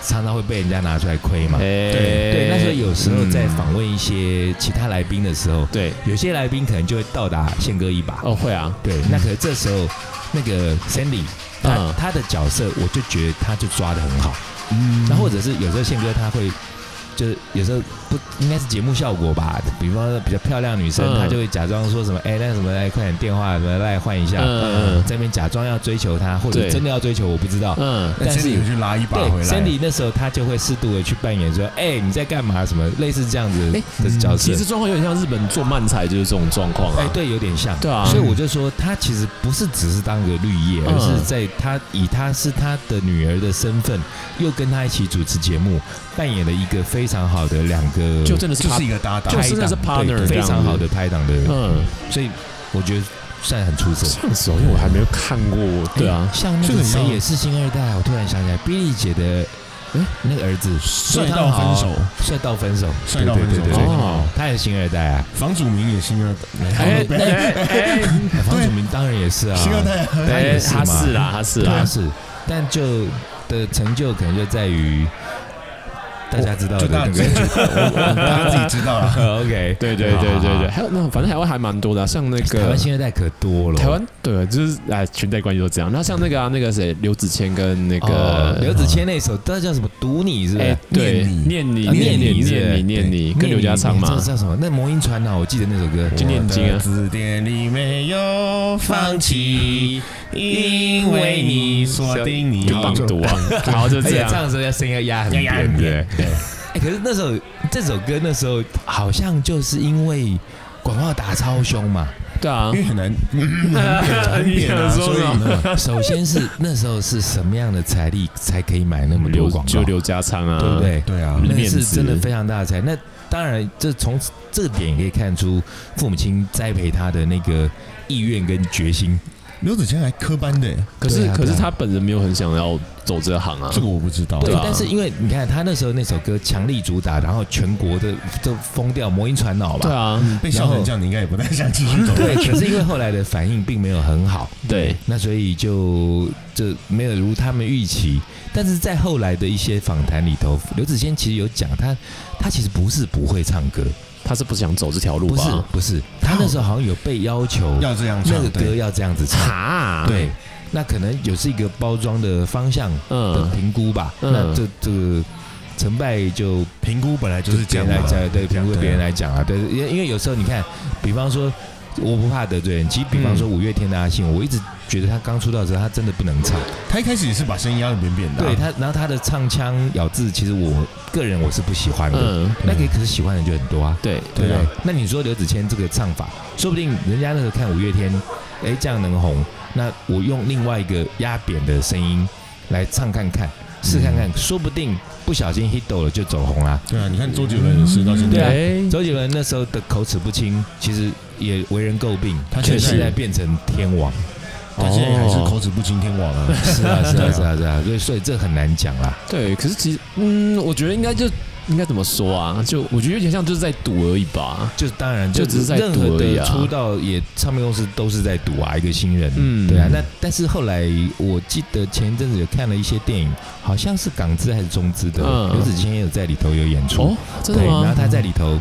[SPEAKER 3] 常常会被人家拿出来亏嘛。
[SPEAKER 2] 哎，
[SPEAKER 3] 对，那所以有时候在
[SPEAKER 1] 嗯
[SPEAKER 3] 访问一些其他来宾的时候，
[SPEAKER 2] 对
[SPEAKER 3] 有些来宾可能就会倒打宪哥一把。
[SPEAKER 2] 哦会啊，
[SPEAKER 3] 对，那可是这时候那个 Sandy，他、
[SPEAKER 2] 嗯
[SPEAKER 3] 他的角色，我就觉得他就抓的很好。
[SPEAKER 1] 嗯
[SPEAKER 3] 那、或者是有时候宪哥他会，就是有时候不应该是节目效果吧，比方说比较漂亮女生，
[SPEAKER 2] 嗯
[SPEAKER 3] 她就会假装说什么，哎、那什么，来快点电话什么来换一下，
[SPEAKER 2] 嗯嗯
[SPEAKER 3] 在那边假装要追求他，或者
[SPEAKER 2] 对
[SPEAKER 3] 真的要追求，我不知道。
[SPEAKER 2] 嗯，
[SPEAKER 1] 但
[SPEAKER 3] 但
[SPEAKER 1] 是
[SPEAKER 3] 是
[SPEAKER 1] 你去拉一把
[SPEAKER 3] 对
[SPEAKER 1] 回来
[SPEAKER 3] ，Sandy 那时候他就会适度的去扮演说，哎、你在干嘛？什么类似这样子
[SPEAKER 2] 哎
[SPEAKER 3] 的角色
[SPEAKER 2] 其，实状况有点像日本做漫才就是这种状况
[SPEAKER 3] 哎、
[SPEAKER 2] 啊，
[SPEAKER 3] 对，有点像。
[SPEAKER 2] 对啊，
[SPEAKER 3] 所以我就说，他其实不是只是当个绿叶，
[SPEAKER 2] 嗯
[SPEAKER 3] 而是在他以他是他的女儿的身份，又跟他一起主持节目，扮演了一个非常好的两个
[SPEAKER 2] 就真的是
[SPEAKER 1] 就
[SPEAKER 2] 他
[SPEAKER 1] 是一个搭档
[SPEAKER 2] 就，真的是
[SPEAKER 3] 对
[SPEAKER 2] partner 这
[SPEAKER 3] 非
[SPEAKER 2] 样
[SPEAKER 3] 常
[SPEAKER 2] 子
[SPEAKER 3] 好的拍档的，
[SPEAKER 2] 嗯，
[SPEAKER 3] 所以我觉得算很出色。
[SPEAKER 2] 这样子哦，因为我还没有看过，对啊
[SPEAKER 3] 哎，像那
[SPEAKER 1] 这个
[SPEAKER 3] 个
[SPEAKER 1] 你要
[SPEAKER 3] 谁也是星二代啊，我突然想起来，碧丽姐的，哎，那个儿子
[SPEAKER 1] 帅到分手，
[SPEAKER 3] 帅到分手，
[SPEAKER 1] 帅到分手
[SPEAKER 3] 对对对对对
[SPEAKER 2] 哦，
[SPEAKER 3] 他也是星二代啊，
[SPEAKER 1] 房祖名也星二
[SPEAKER 2] 哎
[SPEAKER 1] 代，
[SPEAKER 2] 哎哎
[SPEAKER 3] 方祖名当然也是啊，
[SPEAKER 1] 星二代啊，
[SPEAKER 3] 他
[SPEAKER 2] 哎，
[SPEAKER 3] 也 是
[SPEAKER 2] 他
[SPEAKER 3] 嘛
[SPEAKER 2] 是啦，他是
[SPEAKER 3] 对啊
[SPEAKER 2] 啦，
[SPEAKER 3] 是，但就的成就可能就在于大家知道
[SPEAKER 1] 就
[SPEAKER 3] 的
[SPEAKER 1] 大
[SPEAKER 3] 那
[SPEAKER 1] 家自
[SPEAKER 3] 个
[SPEAKER 1] 己知道大家自己知道了。
[SPEAKER 3] ，OK，
[SPEAKER 2] 对对对对对，还有那反正台湾还蛮多的啊，像那
[SPEAKER 3] 台
[SPEAKER 2] 个
[SPEAKER 3] 湾新二代可多了，
[SPEAKER 2] 台湾对，就是哎，裙带关系都这样。那像那个啊，那个谁，刘子谦跟那
[SPEAKER 3] 哦
[SPEAKER 2] 个
[SPEAKER 3] 刘子谦那首，那叫什么？赌你是不
[SPEAKER 2] 哎
[SPEAKER 3] 是？，
[SPEAKER 2] 对，念你
[SPEAKER 3] 啊念
[SPEAKER 2] 你
[SPEAKER 3] 你是不
[SPEAKER 2] 念
[SPEAKER 3] 是
[SPEAKER 2] 你念你，
[SPEAKER 3] 念
[SPEAKER 2] 跟刘家昌
[SPEAKER 3] 这
[SPEAKER 2] 嘛，
[SPEAKER 3] 叫什么？那魔音传啊，我记得那首歌。
[SPEAKER 2] 就念经啊
[SPEAKER 1] 我的字典里没有放弃，因为你锁定你。
[SPEAKER 2] 就棒读啊，然后就
[SPEAKER 3] 而
[SPEAKER 2] 这
[SPEAKER 3] 且
[SPEAKER 2] 样，
[SPEAKER 3] 哎唱的时候要声音要压很
[SPEAKER 1] 要压很
[SPEAKER 3] 扁，对
[SPEAKER 1] 扁
[SPEAKER 3] 对。哎，可是那首这首歌那时候好像就是因为广告打超凶嘛，
[SPEAKER 2] 对啊
[SPEAKER 1] 因，为很难， 很扁啊，
[SPEAKER 2] 你想说
[SPEAKER 1] 所以
[SPEAKER 2] 什么
[SPEAKER 3] 首先是那时候是什么样的财力才可以买那么多
[SPEAKER 2] 刘
[SPEAKER 3] 广告
[SPEAKER 2] 就？刘家昌啊，
[SPEAKER 3] 对不对？
[SPEAKER 1] 对啊，
[SPEAKER 3] 那
[SPEAKER 2] 面
[SPEAKER 3] 是
[SPEAKER 2] 子
[SPEAKER 3] 真的非常大的财。那当然，这从这点也可以看出父母亲栽培他的那个意愿跟决心。
[SPEAKER 1] 刘子谦还科班的，
[SPEAKER 2] 可是
[SPEAKER 3] 对啊
[SPEAKER 2] 可是
[SPEAKER 3] 对啊
[SPEAKER 2] 他本人没有很想要走这行啊
[SPEAKER 1] 这，个我不知道。
[SPEAKER 3] 对，
[SPEAKER 2] 对啊
[SPEAKER 3] 但是因为你看他那时候那首歌强力主打，然后全国的都疯掉，魔音传脑
[SPEAKER 2] 对
[SPEAKER 3] 嘛。
[SPEAKER 2] 啊，
[SPEAKER 1] 嗯被笑成这样，你应该也不太想继续走。
[SPEAKER 3] 对，可是因为后来的反应并没有很好，
[SPEAKER 2] 对，
[SPEAKER 3] 那所以就就没有如他们预期。但是在后来的一些访谈里头，刘子谦其实有讲他，他其实不是不会唱歌，
[SPEAKER 2] 他是不想走这条路
[SPEAKER 3] 不是
[SPEAKER 2] 吧？
[SPEAKER 3] 不是，他那时候好像有被要求
[SPEAKER 1] 要这样唱
[SPEAKER 3] 那个歌
[SPEAKER 1] 对
[SPEAKER 3] 要这样子唱，
[SPEAKER 2] 哈，
[SPEAKER 3] 对，那可能有是一个包装的方向的
[SPEAKER 2] 嗯，
[SPEAKER 3] 评估吧。
[SPEAKER 2] 嗯
[SPEAKER 3] 那这这个成败就
[SPEAKER 1] 评估本来就是这
[SPEAKER 3] 别
[SPEAKER 1] 样
[SPEAKER 3] 人
[SPEAKER 1] 嘛
[SPEAKER 3] 来讲，对，评估
[SPEAKER 1] 对啊
[SPEAKER 3] 别人来讲啊，对，因为因为有时候你看，比方说。我不怕得罪人，其实比方说五月天的阿信，我一直觉得他刚出道的时候，他真的不能唱，
[SPEAKER 1] 他一开始也是把声音压得扁扁的啊，
[SPEAKER 3] 对他，然后他的唱腔咬字，其实我个人我是不喜欢的，
[SPEAKER 2] 嗯，
[SPEAKER 3] 那个可是喜欢的人就很多啊，
[SPEAKER 2] 对，
[SPEAKER 3] 对不
[SPEAKER 1] 对啊
[SPEAKER 3] 对？那你说刘子谦这个唱法，说不定人家那时候看五月天，哎，这样能红，那我用另外一个压扁的声音来唱看看，试看看，说不定不小心 hit 到了就走红啦。
[SPEAKER 1] 对啊，你看周杰伦也是到现
[SPEAKER 3] 对
[SPEAKER 1] 在
[SPEAKER 3] 啊，
[SPEAKER 2] 哎
[SPEAKER 3] 周杰伦那时候的口齿不清，其实也为人诟病，
[SPEAKER 1] 他
[SPEAKER 3] 却
[SPEAKER 1] 现在
[SPEAKER 3] 现在变成天王。
[SPEAKER 1] 他现在还是口齿不清天王啊。
[SPEAKER 3] 是啊，是啊，是啊，是啊，所以所以这很难讲啦。
[SPEAKER 2] 对，可是其实，嗯，我觉得应该就应该怎么说啊？就我觉得有点像就是在赌而已吧。
[SPEAKER 3] 就当然
[SPEAKER 2] 就只是在
[SPEAKER 3] 任
[SPEAKER 2] 赌
[SPEAKER 3] 何
[SPEAKER 2] 而已啊
[SPEAKER 3] 的出道也唱片公司都是在赌啊，一个新人，
[SPEAKER 2] 嗯
[SPEAKER 3] 对啊。那但是后来我记得前一阵子有看了一些电影，好像是港资还是中资的，
[SPEAKER 2] 嗯
[SPEAKER 3] 刘子谦也有在里头有演出，
[SPEAKER 2] 哦，真的
[SPEAKER 3] 对，
[SPEAKER 2] 吗？
[SPEAKER 3] 然后他在里头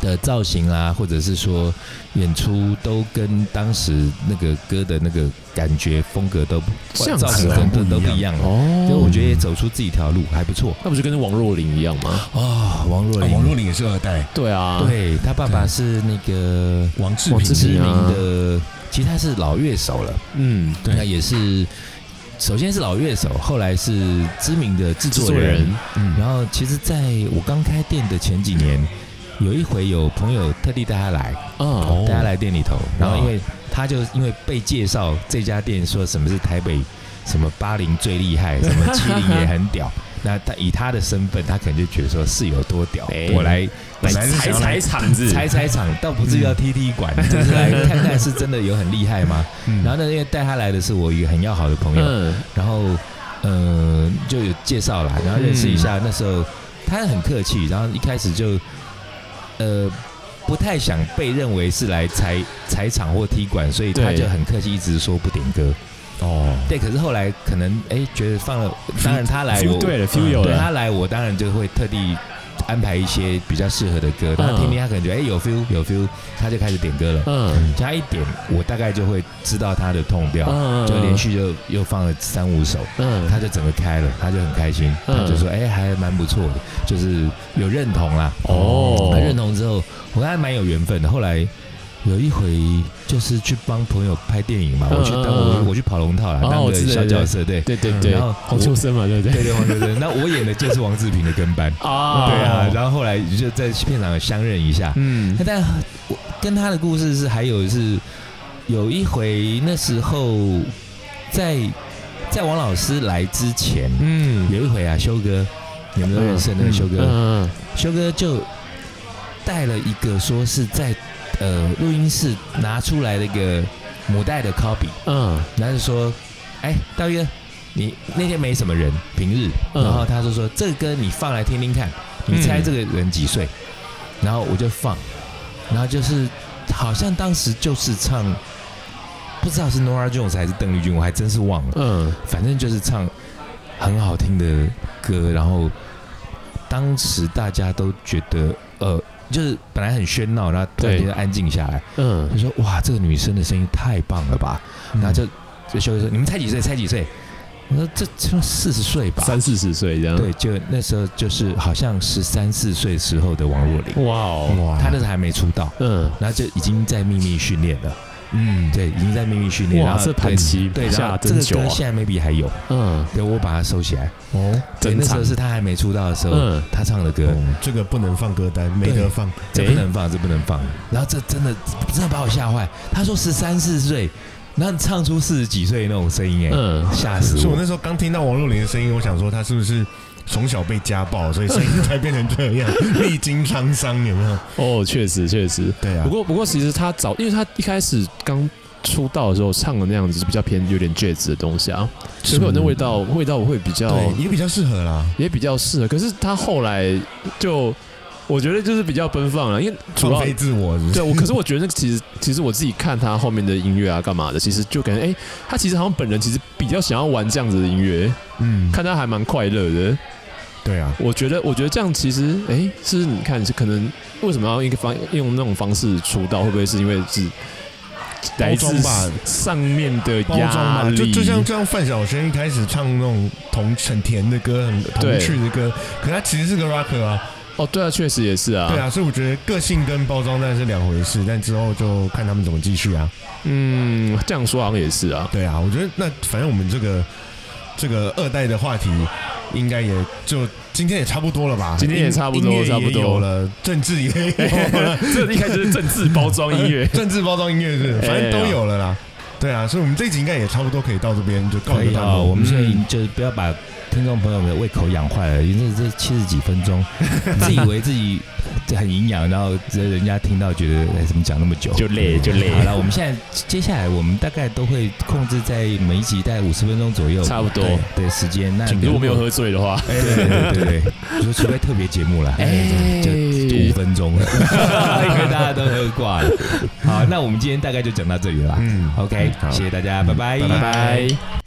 [SPEAKER 3] 的造型啊，或者是说演出，都跟当时那个歌的那个感觉风格都不
[SPEAKER 2] 这样子
[SPEAKER 3] 造型
[SPEAKER 2] 啊
[SPEAKER 3] 风格都不一样了。
[SPEAKER 2] 哦，
[SPEAKER 3] 所以我觉得也走出自己一条路，还不错
[SPEAKER 2] 那不就跟王若琳一样吗？
[SPEAKER 3] 哦。王若
[SPEAKER 1] 啊王若琳也是二代，
[SPEAKER 2] 对啊，
[SPEAKER 3] 对他爸爸是那个
[SPEAKER 1] 王志
[SPEAKER 2] 王
[SPEAKER 1] 平
[SPEAKER 2] 志
[SPEAKER 3] 哦知
[SPEAKER 2] 平
[SPEAKER 3] 名
[SPEAKER 2] 啊
[SPEAKER 3] 的，其实他是老乐手了，
[SPEAKER 2] 嗯，
[SPEAKER 1] 对
[SPEAKER 3] 那也是首先是老乐手，后来是知名的制
[SPEAKER 2] 制
[SPEAKER 3] 作
[SPEAKER 2] 作
[SPEAKER 3] 人。
[SPEAKER 2] 人，嗯
[SPEAKER 3] 然后其实在我刚开店的前几年，有一回有朋友特地带他来，
[SPEAKER 2] 哦，
[SPEAKER 3] 带他来店里头，然后因为他就因为被 介绍这家店说什么是台北。什么八零最厉害，什么七零也很屌，那他以他的身份，他可能就觉得说是有多屌，
[SPEAKER 2] 哎
[SPEAKER 3] 我来
[SPEAKER 2] 来
[SPEAKER 1] 本来是
[SPEAKER 2] 踩
[SPEAKER 1] 想
[SPEAKER 2] 踩
[SPEAKER 1] 来
[SPEAKER 2] 场子，
[SPEAKER 3] 踩踩场，倒不至于要踢踢 馆，就是来看看是真的有很厉害吗？
[SPEAKER 1] 嗯
[SPEAKER 3] 然后呢，因为带他来的是我一个很要好的朋友，
[SPEAKER 2] 嗯
[SPEAKER 3] 然后呃就有介绍啦，然后认识一
[SPEAKER 2] 嗯
[SPEAKER 3] 下。那时候他很客气，然后一开始就呃不太想被认为是来踩踩场或踢馆，所以他
[SPEAKER 2] 对
[SPEAKER 3] 就很客气，一直说不点歌。
[SPEAKER 1] 哦，
[SPEAKER 3] 对，可是后来可能哎觉得 放了，当然他来
[SPEAKER 2] ，feel
[SPEAKER 3] 我
[SPEAKER 2] 对了，feel 啊
[SPEAKER 1] 嗯
[SPEAKER 2] 有
[SPEAKER 3] 对啊
[SPEAKER 2] 了，
[SPEAKER 3] 他来我当然就会特地。安排一些比较适合的
[SPEAKER 2] 嗯
[SPEAKER 3] 歌，然后听听他可能觉得哎、有 feel 有 feel，他就开始点歌了。
[SPEAKER 2] 嗯
[SPEAKER 3] 加一点，我大概就会知道他的痛调，
[SPEAKER 2] 嗯，
[SPEAKER 3] 就连续就又放了三五首，
[SPEAKER 2] 嗯，
[SPEAKER 3] 他就整个开了，他就很开心，
[SPEAKER 2] 嗯
[SPEAKER 3] 他就说：“哎、还蛮不错的，就是有认同啦。”
[SPEAKER 2] 哦
[SPEAKER 3] 他认同之后，我跟他蛮有缘分的。后来有一回就是去帮朋友拍电影嘛，
[SPEAKER 2] 嗯
[SPEAKER 3] 我去当
[SPEAKER 2] 嗯
[SPEAKER 3] 我
[SPEAKER 2] 嗯
[SPEAKER 3] 我去跑龙套啦，
[SPEAKER 2] 哦
[SPEAKER 3] 当
[SPEAKER 2] 我
[SPEAKER 3] 个
[SPEAKER 2] 知道
[SPEAKER 3] 小角色，对
[SPEAKER 2] 对对对，
[SPEAKER 3] 然后
[SPEAKER 2] 黄秋生嘛，对不对？
[SPEAKER 3] 对对，黄秋生。那我演的就是王志平的跟班，
[SPEAKER 2] 啊，
[SPEAKER 3] 对
[SPEAKER 1] 哦
[SPEAKER 3] 啊。，然后后来就在片场相认一下，
[SPEAKER 2] 嗯
[SPEAKER 3] 那但我跟他的故事是，还有是有一回那时候在在王老师来之前，
[SPEAKER 2] 嗯，
[SPEAKER 3] 有一回啊，修哥，你们都认识的那个修哥，
[SPEAKER 2] 嗯
[SPEAKER 3] 修哥就带了一个说是在呃录音室拿出来的一个母带的 copy，
[SPEAKER 2] 嗯
[SPEAKER 3] 然后就说，哎，大约你那天没什么人，平日，
[SPEAKER 2] 嗯
[SPEAKER 3] 然后他就说这个歌你放来听听看，你猜这个人几岁？然后我就放，然后就是好像当时就是唱，不知道是 Nora Jones 还是邓丽君，我还真是忘了，
[SPEAKER 2] 嗯
[SPEAKER 3] 反正就是唱很好听的歌，然后当时大家都觉得呃。就是本来很喧闹，然后突然
[SPEAKER 2] 对
[SPEAKER 3] 间安静下来，
[SPEAKER 2] 嗯
[SPEAKER 3] 就说：“哇，这个女生的声音太棒了吧！”然后就就修哥说：“你们猜几岁？猜几岁？”我说：“这就四十岁吧。
[SPEAKER 2] 三四十岁这”样，
[SPEAKER 3] 对，就那时候就是好像十三四岁时候的王若琳，
[SPEAKER 2] 哇哦，
[SPEAKER 1] 哇，
[SPEAKER 3] 她那时候还没出道，
[SPEAKER 2] 嗯
[SPEAKER 3] 然后就已经在秘密训练了。
[SPEAKER 1] 嗯，
[SPEAKER 3] 对，已经在秘密训练。
[SPEAKER 2] 哇
[SPEAKER 3] 然后
[SPEAKER 2] 这盘棋
[SPEAKER 3] 对，
[SPEAKER 2] 下
[SPEAKER 3] 然后这
[SPEAKER 2] 真
[SPEAKER 3] 个
[SPEAKER 2] 久
[SPEAKER 3] 歌
[SPEAKER 2] 啊
[SPEAKER 3] 现在 maybe 还有，
[SPEAKER 2] 嗯，
[SPEAKER 3] 对我把它收起来。
[SPEAKER 1] 哦，
[SPEAKER 3] 对，
[SPEAKER 2] 珍
[SPEAKER 3] 那时
[SPEAKER 2] 藏
[SPEAKER 3] 候是她还没出道的时候，
[SPEAKER 2] 嗯
[SPEAKER 3] 她唱的歌，
[SPEAKER 1] 哦这个不能放歌单，没得放，
[SPEAKER 3] 这
[SPEAKER 2] 诶
[SPEAKER 3] 不能放，这不能放。然后这真的真的把我吓坏。她说十三四岁，然后唱出四十几岁那种声音，哎，
[SPEAKER 2] 嗯
[SPEAKER 3] 吓死
[SPEAKER 1] 所以我
[SPEAKER 3] 我！
[SPEAKER 1] 那时候刚听到王若琳的声音，我想说她是不是从小被家暴，所以声音才变成这样，历经沧桑，有没有？
[SPEAKER 2] 哦，确实确实。
[SPEAKER 1] 对啊
[SPEAKER 2] 不，过不过，其实他早，因为他一开始刚出道的时候唱的那样子，比较偏有点 jazz 的东西啊，所以会有那味道，味道会比较
[SPEAKER 1] 对，也比较适合啦。
[SPEAKER 2] 也比较适合。可是他后来就，我觉得就是比较奔放啊了，因为主
[SPEAKER 1] 放
[SPEAKER 2] 要
[SPEAKER 1] 飞自我 是不是
[SPEAKER 2] 对我，可是我觉得那个其实其实我自己看他后面的音乐啊，干嘛的，其实就感觉哎、他其实好像本人其实比较想要玩这样子的音乐，
[SPEAKER 1] 嗯，
[SPEAKER 2] 看他还蛮快乐的。
[SPEAKER 1] 对啊，
[SPEAKER 2] 我觉得，我觉得这样其实，哎、是你看，是可能为什么要一个方用那种方式出道，会不会是因为是来
[SPEAKER 1] 包
[SPEAKER 2] 自
[SPEAKER 1] 装吧
[SPEAKER 2] 上面的
[SPEAKER 1] 包装
[SPEAKER 2] 压
[SPEAKER 1] 嘛，
[SPEAKER 2] 力？
[SPEAKER 1] 就就像就像范晓萱一开始唱那种童很甜的歌，很
[SPEAKER 2] 对
[SPEAKER 1] 童趣的歌，可她其实是个 rocker 啊，
[SPEAKER 2] 哦，对啊，确实也是啊，
[SPEAKER 1] 对，啊，所以我觉得个性跟包装当然是两回事，但之后就看他们怎么继续啊。
[SPEAKER 2] 嗯，这样说好像也是 啊，
[SPEAKER 1] 对啊，我觉得那反正我们这个这个二代的话题，应该也就今天也差不多了吧？
[SPEAKER 2] 今天也差不多
[SPEAKER 1] 音乐也
[SPEAKER 2] 差不多
[SPEAKER 1] 有了，政治也有了，，
[SPEAKER 2] 哦 这一开始就是政治包装音乐
[SPEAKER 1] 政治包装音乐是，反正
[SPEAKER 2] 哎
[SPEAKER 1] 都
[SPEAKER 2] 呀
[SPEAKER 1] 有了啦。对啊，所以我们这一集应该也差不多可以到这边就告一
[SPEAKER 3] 可
[SPEAKER 1] 个
[SPEAKER 3] 以
[SPEAKER 1] 段
[SPEAKER 3] 啊，
[SPEAKER 1] 落。
[SPEAKER 3] 我们所以
[SPEAKER 1] 嗯
[SPEAKER 3] 就是不要把听众朋友们的胃口养坏了，因为这这七十几分钟，自以为自己很营养，然后人人家听到觉得哎怎么讲那么久，
[SPEAKER 2] 就累就累
[SPEAKER 3] 好了，我们现在接下来我们大概都会控制在每一集大概五十分钟左右，
[SPEAKER 2] 差不多。
[SPEAKER 3] 对对时间。那
[SPEAKER 2] 如果没有，喝醉的话，
[SPEAKER 3] 对对对对对，你说除非特别节目啦，
[SPEAKER 2] 哎
[SPEAKER 3] 就五分钟，因为大家都喝挂了。好，那我们今天大概就讲到这里了。
[SPEAKER 1] 嗯
[SPEAKER 3] OK，
[SPEAKER 1] 好
[SPEAKER 3] 谢谢大家，
[SPEAKER 1] 嗯
[SPEAKER 3] 拜拜，
[SPEAKER 1] 拜
[SPEAKER 2] 拜拜。